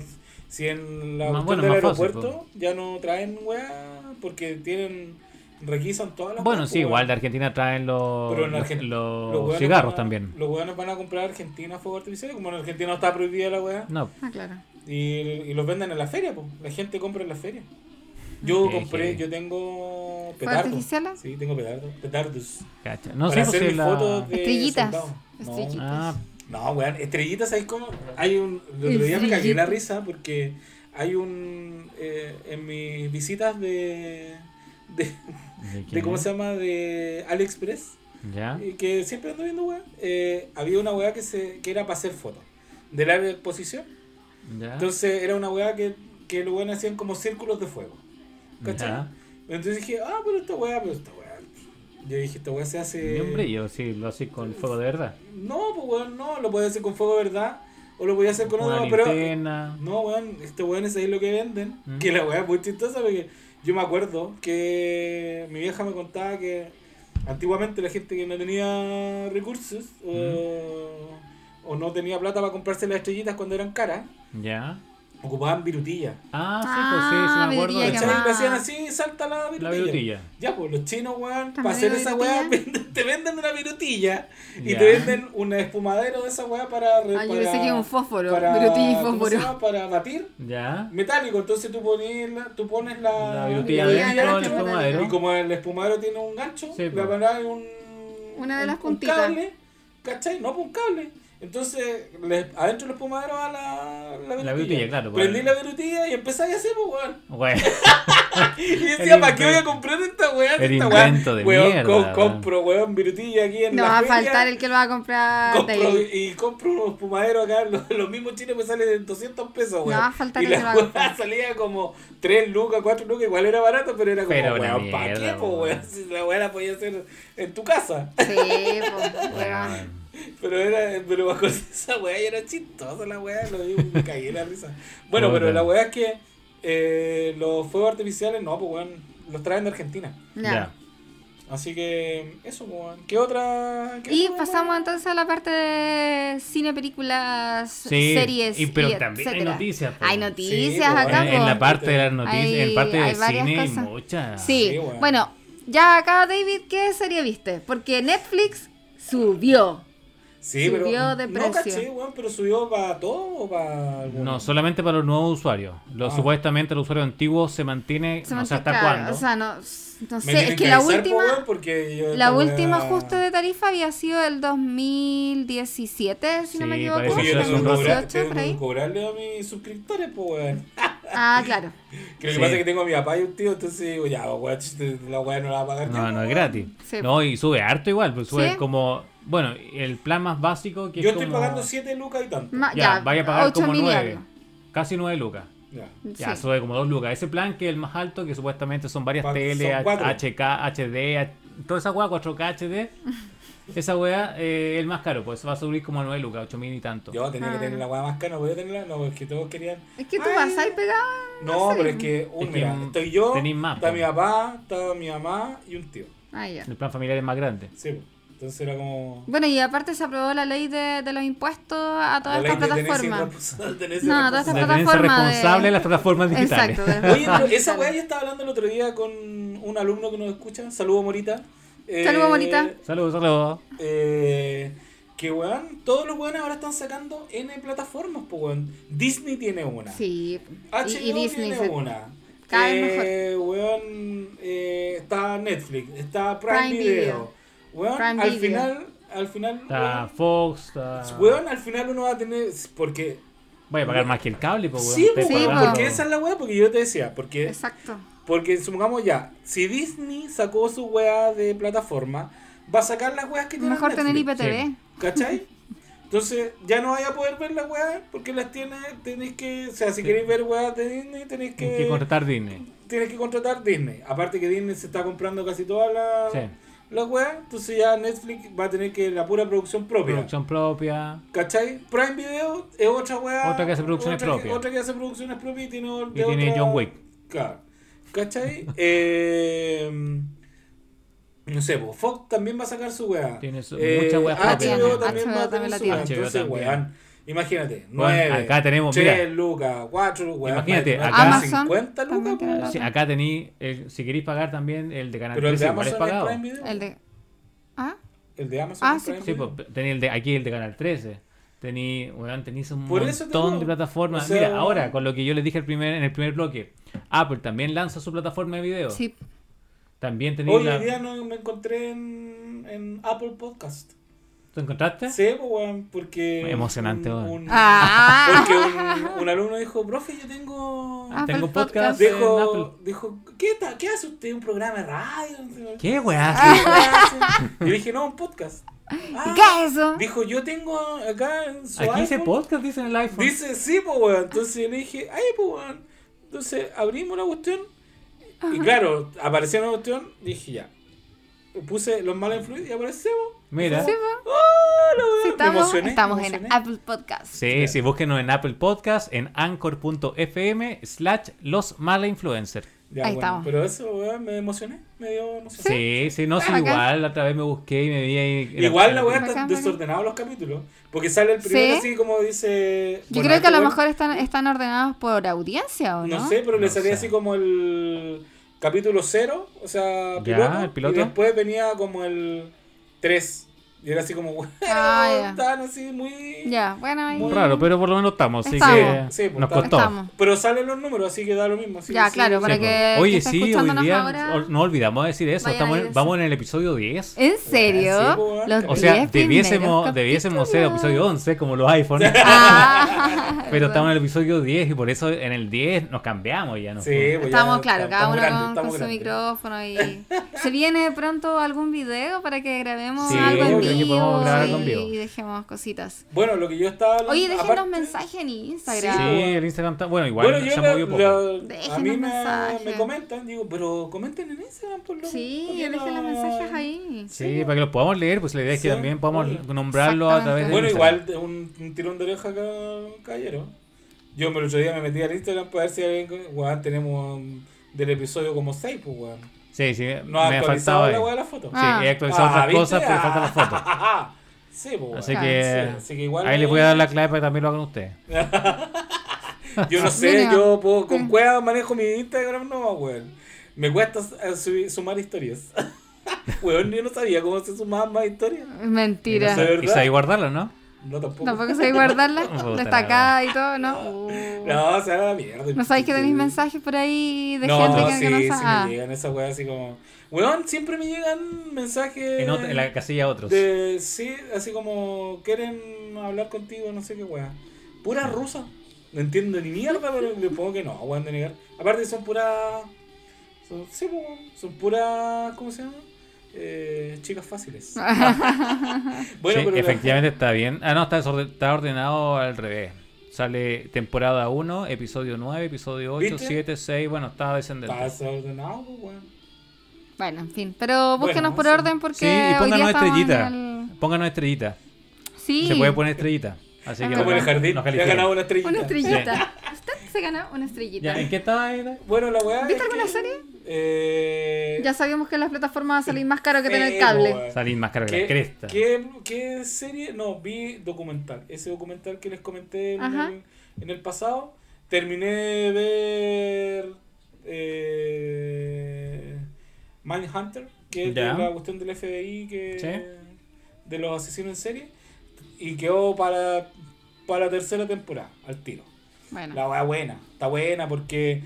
[SPEAKER 3] Si en la
[SPEAKER 1] Más
[SPEAKER 3] cuestión
[SPEAKER 1] bueno,
[SPEAKER 3] del
[SPEAKER 1] más fácil, pues.
[SPEAKER 3] aeropuerto ya no traen weá porque tienen. Requisan todas las
[SPEAKER 1] Bueno,
[SPEAKER 3] weas,
[SPEAKER 1] sí,
[SPEAKER 3] pues,
[SPEAKER 1] igual de
[SPEAKER 3] weón.
[SPEAKER 1] Argentina traen los,
[SPEAKER 3] Pero en
[SPEAKER 1] los-
[SPEAKER 3] Argen-
[SPEAKER 1] los
[SPEAKER 3] weones
[SPEAKER 1] cigarros
[SPEAKER 3] van a-
[SPEAKER 1] también.
[SPEAKER 3] Los weones van a comprar a Argentina fuego artificial. y Como en Argentina no está prohibida la weá.
[SPEAKER 1] No,
[SPEAKER 2] Ah, claro.
[SPEAKER 3] Y, y los venden en la feria, pues. La gente compra en la feria. Yo
[SPEAKER 1] Ok,
[SPEAKER 3] compré,
[SPEAKER 1] ok.
[SPEAKER 3] yo tengo
[SPEAKER 2] ¿Fuegos
[SPEAKER 3] petardos.
[SPEAKER 2] artificiales?
[SPEAKER 3] Sí, tengo petardos. Petardos.
[SPEAKER 1] cacha. No
[SPEAKER 3] para
[SPEAKER 1] sé
[SPEAKER 3] hacer
[SPEAKER 1] si
[SPEAKER 3] mis
[SPEAKER 1] la...
[SPEAKER 3] fotos de
[SPEAKER 2] Estrellitas.
[SPEAKER 3] soldado.
[SPEAKER 2] Estrellitas.
[SPEAKER 1] Ah,
[SPEAKER 3] No, no, weón. Estrellitas, ¿sabes cómo? Hay un. El otro día me cagué la risa porque hay un. eh, en mis visitas de. de,
[SPEAKER 1] ¿de
[SPEAKER 3] de
[SPEAKER 1] quién
[SPEAKER 3] ¿Cómo
[SPEAKER 1] es? Ah.
[SPEAKER 3] se llama? De AliExpress.
[SPEAKER 1] ¿Ya?
[SPEAKER 3] Y que siempre ando viendo weá, eh, había una weá que, se, que era para hacer fotos del área de exposición.
[SPEAKER 1] ¿Ya?
[SPEAKER 3] Entonces era una weá que, que los weones hacían como círculos de fuego. ¿Cachai?
[SPEAKER 1] ¿Ya?
[SPEAKER 3] Entonces dije, ah, pero esta weá, pero esta weá. Yo dije, esta weá se hace.
[SPEAKER 1] Ni un brillo, sí, lo haces con fuego de verdad.
[SPEAKER 3] No, pues weón, no, lo podía hacer con fuego, ¿verdad? O lo podía hacer con
[SPEAKER 1] Una
[SPEAKER 3] otra, pero.
[SPEAKER 1] linterna.
[SPEAKER 3] No, weón, estos weones ahí lo que venden.
[SPEAKER 1] Mm.
[SPEAKER 3] Que la weá es muy chistosa porque yo me acuerdo que mi vieja me contaba que antiguamente la gente que no tenía recursos o,
[SPEAKER 1] Mm.
[SPEAKER 3] o no tenía plata para comprarse las estrellitas cuando eran caras,
[SPEAKER 1] ¿Ya?
[SPEAKER 3] ocupaban virutillas.
[SPEAKER 1] Ah, sí, pues sí, sí, me
[SPEAKER 2] Ah,
[SPEAKER 1] acuerdo.
[SPEAKER 2] Ya,
[SPEAKER 3] ¿Cachai?
[SPEAKER 1] de-
[SPEAKER 2] que más.
[SPEAKER 3] Le hacían así, salta la virutilla.
[SPEAKER 1] La virutilla.
[SPEAKER 3] Ya, pues los chinos, weón, para
[SPEAKER 2] También
[SPEAKER 3] hacer
[SPEAKER 2] hay
[SPEAKER 3] esa
[SPEAKER 2] virutilla.
[SPEAKER 3] weá, venden- te venden una virutilla y
[SPEAKER 1] Ya.
[SPEAKER 3] te venden un espumadero de esa weá para. re-
[SPEAKER 2] Ah, yo
[SPEAKER 3] para-
[SPEAKER 2] pensé que era un fósforo.
[SPEAKER 3] para-
[SPEAKER 2] Virutilla y
[SPEAKER 3] ¿cómo se
[SPEAKER 2] fósforo.
[SPEAKER 3] llama? Para batir
[SPEAKER 1] ¿Ya?
[SPEAKER 3] metálico. Entonces tú, pones la, tú pones la,
[SPEAKER 1] La virutilla
[SPEAKER 2] la
[SPEAKER 1] dentro del
[SPEAKER 2] virutilla, la
[SPEAKER 1] espumadero.
[SPEAKER 3] Y como el espumadero tiene un gancho,
[SPEAKER 1] Sí,
[SPEAKER 3] la
[SPEAKER 1] pues.
[SPEAKER 3] verdad es un.
[SPEAKER 2] Una de
[SPEAKER 3] un-
[SPEAKER 2] las
[SPEAKER 3] un
[SPEAKER 2] puntitas.
[SPEAKER 3] cable, ¿cachai? No, pues un cable. Entonces, le- adentro del espumadero va la, la virutilla.
[SPEAKER 1] virutilla, claro, pues.
[SPEAKER 3] Prendí la virutilla y empecé a hacer, pues, weón.
[SPEAKER 1] Bueno,
[SPEAKER 3] Y yo
[SPEAKER 1] El
[SPEAKER 3] decía, ¿para qué voy a
[SPEAKER 1] invento-
[SPEAKER 3] comprar esta weá?
[SPEAKER 1] el
[SPEAKER 3] esta weá?
[SPEAKER 1] invento de
[SPEAKER 3] Weón,
[SPEAKER 1] mierda,
[SPEAKER 3] co-
[SPEAKER 1] weón.
[SPEAKER 3] compro, weón, virutilla aquí en
[SPEAKER 2] No
[SPEAKER 3] la
[SPEAKER 2] va a
[SPEAKER 3] feria,
[SPEAKER 2] faltar el que lo va a comprar.
[SPEAKER 3] compro,
[SPEAKER 2] David.
[SPEAKER 3] Y compro unos pumaderos acá, los, los mismos chinos me salen en 200 pesos, weón.
[SPEAKER 2] va a faltar
[SPEAKER 3] y
[SPEAKER 2] el que
[SPEAKER 3] la
[SPEAKER 2] lo haga.
[SPEAKER 3] weá salía como 3 lucas, 4 lucas, igual era barato, pero era como,
[SPEAKER 1] Pero una
[SPEAKER 3] weón, ¿para qué,
[SPEAKER 1] mierda,
[SPEAKER 3] po,
[SPEAKER 1] weón?
[SPEAKER 3] weón? Si la weá la podía hacer en tu casa.
[SPEAKER 2] Sí, pues,
[SPEAKER 1] bueno.
[SPEAKER 2] weón.
[SPEAKER 3] Pero era, pero bajo esa weá y era chistosa la weá, lo digo, me cagué la risa. Bueno,
[SPEAKER 1] Puta.
[SPEAKER 3] pero la weá es que eh, los fuegos artificiales, no, pues weón, los traen de Argentina.
[SPEAKER 2] Ya.
[SPEAKER 1] Ya.
[SPEAKER 3] Así que eso, weón. ¿Qué otra? qué
[SPEAKER 2] Y
[SPEAKER 3] otra,
[SPEAKER 2] pasamos
[SPEAKER 3] weón?
[SPEAKER 2] entonces a la parte de cine, películas,
[SPEAKER 1] Sí,
[SPEAKER 2] series.
[SPEAKER 1] y- pero
[SPEAKER 2] y
[SPEAKER 1] también hay
[SPEAKER 2] etcétera.
[SPEAKER 1] noticias, po.
[SPEAKER 2] Hay noticias
[SPEAKER 3] Sí, pues, po,
[SPEAKER 2] acá. pues.
[SPEAKER 1] En, en la
[SPEAKER 2] po.
[SPEAKER 1] parte de las noticias,
[SPEAKER 2] Hay-
[SPEAKER 1] en parte
[SPEAKER 2] hay
[SPEAKER 1] de
[SPEAKER 2] varias
[SPEAKER 1] cine, hay
[SPEAKER 2] cosas.
[SPEAKER 1] muchas.
[SPEAKER 2] Sí,
[SPEAKER 3] Sí, weón.
[SPEAKER 2] bueno, ya acá David, ¿qué serie viste? Porque Netflix subió.
[SPEAKER 3] Sí, pero
[SPEAKER 2] Subió de
[SPEAKER 3] No
[SPEAKER 2] precio.
[SPEAKER 3] caché, weón, pero subió para todo o para alguno?
[SPEAKER 1] No, solamente para los nuevos usuarios. Los,
[SPEAKER 3] Ah.
[SPEAKER 1] Supuestamente el usuario antiguo se mantiene,
[SPEAKER 2] Se
[SPEAKER 1] no sé
[SPEAKER 2] mantiene-
[SPEAKER 1] hasta
[SPEAKER 2] claro,
[SPEAKER 1] cuándo.
[SPEAKER 2] O sea, no, no
[SPEAKER 3] Me
[SPEAKER 2] sé,
[SPEAKER 3] tienen
[SPEAKER 2] es que la
[SPEAKER 3] avisar, po,
[SPEAKER 2] última,
[SPEAKER 3] weón, porque yo
[SPEAKER 2] la
[SPEAKER 3] esta
[SPEAKER 2] última
[SPEAKER 3] weá-
[SPEAKER 2] justo de tarifa había sido el 2017, si no
[SPEAKER 1] Sí,
[SPEAKER 2] me equivoco,
[SPEAKER 1] parece
[SPEAKER 3] Porque
[SPEAKER 1] que
[SPEAKER 3] yo
[SPEAKER 1] hace
[SPEAKER 3] tengo
[SPEAKER 1] un
[SPEAKER 3] que
[SPEAKER 1] rato.
[SPEAKER 3] cobrar-
[SPEAKER 2] 2018
[SPEAKER 3] tengo
[SPEAKER 2] por
[SPEAKER 3] que
[SPEAKER 2] ahí.
[SPEAKER 3] cobrarle a mis suscriptores, pues, weón.
[SPEAKER 2] Ah, claro.
[SPEAKER 3] Que lo que
[SPEAKER 1] Sí.
[SPEAKER 3] pasa es que tengo a mi papá y un tío, entonces digo, ya, weón, chiste, la weá no la va a pagar. yo,
[SPEAKER 1] No, no
[SPEAKER 3] weón.
[SPEAKER 1] es gratis.
[SPEAKER 2] Sí.
[SPEAKER 1] No, y sube harto igual, pues sube
[SPEAKER 2] Sí.
[SPEAKER 1] como. Bueno, el plan más básico que
[SPEAKER 3] Yo
[SPEAKER 1] es
[SPEAKER 3] estoy
[SPEAKER 1] como-
[SPEAKER 3] pagando 7 lucas y tanto.
[SPEAKER 2] Ma-
[SPEAKER 1] Ya, vaya a pagar
[SPEAKER 2] 8
[SPEAKER 1] como
[SPEAKER 2] Ah, mil y
[SPEAKER 1] 9.
[SPEAKER 2] algo.
[SPEAKER 1] Casi 9 lucas.
[SPEAKER 3] Ya.
[SPEAKER 1] Ya,
[SPEAKER 2] Sí.
[SPEAKER 1] sube como 2 lucas. Ese plan que es el más alto, que supuestamente son varias
[SPEAKER 3] Pa- son
[SPEAKER 1] teles, H-
[SPEAKER 3] cuatro.
[SPEAKER 1] HK, HD, H- toda esa weá, 4K, HD. Esa weá eh, es el más caro, pues va a subir como a 9 lucas, 8 mil y tanto.
[SPEAKER 3] Yo tenía que
[SPEAKER 2] Ah.
[SPEAKER 3] tener la weá más cara, no podía tenerla, no, porque todos querían.
[SPEAKER 2] Es que tú
[SPEAKER 3] Ay.
[SPEAKER 2] vas ahí pegado.
[SPEAKER 3] No, pero
[SPEAKER 2] pues.
[SPEAKER 3] es que, uy,
[SPEAKER 1] Es que,
[SPEAKER 3] mira,
[SPEAKER 1] mm,
[SPEAKER 3] estoy yo,
[SPEAKER 1] tenéis más,
[SPEAKER 3] está
[SPEAKER 1] po.
[SPEAKER 3] mi papá, está mi mamá y un tío.
[SPEAKER 2] Ah, ya.
[SPEAKER 1] El plan familiar es más grande.
[SPEAKER 3] Sí, po. entonces era como.
[SPEAKER 2] Bueno, y aparte se aprobó la ley de, de los impuestos a todas estas
[SPEAKER 3] La ley de tenencia
[SPEAKER 2] plataformas.
[SPEAKER 3] irresponsable, tenencia
[SPEAKER 2] No, todas
[SPEAKER 1] La
[SPEAKER 2] estas
[SPEAKER 3] irresponsable.
[SPEAKER 1] tenencia
[SPEAKER 2] plataformas.
[SPEAKER 1] responsable de
[SPEAKER 2] de...
[SPEAKER 1] las plataformas digitales.
[SPEAKER 2] Exacto. de las
[SPEAKER 3] Oye, pero
[SPEAKER 2] plataformas
[SPEAKER 3] esa weá
[SPEAKER 2] digitales.
[SPEAKER 3] yo estaba hablando el otro día con un alumno que nos escucha. Saludo, Morita. Eh,
[SPEAKER 2] Saludo, Morita.
[SPEAKER 1] Saludos, saludos.
[SPEAKER 3] eh, que weón, todos los weones ahora están sacando N plataformas, pues weón. Disney tiene una.
[SPEAKER 2] Sí.
[SPEAKER 3] HBO
[SPEAKER 2] Y, y Disney.
[SPEAKER 3] tiene
[SPEAKER 2] se-
[SPEAKER 3] una.
[SPEAKER 2] Cada
[SPEAKER 3] eh, weón, eh, está Netflix, está Prime,
[SPEAKER 2] Prime
[SPEAKER 3] Video.
[SPEAKER 2] Video.
[SPEAKER 3] Weón,
[SPEAKER 2] Prime
[SPEAKER 3] al
[SPEAKER 2] Video.
[SPEAKER 3] final, al final.
[SPEAKER 1] Está
[SPEAKER 3] weón,
[SPEAKER 1] Fox. está-
[SPEAKER 3] Weón, al final uno va a tener. Porque.
[SPEAKER 1] Voy a pagar más que el cable, pues, weón.
[SPEAKER 3] Sí,
[SPEAKER 1] Estoy
[SPEAKER 3] po,
[SPEAKER 2] Sí,
[SPEAKER 1] pagando-
[SPEAKER 3] porque esa es la weá, porque yo te decía, porque
[SPEAKER 2] Exacto.
[SPEAKER 3] Porque supongamos ya, si Disney sacó su weá de plataforma, va a sacar las weas que tiene
[SPEAKER 2] Mejor tener
[SPEAKER 3] Netflix,
[SPEAKER 2] IPTV.
[SPEAKER 3] ¿Cachai? Entonces ya no vais a poder ver las weas porque las tienes, tenéis que, o sea, si queréis ver weas de Disney, tenéis
[SPEAKER 1] Hay que
[SPEAKER 3] que,
[SPEAKER 1] contratar Disney.
[SPEAKER 3] tienes que contratar Disney. Aparte que Disney se está comprando casi todas las
[SPEAKER 1] Sí.
[SPEAKER 3] las weas, entonces ya Netflix va a tener que la pura producción propia.
[SPEAKER 1] Producción propia.
[SPEAKER 3] ¿Cachai? Prime Video es otra weá.
[SPEAKER 1] Otra que hace producciones
[SPEAKER 3] otra que-
[SPEAKER 1] propias.
[SPEAKER 3] Otra que hace producciones propias y tiene, de
[SPEAKER 1] Y tiene
[SPEAKER 3] otra-
[SPEAKER 1] John Wick.
[SPEAKER 3] Claro. ¿Cachai? Eh, no sé, po, Fox también va a sacar su weá. Eh,
[SPEAKER 1] Tiene su- muchas weas
[SPEAKER 2] propias.
[SPEAKER 3] HBO también
[SPEAKER 2] HBO
[SPEAKER 3] va a tener
[SPEAKER 2] también la
[SPEAKER 3] su
[SPEAKER 2] tiene.
[SPEAKER 3] weá.
[SPEAKER 1] HBO
[SPEAKER 3] Entonces,
[SPEAKER 1] también.
[SPEAKER 3] weón, imagínate.
[SPEAKER 1] Bueno,
[SPEAKER 3] nueve,
[SPEAKER 1] acá tenemos,
[SPEAKER 3] tres
[SPEAKER 1] mira.
[SPEAKER 3] lucas, cuatro weón,
[SPEAKER 1] Imagínate,
[SPEAKER 3] más-
[SPEAKER 1] acá-
[SPEAKER 3] más
[SPEAKER 2] Amazon
[SPEAKER 3] 50 lucas,
[SPEAKER 2] también tiene
[SPEAKER 3] po.
[SPEAKER 2] la-
[SPEAKER 1] Sí, acá tení, el- si queréis pagar también el de Canal
[SPEAKER 3] Pero el
[SPEAKER 1] 13,
[SPEAKER 3] de
[SPEAKER 1] igual es
[SPEAKER 3] Amazon es
[SPEAKER 1] pagado.
[SPEAKER 3] Prime Video.
[SPEAKER 2] El de. ¿Ah?
[SPEAKER 3] El de Amazon
[SPEAKER 2] Ah,
[SPEAKER 3] es
[SPEAKER 2] sí,
[SPEAKER 3] Prime
[SPEAKER 1] Sí,
[SPEAKER 3] Video.
[SPEAKER 1] pues, tení el de, aquí el de Canal 13. Tení, weón, tenís un
[SPEAKER 3] Por eso te
[SPEAKER 1] montón
[SPEAKER 3] digo,
[SPEAKER 1] de plataformas.
[SPEAKER 3] o sea,
[SPEAKER 1] Mira, ahora, con lo que yo les dije el primer, en el primer bloque, Apple también lanza su plataforma de video.
[SPEAKER 2] Sí.
[SPEAKER 1] También tenéis
[SPEAKER 3] Hoy
[SPEAKER 1] la...
[SPEAKER 3] día no me encontré en, en Apple Podcast.
[SPEAKER 1] ¿Te encontraste?
[SPEAKER 3] Sí, pues, weón, porque.
[SPEAKER 1] Muy emocionante,
[SPEAKER 3] un-
[SPEAKER 1] weón.
[SPEAKER 3] un-
[SPEAKER 2] Ah.
[SPEAKER 3] Porque un, un alumno dijo, profe, yo tengo.
[SPEAKER 2] Ah,
[SPEAKER 1] Tengo
[SPEAKER 2] Apple
[SPEAKER 1] podcast
[SPEAKER 2] Podcast.
[SPEAKER 1] en
[SPEAKER 3] dijo,
[SPEAKER 1] Apple.
[SPEAKER 3] dijo ¿qué, ta- ¿qué hace usted? ¿Un programa de radio? No sé, weón.
[SPEAKER 1] ¿Qué weá?
[SPEAKER 3] ¿Qué hace? Yo dije, no, un podcast.
[SPEAKER 2] ¿Y
[SPEAKER 3] Ah,
[SPEAKER 2] qué es eso?
[SPEAKER 3] Dijo, yo tengo acá en su
[SPEAKER 1] Aquí dice
[SPEAKER 3] iPhone".
[SPEAKER 1] podcast, dice en el iPhone.
[SPEAKER 3] Dice, sí, pues, weón. Entonces yo le dije, ay, pues, weón. Entonces abrimos la cuestión. Y claro, apareció una cuestión. Dije, ya. Puse los malos influencias y aparecemos.
[SPEAKER 1] Mira.
[SPEAKER 2] Sí,
[SPEAKER 1] Sí,
[SPEAKER 2] po.
[SPEAKER 3] ¡Oh, la weá!
[SPEAKER 2] Sí,
[SPEAKER 3] Me
[SPEAKER 2] estamos
[SPEAKER 3] emocioné, me
[SPEAKER 2] estamos
[SPEAKER 3] emocioné.
[SPEAKER 2] en Apple Podcast.
[SPEAKER 1] sí, búsquenos en Apple Podcast, en anchor.fm slash los mala influencers.
[SPEAKER 3] Ya,
[SPEAKER 2] Ahí
[SPEAKER 3] bueno,
[SPEAKER 2] estamos.
[SPEAKER 3] pero eso, weón, me emocioné, me dio emoción.
[SPEAKER 1] Sí, sí, no, sí,
[SPEAKER 2] Ah, Bacán.
[SPEAKER 1] igual la otra vez me busqué y me vi ahí.
[SPEAKER 3] Igual la weá
[SPEAKER 2] Bacán,
[SPEAKER 3] está
[SPEAKER 2] bacán.
[SPEAKER 3] desordenado los capítulos, porque sale el primero
[SPEAKER 2] Sí.
[SPEAKER 3] así como dice...
[SPEAKER 2] Yo
[SPEAKER 3] bueno,
[SPEAKER 2] creo que a
[SPEAKER 3] este
[SPEAKER 2] lo
[SPEAKER 3] weón-
[SPEAKER 2] mejor están, están ordenados por audiencia, ¿o no?
[SPEAKER 3] No, sé, pero le
[SPEAKER 1] No
[SPEAKER 3] salía
[SPEAKER 1] sé.
[SPEAKER 3] así como el capítulo 0, o sea,
[SPEAKER 1] Ya,
[SPEAKER 3] piloto,
[SPEAKER 1] el piloto.
[SPEAKER 3] y después venía como el 3, y era así como, weón,
[SPEAKER 2] Ah, ya.
[SPEAKER 3] estaban así muy...
[SPEAKER 2] Ya, bueno, ahí.
[SPEAKER 3] Muy-
[SPEAKER 1] Raro, pero por lo menos estamos, así que
[SPEAKER 2] Estamos.
[SPEAKER 3] Sí, sí, pues,
[SPEAKER 1] nos
[SPEAKER 3] estamos.
[SPEAKER 1] costó.
[SPEAKER 2] Estamos.
[SPEAKER 3] Pero salen los números, así que da lo mismo. así
[SPEAKER 2] Ya,
[SPEAKER 3] que sí.
[SPEAKER 2] claro, para
[SPEAKER 1] Sí,
[SPEAKER 2] que.
[SPEAKER 1] po. Oye,
[SPEAKER 2] que está
[SPEAKER 1] sí, hoy
[SPEAKER 2] escuchándonos
[SPEAKER 1] día
[SPEAKER 2] ahora-
[SPEAKER 1] ol- no olvidamos decir eso.
[SPEAKER 2] Vayan
[SPEAKER 1] Estamos
[SPEAKER 2] a
[SPEAKER 1] en-
[SPEAKER 2] ir
[SPEAKER 1] vamos en el episodio 10.
[SPEAKER 2] ¿En serio?
[SPEAKER 3] Sí, po, weón.
[SPEAKER 2] Los
[SPEAKER 1] O sea,
[SPEAKER 2] 10 primeros
[SPEAKER 1] debiésemos,
[SPEAKER 2] capítulos.
[SPEAKER 1] debiésemos ser episodio 11, como los iPhones.
[SPEAKER 2] Ah,
[SPEAKER 1] Pero estamos en el episodio 10 y por eso en el 10 nos cambiamos ya. ¿no?
[SPEAKER 3] Sí, pues ya
[SPEAKER 2] Estamos, claro, cada
[SPEAKER 3] estamos
[SPEAKER 2] uno
[SPEAKER 3] grandes,
[SPEAKER 2] con,
[SPEAKER 3] estamos
[SPEAKER 2] con su
[SPEAKER 3] grandes.
[SPEAKER 2] micrófono y... ¿Se viene pronto algún video para que grabemos
[SPEAKER 1] Sí,
[SPEAKER 2] algo en
[SPEAKER 1] creo que podemos
[SPEAKER 2] vivo,
[SPEAKER 1] grabar
[SPEAKER 2] y,
[SPEAKER 1] algo en vivo.
[SPEAKER 2] y dejemos cositas?
[SPEAKER 3] Bueno, lo que yo estaba...
[SPEAKER 2] Oye, déjenos
[SPEAKER 3] aparte-
[SPEAKER 2] mensajes en Instagram.
[SPEAKER 1] Sí, el Instagram está... Bueno, igual
[SPEAKER 3] bueno, yo
[SPEAKER 1] se
[SPEAKER 3] la-
[SPEAKER 1] movió poco.
[SPEAKER 3] la- a
[SPEAKER 2] Déjenos
[SPEAKER 3] mí me,
[SPEAKER 2] mensajes.
[SPEAKER 3] me comentan, digo, pero comenten en Instagram, por lo
[SPEAKER 2] Sí,
[SPEAKER 3] ¿por qué
[SPEAKER 2] dejen
[SPEAKER 3] no? Ah,
[SPEAKER 2] los mensajes ahí.
[SPEAKER 1] Sí, para que los podamos leer, pues la idea es que
[SPEAKER 3] Sí,
[SPEAKER 1] también podamos
[SPEAKER 3] obvio.
[SPEAKER 1] nombrarlo a través de
[SPEAKER 3] Bueno,
[SPEAKER 1] Instagram.
[SPEAKER 3] igual de un, un tirón de oreja acá, caballero. Yo el otro día me metí al Instagram para ver si alguien. Weón, tenemos um, del episodio como 6, pues weón.
[SPEAKER 1] Sí, sí,
[SPEAKER 3] No ha
[SPEAKER 1] me ha faltado
[SPEAKER 3] actualizado la
[SPEAKER 1] ahí.
[SPEAKER 3] weá de la foto.
[SPEAKER 1] Sí, he actualizado
[SPEAKER 3] Ah,
[SPEAKER 1] otras
[SPEAKER 3] ¿viste?
[SPEAKER 1] cosas, pero falta la foto.
[SPEAKER 3] Ah, sí, pues weón.
[SPEAKER 1] Así
[SPEAKER 2] Claro.
[SPEAKER 1] que,
[SPEAKER 3] Sí, así que igual
[SPEAKER 1] ahí
[SPEAKER 3] ahí-
[SPEAKER 1] les voy a dar la clave para que también lo hagan ustedes.
[SPEAKER 3] Yo no sé,
[SPEAKER 2] Mira. Mm.
[SPEAKER 3] yo puedo, con cueva manejo mi Instagram, no, weón. Me cuesta eh, subir- sumar historias. weón, yo no sabía cómo se sumaban más historias.
[SPEAKER 2] Mentira.
[SPEAKER 3] No sé.
[SPEAKER 1] Y
[SPEAKER 3] verdad?
[SPEAKER 1] sabéis guardarlo, ¿no?
[SPEAKER 3] No, tampoco.
[SPEAKER 2] Tampoco sabéis guardarla,
[SPEAKER 1] Puta
[SPEAKER 2] destacada y todo, ¿no? Uh.
[SPEAKER 3] No, se da la mierda.
[SPEAKER 2] ¿No sabéis que tenéis mensajes por ahí de gente que, que
[SPEAKER 3] sí,
[SPEAKER 2] no
[SPEAKER 3] sí
[SPEAKER 2] sabe? Ah,
[SPEAKER 3] me llegan esas weas así como. Weón, siempre me llegan mensajes.
[SPEAKER 1] En, ot- en la casilla otros.
[SPEAKER 3] de, Sí, así como. Quieren hablar contigo, no sé qué wea.
[SPEAKER 1] Ah.
[SPEAKER 3] Pura rusa. No entiendo ni mierda, pero le pongo que no, weón, de negar. Aparte, son puras. Son, sí, po, weón, son puras. ¿Cómo se llama? Eh, chicas fáciles. bueno,
[SPEAKER 1] Sí,
[SPEAKER 3] pero.
[SPEAKER 1] efectivamente está bien. Ah, no, está, desorden- está ordenado al revés. Sale temporada 1, episodio 9, episodio 8,
[SPEAKER 3] ¿Viste? Ah,
[SPEAKER 1] 7, 6. Bueno, está descendente.
[SPEAKER 3] Pasa ordenado, po, weón.
[SPEAKER 2] Bueno, en fin. Pero búsquenos
[SPEAKER 3] Bueno,
[SPEAKER 2] por
[SPEAKER 3] sí.
[SPEAKER 2] orden porque
[SPEAKER 1] Sí, y
[SPEAKER 2] hoy día
[SPEAKER 1] pónganos
[SPEAKER 2] estamos
[SPEAKER 1] estrellita.
[SPEAKER 2] en el...
[SPEAKER 1] Pónganos estrellita.
[SPEAKER 2] Sí.
[SPEAKER 1] Se puede poner estrellita. Así que
[SPEAKER 2] Ah, verdad.
[SPEAKER 3] Como en el
[SPEAKER 1] nos
[SPEAKER 3] jardín, le ha
[SPEAKER 1] califiquen.
[SPEAKER 3] ganado una estrellita.
[SPEAKER 2] Una estrellita. Usted se gana una estrellita.
[SPEAKER 1] Ya, ¿En qué estaba ahí?
[SPEAKER 3] Bueno, la weá.
[SPEAKER 2] ¿Viste
[SPEAKER 3] es
[SPEAKER 2] alguna
[SPEAKER 3] que,
[SPEAKER 2] serie?
[SPEAKER 3] Eh,
[SPEAKER 2] Ya sabíamos que en las plataformas va a salir más caro que tener
[SPEAKER 3] Sí,
[SPEAKER 2] cable.
[SPEAKER 3] weón.
[SPEAKER 1] Salir más caro que pues, la
[SPEAKER 3] ¿Qué,
[SPEAKER 1] cresta.
[SPEAKER 3] qué, qué serie? No, vi documental. Ese documental que les comenté en,
[SPEAKER 2] Ajá.
[SPEAKER 3] el, en el pasado. Terminé de ver eh, Mindhunter, que es de
[SPEAKER 1] Ya.
[SPEAKER 3] la cuestión del FBI, que
[SPEAKER 1] Sí.
[SPEAKER 3] de los asesinos en serie. Y quedó para, para tercera temporada, al tiro.
[SPEAKER 2] Bueno.
[SPEAKER 3] La weá buena, está buena porque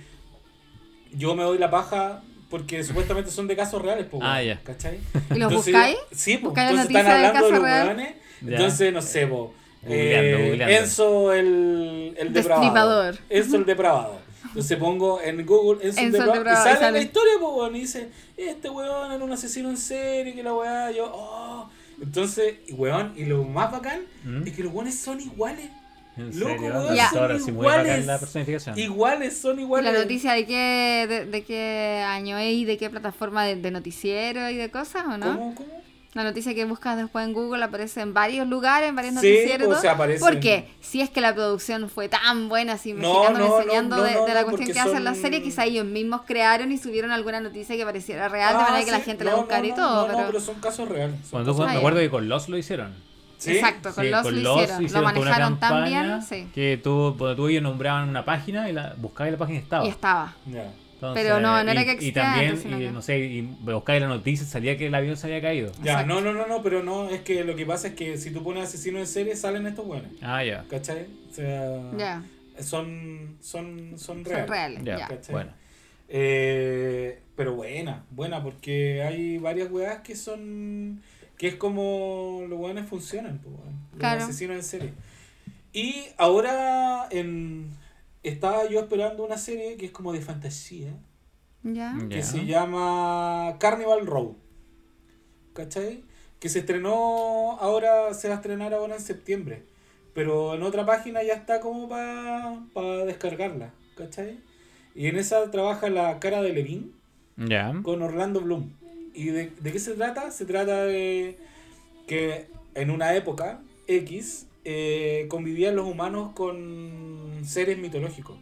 [SPEAKER 3] yo me doy la paja porque supuestamente son de casos reales, pues,
[SPEAKER 1] Ah, ya.
[SPEAKER 3] ¿cachai?
[SPEAKER 2] ¿Y los
[SPEAKER 3] Entonces,
[SPEAKER 2] buscáis?
[SPEAKER 3] Sí, pues,
[SPEAKER 2] ¿Buscáis
[SPEAKER 3] entonces
[SPEAKER 2] la
[SPEAKER 3] están
[SPEAKER 2] noticia del
[SPEAKER 3] hablando de
[SPEAKER 2] caso
[SPEAKER 3] los
[SPEAKER 2] real?
[SPEAKER 3] weones,
[SPEAKER 1] Ya.
[SPEAKER 3] entonces no sé, po.
[SPEAKER 1] Googleando,
[SPEAKER 3] eh,
[SPEAKER 1] googleando.
[SPEAKER 3] Enzo el, el depravado.
[SPEAKER 2] Destripador.
[SPEAKER 3] Enzo el depravado. Entonces pongo en Google Enson
[SPEAKER 2] Enson
[SPEAKER 3] de
[SPEAKER 2] de
[SPEAKER 3] Brown,
[SPEAKER 2] Brown,
[SPEAKER 3] y sale,
[SPEAKER 2] sale.
[SPEAKER 3] la historia, pues, weón, y dice, este weón era un asesino en serie, que la weá, yo, oh. Entonces, y weón, y lo más bacán
[SPEAKER 1] ¿Mm?
[SPEAKER 3] es que los weones son iguales.
[SPEAKER 1] En
[SPEAKER 3] Loco,
[SPEAKER 1] serio,
[SPEAKER 3] weón,
[SPEAKER 1] la
[SPEAKER 2] Ya.
[SPEAKER 1] doctora,
[SPEAKER 3] son
[SPEAKER 1] sí, muy bacán
[SPEAKER 3] iguales.
[SPEAKER 1] la personificación.
[SPEAKER 3] Iguales, son iguales.
[SPEAKER 2] La noticia de qué, de, de qué año es y de qué plataforma de, de noticiero y de cosas, ¿o no?
[SPEAKER 3] ¿Cómo, cómo?
[SPEAKER 2] La noticia que buscas después en Google aparece en varios lugares, en varios
[SPEAKER 3] Sí,
[SPEAKER 2] noticieros.
[SPEAKER 3] o
[SPEAKER 2] todo.
[SPEAKER 3] sea, aparece
[SPEAKER 2] ¿Por
[SPEAKER 3] en-
[SPEAKER 2] qué? Si es que la producción fue tan buena, así
[SPEAKER 3] No,
[SPEAKER 2] mexicanos
[SPEAKER 3] no, no,
[SPEAKER 2] enseñando
[SPEAKER 3] no,
[SPEAKER 2] de,
[SPEAKER 3] no,
[SPEAKER 2] de la
[SPEAKER 3] no,
[SPEAKER 2] cuestión
[SPEAKER 3] porque
[SPEAKER 2] que hacen la
[SPEAKER 3] son-
[SPEAKER 2] serie, quizá ellos mismos crearon y subieron alguna noticia que pareciera real, de
[SPEAKER 3] Ah,
[SPEAKER 2] manera que la
[SPEAKER 3] sí,
[SPEAKER 2] gente
[SPEAKER 3] no,
[SPEAKER 2] la buscara
[SPEAKER 3] no,
[SPEAKER 2] y
[SPEAKER 3] no,
[SPEAKER 2] todo.
[SPEAKER 3] no, no,
[SPEAKER 2] pero...
[SPEAKER 3] son casos reales. son
[SPEAKER 1] Cuando
[SPEAKER 3] casos
[SPEAKER 2] Ah,
[SPEAKER 1] me
[SPEAKER 2] ya.
[SPEAKER 1] acuerdo que con Lost lo hicieron.
[SPEAKER 3] reales. ¿Sí?
[SPEAKER 2] Exacto, con
[SPEAKER 1] Sí,
[SPEAKER 2] los
[SPEAKER 1] con
[SPEAKER 2] lo
[SPEAKER 1] Lost
[SPEAKER 2] hicieron. Lo
[SPEAKER 1] hicieron toda una
[SPEAKER 2] manejaron tan
[SPEAKER 1] campaña
[SPEAKER 2] bien, sí.
[SPEAKER 1] Que tú, donde tú y yo nombraban una página y la buscabas y la página estaba.
[SPEAKER 2] Y estaba.
[SPEAKER 3] Ya.
[SPEAKER 1] Entonces,
[SPEAKER 2] Pero no, no era
[SPEAKER 1] y-
[SPEAKER 2] que
[SPEAKER 1] Y
[SPEAKER 2] existía
[SPEAKER 1] también,
[SPEAKER 2] antes, sino
[SPEAKER 1] y,
[SPEAKER 2] que-
[SPEAKER 1] no sé, y buscabas la noticia, salía que el avión se había caído.
[SPEAKER 3] Ya,
[SPEAKER 2] Exacto.
[SPEAKER 3] no, no, no, no, pero no, es que lo que pasa es que si tú pones asesino en serie, salen estos weones.
[SPEAKER 1] Ah, ya.
[SPEAKER 3] ¿Cachai? O sea,
[SPEAKER 2] Ya,
[SPEAKER 3] son, son, son
[SPEAKER 2] son
[SPEAKER 3] reales.
[SPEAKER 2] reales.
[SPEAKER 1] Ya,
[SPEAKER 2] ya.
[SPEAKER 3] ¿Cachai?
[SPEAKER 1] bueno.
[SPEAKER 3] Eh, pero buena, buena, porque hay varias weas que son. que es como los weones funcionan, pues, weón. Los
[SPEAKER 2] Claro.
[SPEAKER 3] asesinos en serie. Y ahora en, estaba yo esperando una serie que es como de fantasía,
[SPEAKER 2] Ya.
[SPEAKER 1] Ya.
[SPEAKER 3] que se llama Carnival Row. ¿Cachai? Que se estrenó ahora, se va a estrenar ahora en septiembre. Pero en otra página ya está como para descargarla, ¿cachai? Y en esa trabaja la cara de Levin
[SPEAKER 1] Ya.
[SPEAKER 3] con Orlando Bloom. ¿Y de, de qué se trata? Se trata de que en una época X eh, convivían los humanos con seres mitológicos,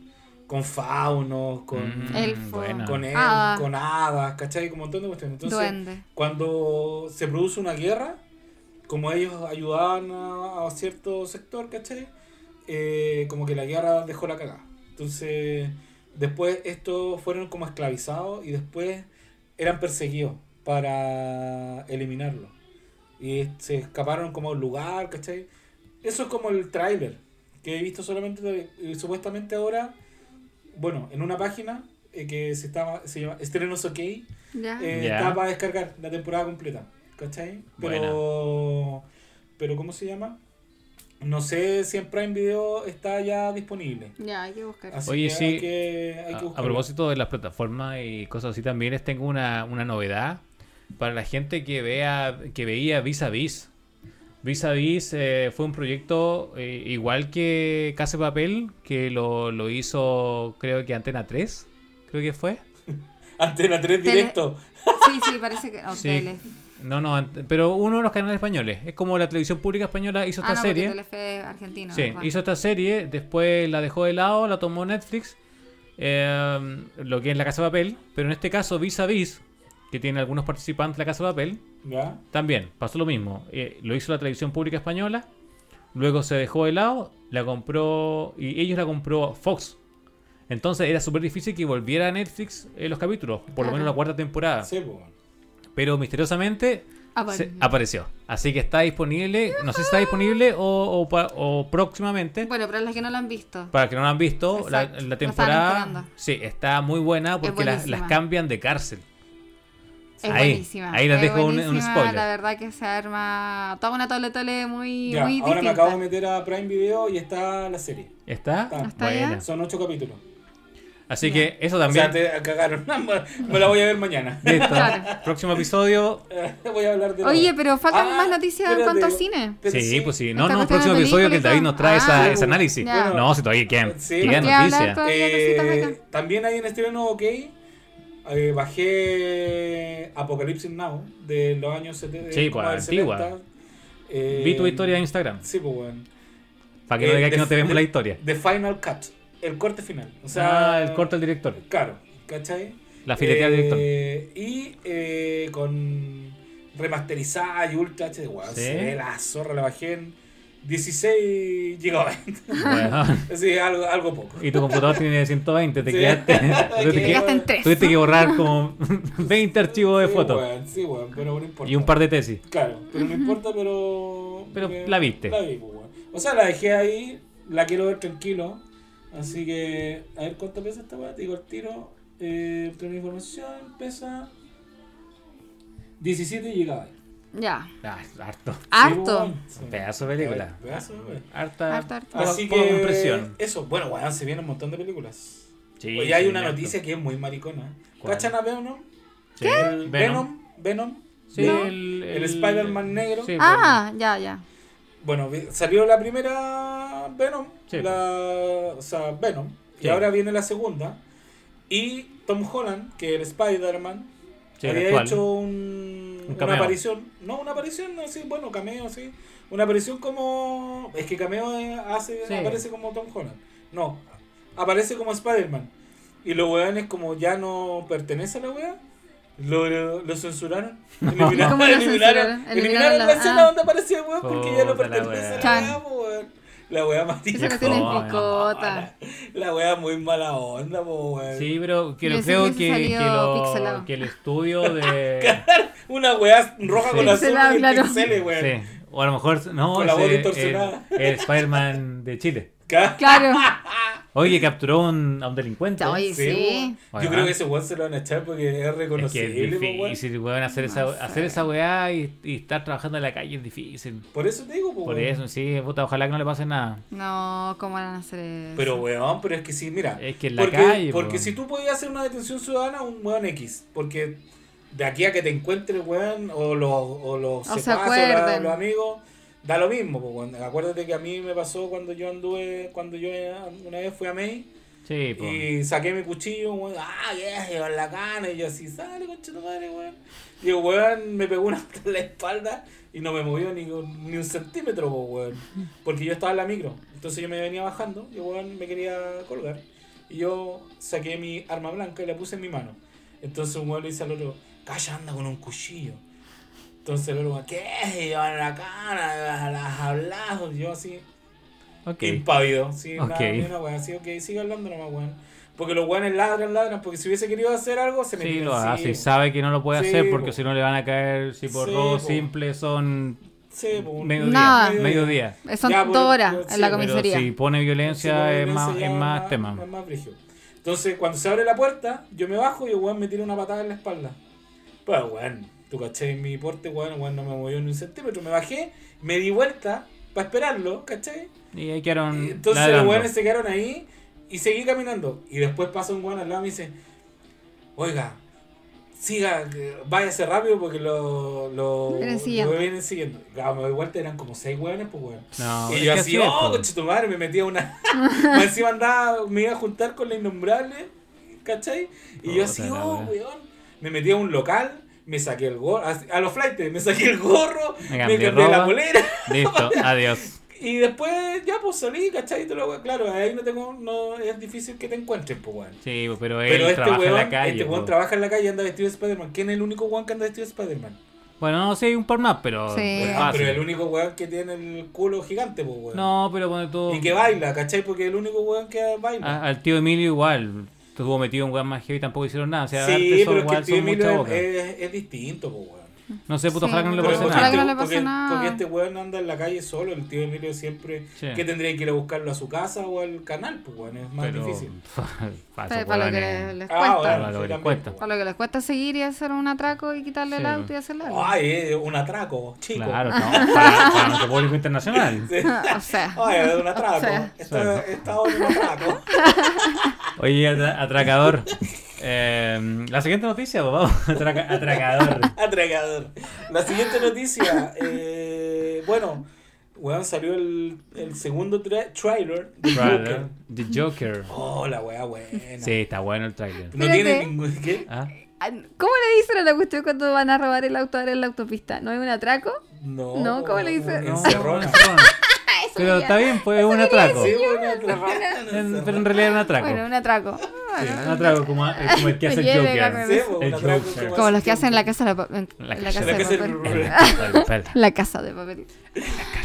[SPEAKER 3] con faunos, con,
[SPEAKER 1] Mm,
[SPEAKER 2] Elfo.
[SPEAKER 1] buena.
[SPEAKER 3] con, el-
[SPEAKER 2] Ah.
[SPEAKER 3] con hadas, ¿cachai? Con un montón de cuestiones. Entonces,
[SPEAKER 2] Duende.
[SPEAKER 3] cuando se produce una guerra, como ellos ayudaban a, a cierto sector, ¿cachai? Eh, como que la guerra dejó la cagada. Entonces, después estos fueron como esclavizados y después eran perseguidos para eliminarlo. Y se escaparon como a un lugar, ¿cachai? Eso es como el tráiler que he visto solamente, de- y supuestamente ahora, bueno, en una página eh, que se, estaba, se llama Estrenos OK,
[SPEAKER 2] Ya.
[SPEAKER 3] eh,
[SPEAKER 1] Ya.
[SPEAKER 3] Está para descargar la temporada completa. ¿Cachai? Pero. Pero, ¿cómo se llama? No sé si en Prime Video está ya disponible.
[SPEAKER 2] ya, hay que buscar.
[SPEAKER 3] Así
[SPEAKER 1] Oye,
[SPEAKER 3] que
[SPEAKER 1] sí.
[SPEAKER 3] hay que, hay
[SPEAKER 1] A, a
[SPEAKER 3] que buscarlo.
[SPEAKER 1] propósito de las plataformas y cosas así, también les tengo una, una novedad para la gente que vea que veía Vis a Vis. Vis a Vis eh, fue un proyecto eh, igual que Casa de Papel, que lo, lo hizo creo que Antena 3, creo que fue.
[SPEAKER 3] Antena 3
[SPEAKER 2] Tele-
[SPEAKER 3] directo.
[SPEAKER 2] Sí, sí, parece que. o
[SPEAKER 1] Sí.
[SPEAKER 2] Tele.
[SPEAKER 1] No, no, ant- pero uno de los canales españoles. Es como la televisión pública española hizo
[SPEAKER 2] Ah,
[SPEAKER 1] esta
[SPEAKER 2] no, porque
[SPEAKER 1] serie.
[SPEAKER 2] Telefe es argentino.
[SPEAKER 1] Sí,
[SPEAKER 2] ¿verdad?
[SPEAKER 1] hizo esta serie, después la dejó de lado, la tomó Netflix, eh, lo que es La Casa de Papel, pero en este caso Vis a Vis, que tiene algunos participantes de La Casa de Papel,
[SPEAKER 3] ¿Ya?
[SPEAKER 1] también pasó lo mismo. Eh, lo hizo la televisión pública española, luego se dejó de lado, la compró y ellos la compró Fox. Entonces era súper difícil que volviera a Netflix eh, los capítulos, por
[SPEAKER 2] Claro.
[SPEAKER 1] lo menos la cuarta temporada.
[SPEAKER 3] Sí, pues, po.
[SPEAKER 1] Pero misteriosamente
[SPEAKER 2] Ah, bueno.
[SPEAKER 1] se- apareció. Así que está disponible, no sé si está disponible o, o pa- o próximamente.
[SPEAKER 2] Bueno, para las que no lo han visto.
[SPEAKER 1] Para que no la han visto, la, la
[SPEAKER 2] Exacto, la estaban
[SPEAKER 1] temporada
[SPEAKER 2] esperando.
[SPEAKER 1] sí, está muy buena porque las,
[SPEAKER 2] buenísima.
[SPEAKER 1] las cambian de cárcel.
[SPEAKER 2] Es
[SPEAKER 1] ahí,
[SPEAKER 2] buenísima.
[SPEAKER 1] ahí les
[SPEAKER 2] es
[SPEAKER 1] dejo un- un
[SPEAKER 2] buenísima,
[SPEAKER 1] spoiler.
[SPEAKER 2] La verdad que se arma toda una tole tole muy,
[SPEAKER 3] Ya,
[SPEAKER 2] muy
[SPEAKER 3] ahora me
[SPEAKER 2] distinta.
[SPEAKER 3] acabo de meter a Prime Video y está la serie.
[SPEAKER 1] ¿Está?
[SPEAKER 3] Está.
[SPEAKER 2] Ah, ¿Está ya?
[SPEAKER 1] Buena.
[SPEAKER 3] Son 8 capítulos.
[SPEAKER 1] Así que eso
[SPEAKER 3] Ah. O sea,
[SPEAKER 1] también.
[SPEAKER 3] te cagaron. me la voy a ver mañana.
[SPEAKER 1] Listo.
[SPEAKER 2] Claro.
[SPEAKER 1] Próximo episodio.
[SPEAKER 3] voy a hablar de la-
[SPEAKER 2] Oye, pero faltan
[SPEAKER 3] Ah,
[SPEAKER 2] más noticias en
[SPEAKER 3] espérate.
[SPEAKER 2] cuanto al cine.
[SPEAKER 3] Pero
[SPEAKER 1] sí, pues sí. No,
[SPEAKER 2] Esta
[SPEAKER 1] no,
[SPEAKER 2] cuestión
[SPEAKER 1] próximo
[SPEAKER 2] de
[SPEAKER 1] episodio que el
[SPEAKER 2] película,
[SPEAKER 1] David nos trae esa-
[SPEAKER 2] ah,
[SPEAKER 1] ese análisis.
[SPEAKER 2] ya.
[SPEAKER 1] No, si todavía quedan,
[SPEAKER 3] Sí,
[SPEAKER 1] quedan
[SPEAKER 2] nos queda hablar
[SPEAKER 1] noticias.
[SPEAKER 2] todavía. cositas
[SPEAKER 3] Eh,
[SPEAKER 2] acá.
[SPEAKER 3] también hay en estreno OK. eh, bajé Apocalipsis Now de los años 70.
[SPEAKER 1] Sí,
[SPEAKER 3] como
[SPEAKER 1] pues,
[SPEAKER 3] del
[SPEAKER 1] antigua.
[SPEAKER 3] 70. Eh,
[SPEAKER 1] Vi tu historia de Instagram.
[SPEAKER 3] Sí, pues bueno.
[SPEAKER 1] Para que no
[SPEAKER 3] Eh,
[SPEAKER 1] digas que
[SPEAKER 3] de-
[SPEAKER 1] no te vemos
[SPEAKER 3] de- Ah,
[SPEAKER 1] la historia.
[SPEAKER 3] The Final Cut. El corte final. O
[SPEAKER 1] O
[SPEAKER 3] sea,
[SPEAKER 1] Ah, el corte del director.
[SPEAKER 3] Claro, ¿cachai?
[SPEAKER 1] La filetea del director.
[SPEAKER 3] Eh, Y eh, con remasterizada y ultra HD. Wow,
[SPEAKER 1] Sí.
[SPEAKER 3] se ve la zorra, la bajé en 16 GB.
[SPEAKER 1] Bueno,
[SPEAKER 3] Así, algo, algo poco.
[SPEAKER 1] y tu computador tiene 120, te
[SPEAKER 3] Sí.
[SPEAKER 1] quedaste. tuviste,
[SPEAKER 3] Quedaste
[SPEAKER 1] que,
[SPEAKER 2] Llegaste en tres.
[SPEAKER 1] tuviste que borrar como 20 archivos de
[SPEAKER 3] Sí,
[SPEAKER 1] fotos
[SPEAKER 3] weón, sí, weón, pero no importa.
[SPEAKER 1] y un par de tesis.
[SPEAKER 3] Claro, pero no importa, pero.
[SPEAKER 1] Pero
[SPEAKER 3] eh,
[SPEAKER 1] la viste.
[SPEAKER 3] La vi, pues, weón. O sea, la dejé ahí, la quiero ver tranquilo. Así que, a ver cuánto pesa esta weá, te digo el tiro. Eh, obtengo información, pesa. 17 GB.
[SPEAKER 2] Ya.
[SPEAKER 1] Ah, es harto.
[SPEAKER 2] Harto.
[SPEAKER 1] Pedazo de película.
[SPEAKER 3] Pedazo de película.
[SPEAKER 1] Harta,
[SPEAKER 2] Harto, harto.
[SPEAKER 1] poca-
[SPEAKER 3] Así
[SPEAKER 1] poca
[SPEAKER 3] que.
[SPEAKER 1] compresión.
[SPEAKER 3] Eso, bueno, weón, se vienen un montón de películas.
[SPEAKER 1] Sí,
[SPEAKER 3] Oye, pues, hay
[SPEAKER 1] sí,
[SPEAKER 3] una
[SPEAKER 1] Venom.
[SPEAKER 3] noticia que es muy maricona.
[SPEAKER 1] ¿Cuál?
[SPEAKER 3] ¿Cachan a Venom?
[SPEAKER 1] Sí, Venom.
[SPEAKER 3] El Venom. Venom.
[SPEAKER 1] Sí,
[SPEAKER 3] Venom.
[SPEAKER 1] el,
[SPEAKER 3] el Spider-Man negro.
[SPEAKER 1] Sí,
[SPEAKER 2] Ah, ya, ya.
[SPEAKER 3] Bueno, vi- salió la primera Venom.
[SPEAKER 1] Sí, pues.
[SPEAKER 3] la- o sea, Venom.
[SPEAKER 1] Sí.
[SPEAKER 3] Y ahora viene la segunda. Y Tom Holland, que el Spider-Man,
[SPEAKER 1] Sí,
[SPEAKER 3] había
[SPEAKER 1] actual.
[SPEAKER 3] hecho un,
[SPEAKER 1] Un
[SPEAKER 3] una
[SPEAKER 1] cameo.
[SPEAKER 3] aparición. No, una aparición, así, bueno, cameo, así. Una aparición como. Es que cameo eh, hace,
[SPEAKER 1] Sí.
[SPEAKER 3] aparece como Tom Holland. No, aparece como Spider-Man. Y los weones, como ya no pertenece a la wea, lo, lo, lo censuraron. Eliminaron,
[SPEAKER 2] ¿Cómo lo censuraron?
[SPEAKER 3] eliminaron, eliminaron
[SPEAKER 2] Eliminaron
[SPEAKER 3] la,
[SPEAKER 2] la-
[SPEAKER 3] escena
[SPEAKER 2] ah.
[SPEAKER 3] donde aparecía el weón porque ya no
[SPEAKER 1] Puta la
[SPEAKER 3] pertenece a
[SPEAKER 2] wea.
[SPEAKER 3] la wea, po, weón. La wea amarilla.
[SPEAKER 2] Esa cuestión es
[SPEAKER 1] joda.
[SPEAKER 2] picota.
[SPEAKER 3] La wea muy mala onda, po, weón.
[SPEAKER 1] Sí, pero que
[SPEAKER 2] Yo
[SPEAKER 1] lo-
[SPEAKER 2] sí
[SPEAKER 1] creo que,
[SPEAKER 2] hubiese
[SPEAKER 1] que
[SPEAKER 2] salido
[SPEAKER 1] lo-
[SPEAKER 2] pixelado.
[SPEAKER 1] que el estudio de...
[SPEAKER 3] Una wea roja
[SPEAKER 1] Sí.
[SPEAKER 3] con azul
[SPEAKER 2] Pixelada,
[SPEAKER 3] y
[SPEAKER 2] claro.
[SPEAKER 3] pixeles, weón.
[SPEAKER 1] sí, o a lo mejor... No,
[SPEAKER 3] Con la voz
[SPEAKER 1] ese-
[SPEAKER 3] distorsionada.
[SPEAKER 1] el, el Spider-Man de Chile.
[SPEAKER 3] Ca-
[SPEAKER 2] Claro.
[SPEAKER 1] Oye, que capturó un- a un delincuente.
[SPEAKER 2] Ya, oye,
[SPEAKER 3] Sí,
[SPEAKER 2] sí.
[SPEAKER 3] weón.
[SPEAKER 1] Oiga.
[SPEAKER 3] Yo creo que ese weón se lo van a echar porque es
[SPEAKER 1] Es que
[SPEAKER 3] reconocible,
[SPEAKER 1] es
[SPEAKER 3] po, weón.
[SPEAKER 1] difícil, weón, hacer,
[SPEAKER 2] No
[SPEAKER 1] esa,
[SPEAKER 2] sé.
[SPEAKER 1] hacer esa weá y, y estar trabajando en la calle es difícil.
[SPEAKER 3] Por eso te digo, po,
[SPEAKER 1] Por
[SPEAKER 3] weón.
[SPEAKER 1] eso, sí, puta, ojalá que no le pase nada.
[SPEAKER 2] No, ¿cómo van a hacer eso?
[SPEAKER 3] Pero weón, pero es que sí, mira.
[SPEAKER 1] Es que en la
[SPEAKER 3] porque,
[SPEAKER 1] calle,
[SPEAKER 3] Porque
[SPEAKER 1] po.
[SPEAKER 3] si tú podías hacer una detención ciudadana, un weón X. Porque de aquí a que te encuentres, weón, o los, o los
[SPEAKER 2] O se
[SPEAKER 3] secuaces,
[SPEAKER 2] acuerden.
[SPEAKER 3] la- los amigos, da lo mismo, po, weón. Acuérdate que a mí me pasó cuando yo anduve, cuando yo era- una vez fui a May
[SPEAKER 1] Sí, po.
[SPEAKER 3] y saqué mi cuchillo, weón. Ah, que es, la cana. Y yo así, sale, concha tu madre, weón. Y el weón me pegó una en la espalda y no me movió ni, un- ni un centímetro, po, weón. Porque yo estaba en la micro. Entonces yo me venía bajando y el weón me quería colgar. Y yo saqué mi arma blanca y la puse en mi mano. Entonces un weón le dice al otro, calla, anda con un cuchillo. Entonces el otro, weón, ¿qué? Y yo en la cana, las hablas. Y yo así,
[SPEAKER 1] Ok.
[SPEAKER 3] Impávido, sí,
[SPEAKER 1] Ok.
[SPEAKER 3] nada, ni una wea, así, ok, sigue hablando nomás, weón. Porque los weones ladran, ladran, porque si hubiese querido hacer algo, se me
[SPEAKER 1] Sí,
[SPEAKER 3] tiran
[SPEAKER 1] lo hace y
[SPEAKER 3] encima.
[SPEAKER 1] sabe que no lo puede
[SPEAKER 3] Sí,
[SPEAKER 1] hacer porque
[SPEAKER 3] po.
[SPEAKER 1] si no le van a caer, si por
[SPEAKER 3] Sí,
[SPEAKER 1] robo
[SPEAKER 3] po.
[SPEAKER 1] simple son
[SPEAKER 3] Sí, po, un-
[SPEAKER 1] mediodía.
[SPEAKER 2] Nada.
[SPEAKER 1] Mediodía.
[SPEAKER 2] Son
[SPEAKER 3] Ya, por-
[SPEAKER 2] dos horas
[SPEAKER 3] por-
[SPEAKER 2] en la
[SPEAKER 3] sí, pero
[SPEAKER 1] Pero
[SPEAKER 2] comisaría.
[SPEAKER 1] si pone
[SPEAKER 3] Sí,
[SPEAKER 1] violencia
[SPEAKER 3] la
[SPEAKER 1] es,
[SPEAKER 3] violencia
[SPEAKER 1] más,
[SPEAKER 3] ya
[SPEAKER 1] es más tema.
[SPEAKER 3] Es más brígido. Entonces, cuando se abre la puerta, yo me bajo y el weón me tira una patada en la espalda. Pues, weón, tú caché mi porte, weón, weón, no me movió ni un centímetro. Me bajé, me di vuelta para esperarlo, caché.
[SPEAKER 1] Y ahí quedaron.
[SPEAKER 3] Y Entonces
[SPEAKER 1] ladrando.
[SPEAKER 3] los weones se quedaron ahí y seguí caminando. Y después pasa un weón al lado y me dice, oiga, siga, que- váyase rápido porque lo, lo,
[SPEAKER 2] Lo vienen
[SPEAKER 3] lo
[SPEAKER 2] siguiendo.
[SPEAKER 3] vienen siguiendo. Y claro, me doy vuelta, eran como seis weones, pues weón.
[SPEAKER 1] No, es
[SPEAKER 3] y yo
[SPEAKER 1] que
[SPEAKER 3] así,
[SPEAKER 1] es,
[SPEAKER 3] oh,
[SPEAKER 1] po.
[SPEAKER 3] coche tu madre, me metía una... Más encima andaba, me iba a juntar con la innombrable, ¿cachai? Y yo así,
[SPEAKER 1] Puta la
[SPEAKER 3] oh,
[SPEAKER 1] wea.
[SPEAKER 3] weón. Me metí a un local, me saqué el gorro, así- a los flightes, me saqué el gorro,
[SPEAKER 1] Me
[SPEAKER 3] me
[SPEAKER 1] cambié
[SPEAKER 3] cambié
[SPEAKER 1] ropa.
[SPEAKER 3] la bolera.
[SPEAKER 1] Listo, adiós.
[SPEAKER 3] Y después ya pues salí, ¿cachai? Te lo- Claro, ahí no tengo, no es difícil que te encuentren, pues weón.
[SPEAKER 1] Sí, po, pero él
[SPEAKER 3] Pero este
[SPEAKER 1] trabaja
[SPEAKER 3] weón,
[SPEAKER 1] en la calle.
[SPEAKER 3] este weón
[SPEAKER 1] po.
[SPEAKER 3] trabaja en la calle y anda vestido de Spider-Man. ¿Quién es el único weón que anda vestido de Spider-Man?
[SPEAKER 1] Bueno, no, sí, un par más, pero.
[SPEAKER 2] Sí.
[SPEAKER 1] es
[SPEAKER 2] Eh,
[SPEAKER 3] Ah,
[SPEAKER 1] fácil.
[SPEAKER 3] pero el único weón que tiene el culo gigante, pues weón.
[SPEAKER 1] No, pero cuando tú.
[SPEAKER 3] Y que baila, ¿cachai? Porque es el único weón que baila.
[SPEAKER 1] a- al tío Emilio igual. Estuvo metido en weón más heavy y tampoco hicieron nada. O sea,
[SPEAKER 3] sí,
[SPEAKER 1] antes son
[SPEAKER 3] pero es que
[SPEAKER 1] igual
[SPEAKER 3] el tío
[SPEAKER 1] son mucha
[SPEAKER 3] Emilio
[SPEAKER 1] boca.
[SPEAKER 3] es, es- es distinto, pues weón.
[SPEAKER 1] No sé, puto,
[SPEAKER 2] Sí.
[SPEAKER 1] ojalá que no le
[SPEAKER 2] Pero
[SPEAKER 1] pase
[SPEAKER 2] porque-
[SPEAKER 1] nada.
[SPEAKER 2] Ojalá que no le
[SPEAKER 3] porque-
[SPEAKER 2] pase nada.
[SPEAKER 3] porque este weón anda en la calle solo, el tío Emilio siempre
[SPEAKER 1] Sí.
[SPEAKER 3] que tendría que ir a buscarlo a su casa o al canal, pues weón, es más
[SPEAKER 1] pero...
[SPEAKER 3] difícil.
[SPEAKER 1] Falso,
[SPEAKER 2] para,
[SPEAKER 1] weón,
[SPEAKER 2] lo que
[SPEAKER 1] eh.
[SPEAKER 2] les, les
[SPEAKER 3] Ah,
[SPEAKER 2] cuesta.
[SPEAKER 3] bueno,
[SPEAKER 1] Para lo que
[SPEAKER 3] sí,
[SPEAKER 1] le
[SPEAKER 3] también,
[SPEAKER 1] cuesta.
[SPEAKER 3] pues,
[SPEAKER 2] Para lo que les cuesta seguir y hacer un atraco y quitarle el
[SPEAKER 1] Sí.
[SPEAKER 2] auto y hacerle algo.
[SPEAKER 3] Ay, eh, un atraco, chico.
[SPEAKER 1] Claro, no, para, para nuestro público internacional.
[SPEAKER 3] Sí.
[SPEAKER 2] o sea,
[SPEAKER 3] Ay, es Oh, un atraco.
[SPEAKER 2] sea.
[SPEAKER 3] Esta, esta hora es un atraco.
[SPEAKER 1] Oye, atra- atracador. Eh, la siguiente noticia, pues, vamos. Atraca- atracador.
[SPEAKER 3] Atracador. La siguiente noticia. eh, bueno, weón, salió el, el segundo tra- trailer de
[SPEAKER 1] Brother,
[SPEAKER 3] Joker.
[SPEAKER 1] The Joker.
[SPEAKER 3] Oh, la weá buena.
[SPEAKER 1] Sí, está bueno el trailer.
[SPEAKER 3] No
[SPEAKER 2] Espérate.
[SPEAKER 3] tiene ningún. ¿qué?
[SPEAKER 1] Ah,
[SPEAKER 2] ¿cómo le dicen a la cuestión cuando van a robar el auto ahora en la autopista? ¿No hay un atraco?
[SPEAKER 3] No.
[SPEAKER 2] No, ¿cómo le dice?
[SPEAKER 1] no,
[SPEAKER 3] Encerrona.
[SPEAKER 1] no. Pero está bien, fue un atraco.
[SPEAKER 3] Sí, bueno, atracón,
[SPEAKER 1] En-
[SPEAKER 3] encerrona.
[SPEAKER 1] Pero en realidad era un atraco.
[SPEAKER 2] Bueno, un atraco. Ah,
[SPEAKER 1] Sí,
[SPEAKER 2] bueno,
[SPEAKER 1] un atraco como, eh, como el que hace
[SPEAKER 2] Me
[SPEAKER 1] el
[SPEAKER 2] lleve,
[SPEAKER 1] Joker.
[SPEAKER 2] Gabriel.
[SPEAKER 3] Sí, bueno,
[SPEAKER 1] El
[SPEAKER 3] un atraco
[SPEAKER 1] Joker.
[SPEAKER 3] como
[SPEAKER 2] Como
[SPEAKER 3] hace
[SPEAKER 2] los que hacen en la
[SPEAKER 3] tiempo.
[SPEAKER 2] casa de papel. en
[SPEAKER 1] La
[SPEAKER 2] la
[SPEAKER 1] casa
[SPEAKER 2] casa
[SPEAKER 1] de
[SPEAKER 2] de papel.
[SPEAKER 3] papel.
[SPEAKER 1] Espera, espera.
[SPEAKER 2] La casa de papel.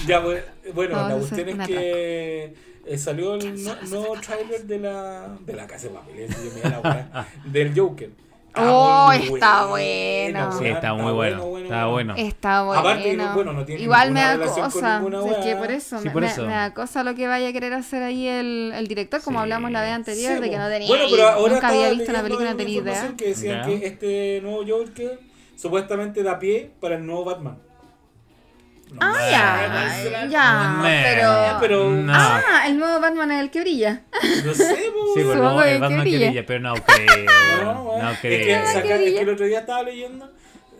[SPEAKER 3] Ya, we- bueno,
[SPEAKER 2] Vamos a
[SPEAKER 3] la
[SPEAKER 2] hacer un
[SPEAKER 3] cuestión es
[SPEAKER 2] atraco.
[SPEAKER 3] que eh, salió el no- nuevo trailer de la, de la Casa de Papel, eh, Dios mío, la weá, del Joker.
[SPEAKER 2] Oh,
[SPEAKER 3] muy
[SPEAKER 2] está bueno.
[SPEAKER 3] weá,
[SPEAKER 1] Sí, está muy bueno. Está bueno.
[SPEAKER 2] Está bueno.
[SPEAKER 3] Aparte que no- bueno, no tiene
[SPEAKER 2] Igual me
[SPEAKER 3] ninguna
[SPEAKER 2] da
[SPEAKER 3] relación con
[SPEAKER 2] cosa.
[SPEAKER 3] ninguna
[SPEAKER 2] o sea, es que
[SPEAKER 3] weá.
[SPEAKER 2] por eso,
[SPEAKER 1] Sí,
[SPEAKER 2] me,
[SPEAKER 1] por
[SPEAKER 2] me-
[SPEAKER 1] eso.
[SPEAKER 2] me da cosa lo que vaya a querer hacer ahí el, el director, como
[SPEAKER 1] Sí.
[SPEAKER 2] hablamos la vez anterior,
[SPEAKER 3] Sí,
[SPEAKER 2] de que no
[SPEAKER 3] bueno.
[SPEAKER 2] tenía.
[SPEAKER 3] Bueno, pero ahora
[SPEAKER 2] nunca había
[SPEAKER 3] estaba
[SPEAKER 2] visto una
[SPEAKER 3] leyendo
[SPEAKER 2] película, no tenía
[SPEAKER 3] información
[SPEAKER 2] idea.
[SPEAKER 3] Que decían
[SPEAKER 1] Ya.
[SPEAKER 3] que este nuevo Joker supuestamente da pie para el nuevo Batman.
[SPEAKER 2] Ah, ya.
[SPEAKER 3] Batman.
[SPEAKER 2] Ya,
[SPEAKER 1] No,
[SPEAKER 2] pero.
[SPEAKER 3] pero-
[SPEAKER 1] no.
[SPEAKER 2] Ah, el nuevo Batman es el que brilla.
[SPEAKER 3] No sé, po,
[SPEAKER 1] Sí,
[SPEAKER 3] weón.
[SPEAKER 1] pero
[SPEAKER 2] Supongo
[SPEAKER 1] no,
[SPEAKER 2] que
[SPEAKER 1] el Batman que
[SPEAKER 2] brilla.
[SPEAKER 1] brilla, pero no creo.
[SPEAKER 3] No, weón.
[SPEAKER 1] No
[SPEAKER 3] Ah, es, que
[SPEAKER 1] creo.
[SPEAKER 3] saca-
[SPEAKER 2] Qué
[SPEAKER 3] es
[SPEAKER 2] brillo.
[SPEAKER 3] que el otro día estaba leyendo.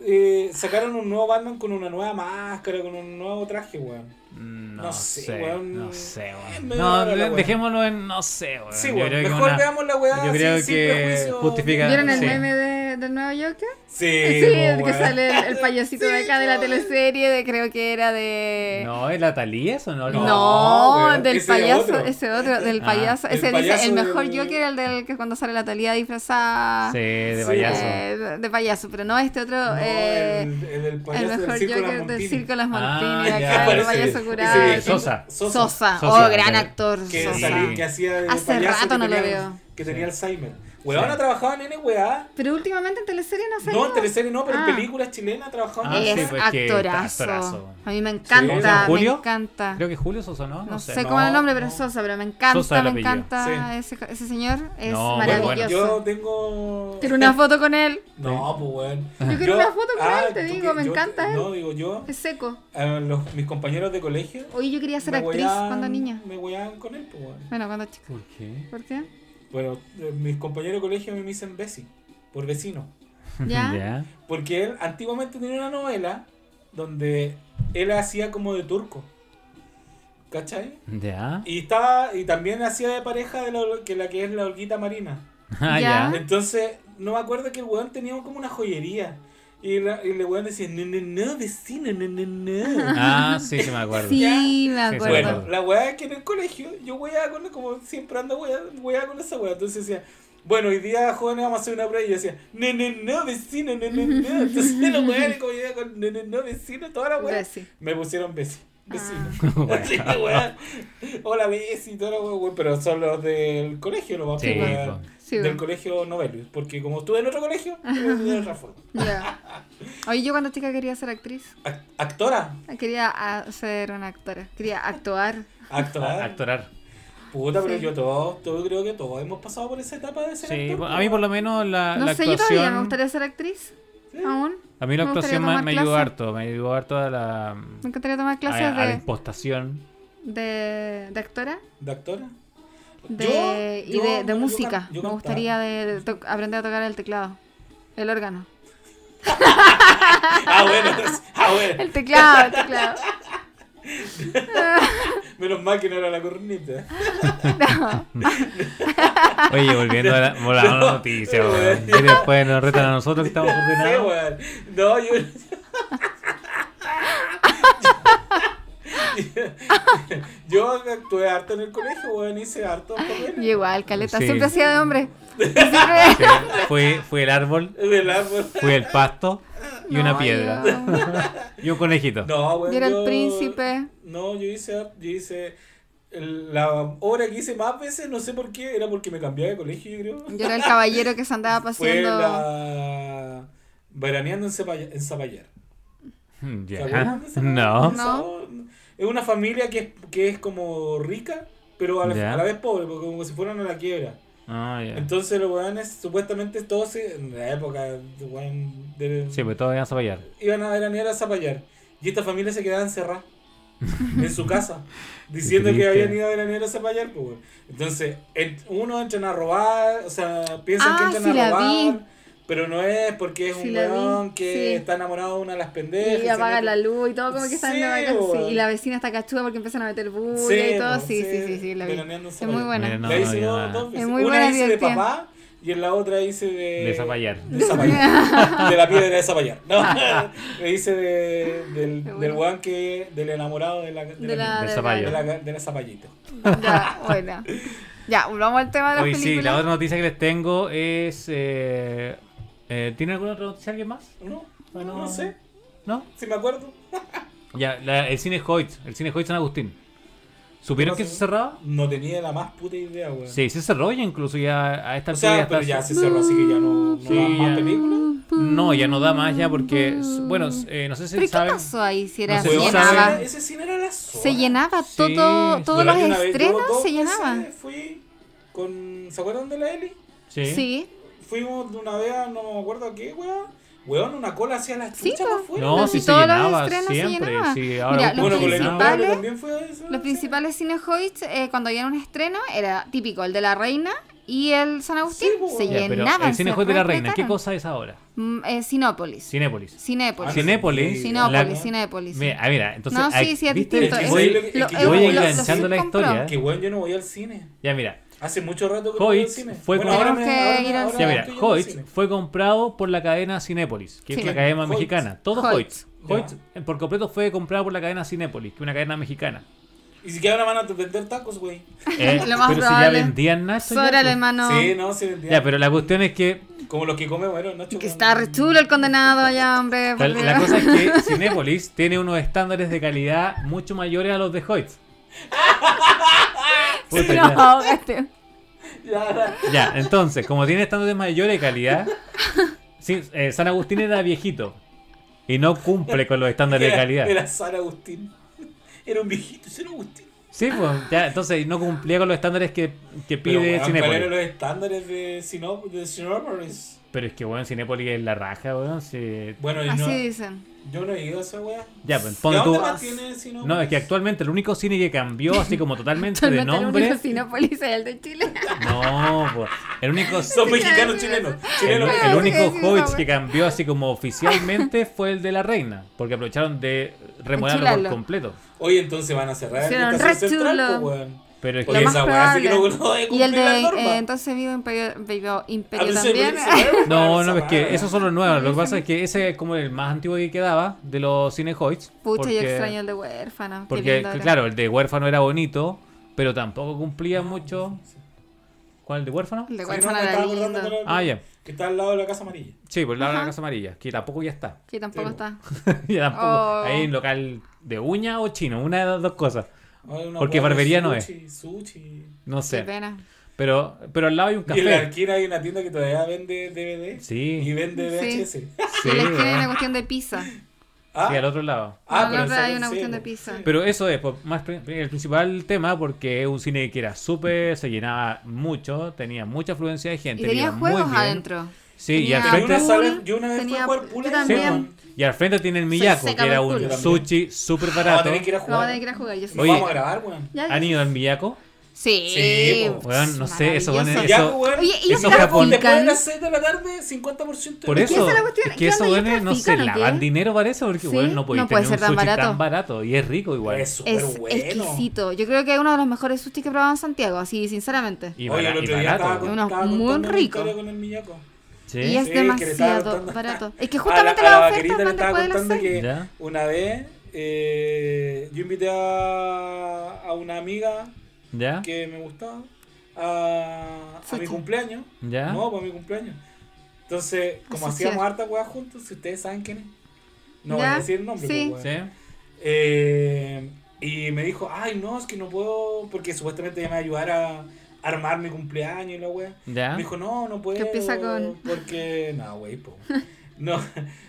[SPEAKER 3] eh, sacaron un nuevo Batman con una nueva máscara, con un nuevo traje, weón.
[SPEAKER 1] No,
[SPEAKER 3] No sé,
[SPEAKER 1] sé,
[SPEAKER 3] weón.
[SPEAKER 1] no sé,
[SPEAKER 3] Eh,
[SPEAKER 1] weón.
[SPEAKER 3] me
[SPEAKER 1] No,
[SPEAKER 3] da la
[SPEAKER 1] de-
[SPEAKER 3] weá.
[SPEAKER 1] dejémoslo en no sé, weón.
[SPEAKER 3] Sí,
[SPEAKER 1] Yo
[SPEAKER 3] weón.
[SPEAKER 1] creo que
[SPEAKER 3] Mejor
[SPEAKER 1] una-
[SPEAKER 3] veamos la weá.
[SPEAKER 1] yo creo
[SPEAKER 3] sin, sin
[SPEAKER 1] que
[SPEAKER 3] prejuicio.
[SPEAKER 1] justifica-
[SPEAKER 2] ¿Vieron el
[SPEAKER 1] sí.
[SPEAKER 2] meme de- del nuevo Joker? Sí,
[SPEAKER 3] Sí, po,
[SPEAKER 2] el que
[SPEAKER 3] weón.
[SPEAKER 2] sale el, el payasito de acá de la
[SPEAKER 3] weón.
[SPEAKER 2] teleserie, de creo que era de.
[SPEAKER 1] No, ¿es la Talía eso no?
[SPEAKER 2] No,
[SPEAKER 3] No, weón,
[SPEAKER 2] del
[SPEAKER 3] ese es
[SPEAKER 2] payaso,
[SPEAKER 3] otro.
[SPEAKER 2] ese otro, del
[SPEAKER 1] Ah,
[SPEAKER 2] payaso.
[SPEAKER 3] el
[SPEAKER 2] Ese dice,
[SPEAKER 3] payaso
[SPEAKER 2] el mejor
[SPEAKER 3] del-
[SPEAKER 2] Joker, el del que cuando sale la talía disfrazada.
[SPEAKER 1] Sí, de
[SPEAKER 3] Sí.
[SPEAKER 1] payaso.
[SPEAKER 2] eh, de payaso, pero no este otro.
[SPEAKER 3] No,
[SPEAKER 2] eh, el,
[SPEAKER 3] el, el, el payaso del
[SPEAKER 2] mejor
[SPEAKER 3] circo de las
[SPEAKER 2] Joker del
[SPEAKER 3] Montini.
[SPEAKER 2] Circo Las
[SPEAKER 1] Ah,
[SPEAKER 2] Montini,
[SPEAKER 1] ya.
[SPEAKER 2] acá, el
[SPEAKER 3] Parece-
[SPEAKER 2] payaso
[SPEAKER 3] ese
[SPEAKER 2] curado.
[SPEAKER 3] viejito
[SPEAKER 1] Sosa.
[SPEAKER 2] Sosa.
[SPEAKER 1] Sosa,
[SPEAKER 2] oh, gran
[SPEAKER 1] ya.
[SPEAKER 2] actor.
[SPEAKER 3] que,
[SPEAKER 2] Sosa.
[SPEAKER 3] salí- que hacía de
[SPEAKER 2] Hace
[SPEAKER 3] payaso
[SPEAKER 2] rato
[SPEAKER 3] que
[SPEAKER 2] no lo
[SPEAKER 3] tenía-
[SPEAKER 2] veo.
[SPEAKER 3] Que tenía Alzheimer. Weón, ha trabajado en N, weá.
[SPEAKER 2] Pero últimamente en teleserie no salió.
[SPEAKER 3] No, en teleserie no, pero
[SPEAKER 2] Ah.
[SPEAKER 3] en películas chilenas ha trabajado en
[SPEAKER 1] Ah,
[SPEAKER 2] es
[SPEAKER 1] sí, pues, que
[SPEAKER 2] actorazo.
[SPEAKER 1] actorazo.
[SPEAKER 2] A mí me
[SPEAKER 3] ¿Cómo se
[SPEAKER 2] encanta,
[SPEAKER 1] llama?
[SPEAKER 2] me
[SPEAKER 1] ¿Julio?
[SPEAKER 2] encanta.
[SPEAKER 1] Creo que Julio Sosa, ¿no?
[SPEAKER 2] No, sé
[SPEAKER 3] no,
[SPEAKER 2] cómo es el nombre, pero
[SPEAKER 3] no.
[SPEAKER 2] es Sosa, pero me encanta,
[SPEAKER 1] Sosa el
[SPEAKER 2] me
[SPEAKER 1] apellido.
[SPEAKER 2] encanta ese, ese señor, es
[SPEAKER 1] No, bueno, bueno.
[SPEAKER 2] Ah, maravilloso.
[SPEAKER 3] Yo tengo.
[SPEAKER 2] Quiero una foto con él,
[SPEAKER 3] No, pues weón. ah,
[SPEAKER 2] Yo quiero una foto con él, te
[SPEAKER 3] ¿tú
[SPEAKER 2] digo,
[SPEAKER 3] qué?
[SPEAKER 2] me
[SPEAKER 3] Yo-
[SPEAKER 2] encanta él.
[SPEAKER 3] No, digo yo.
[SPEAKER 2] es seco.
[SPEAKER 3] A los, mis compañeros de colegio.
[SPEAKER 2] Oye, yo quería ser
[SPEAKER 3] me
[SPEAKER 2] actriz
[SPEAKER 3] weaban-
[SPEAKER 2] cuando niña.
[SPEAKER 3] Me weaban con él, pues weón.
[SPEAKER 2] Bueno, cuando chica.
[SPEAKER 1] ¿Por qué?
[SPEAKER 2] ¿Por qué?
[SPEAKER 3] Bueno, eh, mis compañeros de colegio me dicen Bessie, por vecino.
[SPEAKER 2] ¿Ya?
[SPEAKER 3] Porque él antiguamente tenía una novela donde él hacía como de turco. ¿Cachai?
[SPEAKER 1] ¿Ya?
[SPEAKER 3] Y estaba y también hacía de pareja de la, que la que es la Olguita Marina.
[SPEAKER 1] Ah,
[SPEAKER 2] Ya.
[SPEAKER 1] ya.
[SPEAKER 3] Entonces, no me acuerdo que el weón tenía como una joyería. Y, la, y el weón decía, no, no, no, vecino, no, no, no.
[SPEAKER 1] Ah, sí, sí me acuerdo.
[SPEAKER 2] Sí,
[SPEAKER 1] Sí, sí,
[SPEAKER 2] me acuerdo.
[SPEAKER 3] Bueno, la weá es que en el colegio yo weá con como siempre ando weá, weá con esa weá. Entonces decía, bueno, hoy día jóvenes vamos a hacer una prueba y yo decía, no, no, no, vecino, no, no, no. Entonces los weones como yo iba con no, no, no, vecino, Ah. toda la weá.
[SPEAKER 2] Bessie.
[SPEAKER 3] Me pusieron Bessie. Vecino.
[SPEAKER 1] Bueno.
[SPEAKER 3] Así que, weá, Hola Bessie, toda la weá, weá, pero son los del colegio, los más
[SPEAKER 1] Sí,
[SPEAKER 3] weá,
[SPEAKER 1] pues.
[SPEAKER 2] Sí,
[SPEAKER 3] Del
[SPEAKER 2] bueno.
[SPEAKER 3] colegio Novelius, porque como estuve en otro colegio, estuve de otra forma.
[SPEAKER 2] Ya. Oye, yo cuando chica quería ser actriz.
[SPEAKER 3] Ac- Actora,
[SPEAKER 2] Quería ah, ser una actora. Quería actuar.
[SPEAKER 1] Ah,
[SPEAKER 3] actora.
[SPEAKER 1] Actorar.
[SPEAKER 3] Puta, pero
[SPEAKER 2] Sí.
[SPEAKER 3] yo todos, todos creo que todos hemos pasado por esa etapa de ser
[SPEAKER 1] Sí,
[SPEAKER 3] actor,
[SPEAKER 1] a mí por lo menos Ah, la,
[SPEAKER 2] No
[SPEAKER 1] la
[SPEAKER 2] sé, yo
[SPEAKER 1] actuación.
[SPEAKER 2] todavía me gustaría ser actriz. Aún.
[SPEAKER 1] A mí la
[SPEAKER 2] me gustaría
[SPEAKER 1] actuación me,
[SPEAKER 2] tomar
[SPEAKER 1] me ayudó
[SPEAKER 2] clases.
[SPEAKER 1] harto. Me ayudó harto a la,
[SPEAKER 2] Me encantaría tomar
[SPEAKER 1] a,
[SPEAKER 2] clases
[SPEAKER 1] a la
[SPEAKER 2] de,
[SPEAKER 1] impostación.
[SPEAKER 2] de, de actora
[SPEAKER 3] ¿De actora?
[SPEAKER 2] de,
[SPEAKER 3] Yo-
[SPEAKER 2] y de,
[SPEAKER 3] yo-
[SPEAKER 2] de
[SPEAKER 3] yo
[SPEAKER 2] música.
[SPEAKER 3] can- yo
[SPEAKER 2] me
[SPEAKER 3] cantaba.
[SPEAKER 2] gustaría de, de to- aprender a tocar el teclado, el órgano.
[SPEAKER 3] Ah, bueno, entonces- ah, bueno.
[SPEAKER 2] El teclado, el teclado.
[SPEAKER 3] Menos mal que no era la cornita.
[SPEAKER 2] No.
[SPEAKER 1] Oye, volviendo a la, volviendo a la
[SPEAKER 3] No,
[SPEAKER 1] noticia,
[SPEAKER 3] no,
[SPEAKER 1] weón. Que después nos retan a nosotros que estamos
[SPEAKER 3] Sí,
[SPEAKER 1] coordinados.
[SPEAKER 3] weón. No, yo. Yo actué harto en el colegio, weón, hice harto
[SPEAKER 2] Y igual, caleta.
[SPEAKER 1] Sí.
[SPEAKER 2] Siempre hacía de hombre. Siempre.
[SPEAKER 1] Fui, fui el árbol,
[SPEAKER 3] del árbol.
[SPEAKER 1] fui el pasto y una
[SPEAKER 2] No,
[SPEAKER 1] piedra.
[SPEAKER 2] Yo,
[SPEAKER 1] Y un conejito.
[SPEAKER 3] No, weón.
[SPEAKER 2] yo era el
[SPEAKER 3] yo-
[SPEAKER 2] príncipe.
[SPEAKER 3] No, yo hice, yo hice la obra que hice más veces, no sé por qué, era porque me cambiaba de colegio, yo creo.
[SPEAKER 2] Yo era el caballero que se andaba
[SPEAKER 3] Fue
[SPEAKER 2] paseando.
[SPEAKER 3] la veraneando en, Zapallar. en Zapallar. ¿Te
[SPEAKER 1] Hmm, Ya.
[SPEAKER 3] acuerdas de Zapallar?
[SPEAKER 1] No.
[SPEAKER 2] No.
[SPEAKER 3] Esa- Es una familia que es, que es como rica, pero a la,
[SPEAKER 1] Ya.
[SPEAKER 3] a la vez pobre, porque como si fueran a la quiebra.
[SPEAKER 1] Ah, ya.
[SPEAKER 3] Entonces los weones supuestamente todos se- en la época weón, de-
[SPEAKER 1] Sí, pues todos iban a zapallar.
[SPEAKER 3] iban a veranear a Zapallar. Y esta familia se quedaba encerrada en su casa, diciendo que
[SPEAKER 1] Triste.
[SPEAKER 3] habían ido a veranear a Zapallar. Pues, weón. Entonces, en- uno entran a robar, o sea, piensan que
[SPEAKER 2] Ah,
[SPEAKER 3] entran
[SPEAKER 2] sí
[SPEAKER 3] a
[SPEAKER 2] la
[SPEAKER 3] robar.
[SPEAKER 2] vi.
[SPEAKER 3] Pero no es porque es
[SPEAKER 2] Sí
[SPEAKER 3] un
[SPEAKER 2] la vi,
[SPEAKER 3] weón que
[SPEAKER 2] sí.
[SPEAKER 3] está enamorado de una de las pendejas.
[SPEAKER 2] Y
[SPEAKER 3] se
[SPEAKER 2] apaga
[SPEAKER 3] mete-
[SPEAKER 2] la luz y todo, como que están
[SPEAKER 3] Sí,
[SPEAKER 2] de vacaciones.
[SPEAKER 3] weón.
[SPEAKER 2] Sí, y la vecina está cachuda porque empiezan a meter bulla y todo.
[SPEAKER 3] pues,
[SPEAKER 2] Sí, sí, sí, sí, la vi.
[SPEAKER 3] veraneando en
[SPEAKER 2] Es muy
[SPEAKER 3] Zapallar.
[SPEAKER 2] buena.
[SPEAKER 1] Mira, no,
[SPEAKER 3] la hice
[SPEAKER 1] no,
[SPEAKER 3] dos,
[SPEAKER 1] ya.
[SPEAKER 3] dos veces.
[SPEAKER 2] Es muy
[SPEAKER 3] Una
[SPEAKER 2] buena,
[SPEAKER 3] hice de
[SPEAKER 2] divertida.
[SPEAKER 3] papá y en la otra hice de.
[SPEAKER 1] De zapallar.
[SPEAKER 3] De Zapallar. de la piedra de Zapallar. No, le hice de, del, del
[SPEAKER 2] bueno.
[SPEAKER 3] weón que. del enamorado de la.
[SPEAKER 2] De la,
[SPEAKER 1] De
[SPEAKER 2] de
[SPEAKER 1] Zapallo.
[SPEAKER 3] de
[SPEAKER 2] la-
[SPEAKER 3] la, de la Zapallita.
[SPEAKER 2] Ya, bueno. Ya, volvamos al tema de las
[SPEAKER 1] Oye, sí,
[SPEAKER 2] películas.
[SPEAKER 1] la otra noticia que les tengo es. Eh, eh, ¿Tiene alguna otra noticia alguien más?
[SPEAKER 3] No,
[SPEAKER 1] Bueno.
[SPEAKER 2] Ah.
[SPEAKER 3] no sé,
[SPEAKER 1] ¿No?
[SPEAKER 3] si me acuerdo.
[SPEAKER 1] Ya, la- el cine Hoyt, el cine Hoyt San Agustín. ¿Supieron
[SPEAKER 3] No
[SPEAKER 1] que
[SPEAKER 3] sé.
[SPEAKER 1] se cerraba?
[SPEAKER 3] No tenía la más puta idea, weón.
[SPEAKER 1] Sí, se cerró ya incluso ya a esta
[SPEAKER 3] O sea,
[SPEAKER 1] altura
[SPEAKER 3] pero
[SPEAKER 1] está-
[SPEAKER 3] ya se cerró, así que ya no, no
[SPEAKER 1] Sí,
[SPEAKER 3] dan más
[SPEAKER 1] ya.
[SPEAKER 3] películas.
[SPEAKER 1] No, ya no da más ya porque, s- bueno, s- eh, no sé si
[SPEAKER 2] Mm. ¿Pero qué
[SPEAKER 1] saben.
[SPEAKER 2] pasó ahí si
[SPEAKER 1] No
[SPEAKER 2] era,
[SPEAKER 1] sé,
[SPEAKER 2] se
[SPEAKER 1] weón,
[SPEAKER 2] llenaba?
[SPEAKER 3] Ese, ese cine era la zona.
[SPEAKER 2] Se llenaba
[SPEAKER 1] Sí,
[SPEAKER 2] todo, todos los
[SPEAKER 3] Durante una vez, yo
[SPEAKER 2] estrenos
[SPEAKER 3] dos
[SPEAKER 2] se
[SPEAKER 3] veces
[SPEAKER 2] llenaban.
[SPEAKER 3] Fui con. ¿Se acuerdan de la Eli?
[SPEAKER 1] Sí.
[SPEAKER 2] Sí.
[SPEAKER 3] Fuimos de una vez a no me acuerdo a qué, weón. Weón, una cola hacia las
[SPEAKER 2] Sí, po.
[SPEAKER 3] chuchas para afuera.
[SPEAKER 1] No,
[SPEAKER 2] Pero
[SPEAKER 1] sí
[SPEAKER 2] si
[SPEAKER 1] se
[SPEAKER 2] todos los
[SPEAKER 1] llenaba
[SPEAKER 2] estrenos se
[SPEAKER 1] siempre.
[SPEAKER 2] llenaban.
[SPEAKER 1] sí, ahora
[SPEAKER 2] Mira,
[SPEAKER 1] último
[SPEAKER 3] Bueno,
[SPEAKER 2] los
[SPEAKER 3] con el
[SPEAKER 1] llenaba.
[SPEAKER 2] principales-
[SPEAKER 3] innombrable también fue eso.
[SPEAKER 2] Los principales cines Hoyts, eh, cuando había un estreno, era típico el de la reina y el San Agustín.
[SPEAKER 3] Sí, po.
[SPEAKER 2] se
[SPEAKER 1] pues, Ya, pero
[SPEAKER 2] llenaban.
[SPEAKER 1] el cine
[SPEAKER 2] se
[SPEAKER 1] Hot de la reina, ¿qué
[SPEAKER 2] repletaron.
[SPEAKER 1] cosa es ahora?
[SPEAKER 2] Mm, eh, Sinópolis.
[SPEAKER 1] Cinépolis.
[SPEAKER 2] Cinépolis.
[SPEAKER 3] Ah, Ciné-
[SPEAKER 1] Cinépolis.
[SPEAKER 2] Sinópolis,
[SPEAKER 1] la-
[SPEAKER 2] Cinépolis. sí.
[SPEAKER 1] Mira, ah, mira, entonces.
[SPEAKER 2] no,
[SPEAKER 1] ahí-
[SPEAKER 2] sí, sí, es
[SPEAKER 1] ¿viste?
[SPEAKER 2] distinto.
[SPEAKER 3] Es que
[SPEAKER 2] es-
[SPEAKER 3] voy- es que
[SPEAKER 2] lo-
[SPEAKER 3] yo
[SPEAKER 2] eh,
[SPEAKER 3] voy
[SPEAKER 2] lo- lo
[SPEAKER 1] enganchando la
[SPEAKER 2] subcompró.
[SPEAKER 1] historia, ¿eh?
[SPEAKER 3] Que weón, yo no voy al cine.
[SPEAKER 1] Ya, mira.
[SPEAKER 3] Hace mucho rato que no voy al
[SPEAKER 1] Hoyts
[SPEAKER 3] cine.
[SPEAKER 1] fue con-
[SPEAKER 2] Tenemos que ir al
[SPEAKER 3] ahora
[SPEAKER 1] Ya,
[SPEAKER 2] cine.
[SPEAKER 1] mira,
[SPEAKER 3] estoy yendo al
[SPEAKER 1] Hoyts
[SPEAKER 3] cine.
[SPEAKER 1] fue comprado por la cadena Cinépolis, que es
[SPEAKER 2] Sí.
[SPEAKER 1] la cadena
[SPEAKER 3] Hoyts.
[SPEAKER 1] mexicana. Todo
[SPEAKER 2] Hoyts.
[SPEAKER 1] Hoyts.
[SPEAKER 3] Ya.
[SPEAKER 1] Hoyts eh, por completo fue comprado por la cadena Cinépolis, que es una cadena mexicana.
[SPEAKER 3] Y si que ahora van a vender tacos, güey.
[SPEAKER 1] Eh,
[SPEAKER 2] Lo más
[SPEAKER 1] pero si ya
[SPEAKER 2] probable.
[SPEAKER 1] vendían nachos. ya,
[SPEAKER 2] Sobre el
[SPEAKER 1] pues.
[SPEAKER 2] hermano.
[SPEAKER 3] Sí, no, sí,
[SPEAKER 1] Ya, pero la cuestión es que
[SPEAKER 3] Como los que come, bueno, Nacho.
[SPEAKER 2] Que
[SPEAKER 3] con-
[SPEAKER 2] está re chulo el condenado ya, hombre.
[SPEAKER 1] la,
[SPEAKER 2] por
[SPEAKER 1] la
[SPEAKER 2] Dios.
[SPEAKER 1] cosa es que Cinépolis tiene unos estándares de calidad mucho mayores a los de Hoyts. Puta,
[SPEAKER 2] No,
[SPEAKER 1] ya.
[SPEAKER 2] ahogaste.
[SPEAKER 3] Ya, ya.
[SPEAKER 1] Ya, entonces, como tiene estándares mayores de calidad, sí, eh, San Agustín era viejito y no cumple con los estándares de
[SPEAKER 3] Era-
[SPEAKER 1] calidad.
[SPEAKER 3] Era San Agustín. Era un viejito, San Agustín.
[SPEAKER 1] Sí, pues, ya, entonces no cumplía con los estándares que, que
[SPEAKER 3] Pero,
[SPEAKER 1] pide
[SPEAKER 3] weón, ¿cuáles
[SPEAKER 1] Cinépolis.
[SPEAKER 3] eran los estándares de Sinop- de Sinopolis?
[SPEAKER 1] Pero es que, bueno, Cinépolis es la raja, weón. sí.
[SPEAKER 3] Bueno, y no,
[SPEAKER 2] Así dicen.
[SPEAKER 3] yo no he ido a esa weá.
[SPEAKER 1] Ya, pues,
[SPEAKER 3] ¿Y
[SPEAKER 1] pon
[SPEAKER 3] a
[SPEAKER 1] tú.
[SPEAKER 3] dónde más tiene Sinop?
[SPEAKER 1] No, es que actualmente el único cine que cambió así como totalmente de
[SPEAKER 2] Actualmente el único
[SPEAKER 1] nombre.
[SPEAKER 2] Sinópolis es el de Chile.
[SPEAKER 1] No, pues, el único.
[SPEAKER 3] Son mexicanos,
[SPEAKER 2] Sí,
[SPEAKER 3] chilenos.
[SPEAKER 1] El,
[SPEAKER 3] Chilenos.
[SPEAKER 1] el único
[SPEAKER 2] Sí, sí,
[SPEAKER 1] Hobbit
[SPEAKER 2] sí,
[SPEAKER 1] que cambió así como oficialmente fue el de la reina, porque aprovecharon de remodelarlo por
[SPEAKER 2] Enchularlo.
[SPEAKER 1] completo.
[SPEAKER 3] Oye, entonces van a cerrar
[SPEAKER 2] Hicieron
[SPEAKER 3] el estación
[SPEAKER 2] re
[SPEAKER 3] central,
[SPEAKER 2] chulo.
[SPEAKER 3] pues, weón.
[SPEAKER 1] Pero es
[SPEAKER 3] Oye,
[SPEAKER 1] que.
[SPEAKER 2] Lo más
[SPEAKER 3] esa weá sí que no
[SPEAKER 2] probable.
[SPEAKER 3] no debe
[SPEAKER 2] Y el
[SPEAKER 3] cumplir la
[SPEAKER 2] de
[SPEAKER 3] norma.
[SPEAKER 2] eh, entonces Vivo Imperio, Vivo
[SPEAKER 3] A
[SPEAKER 2] Imperio
[SPEAKER 3] veces
[SPEAKER 2] también.
[SPEAKER 3] me dice, "Ay,
[SPEAKER 1] No,
[SPEAKER 3] esa
[SPEAKER 1] no, es
[SPEAKER 3] weá".
[SPEAKER 1] que esos son los nuevos. Lo que pasa es que ese es como el más antiguo que quedaba de los cine Hoyts.
[SPEAKER 2] Pucha, yo
[SPEAKER 1] porque-
[SPEAKER 2] extraño el de huérfano. qué
[SPEAKER 1] Porque,
[SPEAKER 2] lindo
[SPEAKER 1] cl-
[SPEAKER 2] era.
[SPEAKER 1] claro, el de huérfano era bonito, pero tampoco cumplía
[SPEAKER 2] Ah,
[SPEAKER 1] mucho. ¿Cuál el de huérfano?
[SPEAKER 2] El de
[SPEAKER 3] Sí, no,
[SPEAKER 2] huérfano
[SPEAKER 3] me
[SPEAKER 2] era
[SPEAKER 3] estaba acordando que
[SPEAKER 2] lindo.
[SPEAKER 3] era-
[SPEAKER 1] Ah, ya.
[SPEAKER 3] Que está al lado de la casa amarilla.
[SPEAKER 1] Sí, por el lado de la
[SPEAKER 2] Ajá.
[SPEAKER 1] Casa Amarilla, que tampoco ya está.
[SPEAKER 2] Que tampoco
[SPEAKER 3] Sí,
[SPEAKER 2] está.
[SPEAKER 1] ya tampoco.
[SPEAKER 2] Oh.
[SPEAKER 1] Hay un local de uña o chino, una de las dos cosas.
[SPEAKER 3] Hay una
[SPEAKER 1] Porque
[SPEAKER 3] weá de
[SPEAKER 1] barbería no
[SPEAKER 3] sushi, Sushi.
[SPEAKER 1] No
[SPEAKER 2] Qué
[SPEAKER 1] sé.
[SPEAKER 2] pena.
[SPEAKER 1] Pero, pero al lado hay un
[SPEAKER 3] Y en la
[SPEAKER 1] café.
[SPEAKER 3] esquina hay una tienda que todavía vende DVD.
[SPEAKER 1] Sí.
[SPEAKER 3] Y vende VHS.
[SPEAKER 1] Sí,
[SPEAKER 2] Y les quieren una
[SPEAKER 1] ¿verdad?
[SPEAKER 2] cuestión de pizza.
[SPEAKER 3] Ah,
[SPEAKER 1] Sí, al otro lado.
[SPEAKER 3] ah,
[SPEAKER 2] no,
[SPEAKER 3] pero
[SPEAKER 2] no, pero
[SPEAKER 3] eso
[SPEAKER 2] hay
[SPEAKER 3] no pues.
[SPEAKER 2] una
[SPEAKER 3] sé,
[SPEAKER 2] cuestión de
[SPEAKER 3] po.
[SPEAKER 2] pizza.
[SPEAKER 1] Pero eso es pues, más pri- el principal tema porque es un cine que era súper, se llenaba mucho, tenía mucha afluencia de gente.
[SPEAKER 2] Y
[SPEAKER 1] le
[SPEAKER 2] tenía
[SPEAKER 1] iba muy
[SPEAKER 2] juegos
[SPEAKER 1] bien.
[SPEAKER 2] adentro.
[SPEAKER 1] Sí, y
[SPEAKER 2] Tenía
[SPEAKER 1] al
[SPEAKER 3] Y una
[SPEAKER 1] frente,
[SPEAKER 2] pool,
[SPEAKER 3] sala- yo una vez fui a
[SPEAKER 2] tenía-
[SPEAKER 3] jugar
[SPEAKER 2] yo
[SPEAKER 3] pool ahí,
[SPEAKER 2] también.
[SPEAKER 3] weón.
[SPEAKER 1] y al frente tiene el
[SPEAKER 2] Se
[SPEAKER 1] Miyako,
[SPEAKER 2] seca
[SPEAKER 1] que era
[SPEAKER 2] el
[SPEAKER 1] un
[SPEAKER 2] culo.
[SPEAKER 1] sushi súper
[SPEAKER 3] Vamos a
[SPEAKER 1] barato.
[SPEAKER 3] tener Ah, que ir a
[SPEAKER 2] No van a
[SPEAKER 3] jugar.
[SPEAKER 2] ir a jugar, yo sí.
[SPEAKER 1] Oye.
[SPEAKER 3] Vamos a grabar, weón.
[SPEAKER 2] Ya, ya.
[SPEAKER 1] ¿Han ido al Miyako?
[SPEAKER 2] Sí.
[SPEAKER 3] Sí, po.
[SPEAKER 1] Weón, no sé, eso,
[SPEAKER 2] maravilloso.
[SPEAKER 1] weón,
[SPEAKER 3] Ya, pues,
[SPEAKER 1] Eso-
[SPEAKER 3] weón.
[SPEAKER 2] Oye, y
[SPEAKER 1] eso
[SPEAKER 2] los
[SPEAKER 1] Japón.
[SPEAKER 3] Después de
[SPEAKER 2] trafican.
[SPEAKER 3] las 6 de la tarde, 50% de
[SPEAKER 1] Por
[SPEAKER 2] Es que
[SPEAKER 1] eso,
[SPEAKER 2] esa es la cuestión,
[SPEAKER 1] es
[SPEAKER 2] ¿qué
[SPEAKER 1] que eso,
[SPEAKER 2] onda? ¿Ellos
[SPEAKER 1] bueno, no se
[SPEAKER 2] trafican o qué?
[SPEAKER 1] lavan dinero para eso, porque,
[SPEAKER 2] Sí,
[SPEAKER 1] bueno, no podéis
[SPEAKER 2] no puede
[SPEAKER 1] tener un
[SPEAKER 2] ser tan
[SPEAKER 1] sushi
[SPEAKER 2] barato.
[SPEAKER 1] tan barato, y es rico igual.
[SPEAKER 3] Es súper
[SPEAKER 2] Es
[SPEAKER 3] bueno.
[SPEAKER 2] exquisito. Yo creo que es uno de los mejores sushi que he probado en Santiago, así sinceramente.
[SPEAKER 1] Y,
[SPEAKER 3] Oye,
[SPEAKER 1] bara-
[SPEAKER 3] el
[SPEAKER 1] y
[SPEAKER 3] otro día estaba,
[SPEAKER 1] barato.
[SPEAKER 3] con,
[SPEAKER 2] Uno
[SPEAKER 3] estaba
[SPEAKER 2] muy
[SPEAKER 3] contando una
[SPEAKER 2] rico.
[SPEAKER 3] historia con el millaco.
[SPEAKER 1] Sí.
[SPEAKER 2] Y es
[SPEAKER 3] Sí, que le estaba
[SPEAKER 2] demasiado
[SPEAKER 3] contando-
[SPEAKER 2] barato. Es que
[SPEAKER 3] A
[SPEAKER 2] justamente
[SPEAKER 3] la- a la
[SPEAKER 2] las
[SPEAKER 3] vaquerita
[SPEAKER 2] ofertas
[SPEAKER 3] le
[SPEAKER 2] van
[SPEAKER 3] estaba
[SPEAKER 2] después de las
[SPEAKER 3] contando
[SPEAKER 2] seis.
[SPEAKER 3] que
[SPEAKER 1] Ya.
[SPEAKER 3] una vez eh, yo invité a, a una amiga
[SPEAKER 1] ¿Ya?
[SPEAKER 3] que me gustaba a, a mi
[SPEAKER 2] Sushi.
[SPEAKER 3] cumpleaños.
[SPEAKER 1] ¿Ya?
[SPEAKER 3] No, para mi cumpleaños. Entonces, como
[SPEAKER 2] Asociar.
[SPEAKER 3] hacíamos harta weá juntos, si ustedes saben quién es, no
[SPEAKER 2] Ya,
[SPEAKER 3] voy a decir el nombre.
[SPEAKER 2] sí.
[SPEAKER 3] pues,
[SPEAKER 1] ¿Sí?
[SPEAKER 3] weón. Eh, y me dijo, ay, no, es que no puedo, porque supuestamente ella me va a ayudar a armar mi cumpleaños y la weá.
[SPEAKER 1] ¿Ya?
[SPEAKER 3] Me dijo, no, no puedo.
[SPEAKER 2] Que ¿Ah? empieza con-
[SPEAKER 3] Porque. No, güey, po. No,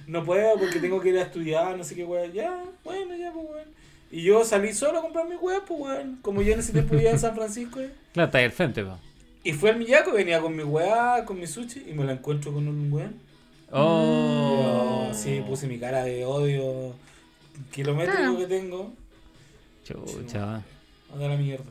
[SPEAKER 3] no puedo porque tengo que ir a estudiar, no sé qué, güey. Ya, bueno, ya, pues, güey. Y yo salí solo a comprar mi güey, pues, güey. Como yo en ese tiempo vivía en San Francisco, eh.
[SPEAKER 1] Claro, está ahí al frente, po.
[SPEAKER 3] Y fue al Millaco, venía con mi weá, con mi sushi, y me la encuentro con un weón.
[SPEAKER 1] Oh.
[SPEAKER 3] Yo, sí, puse mi cara de odio kilométrico
[SPEAKER 2] Oh. Claro.
[SPEAKER 3] que tengo.
[SPEAKER 1] Chucha.
[SPEAKER 3] A la mierda.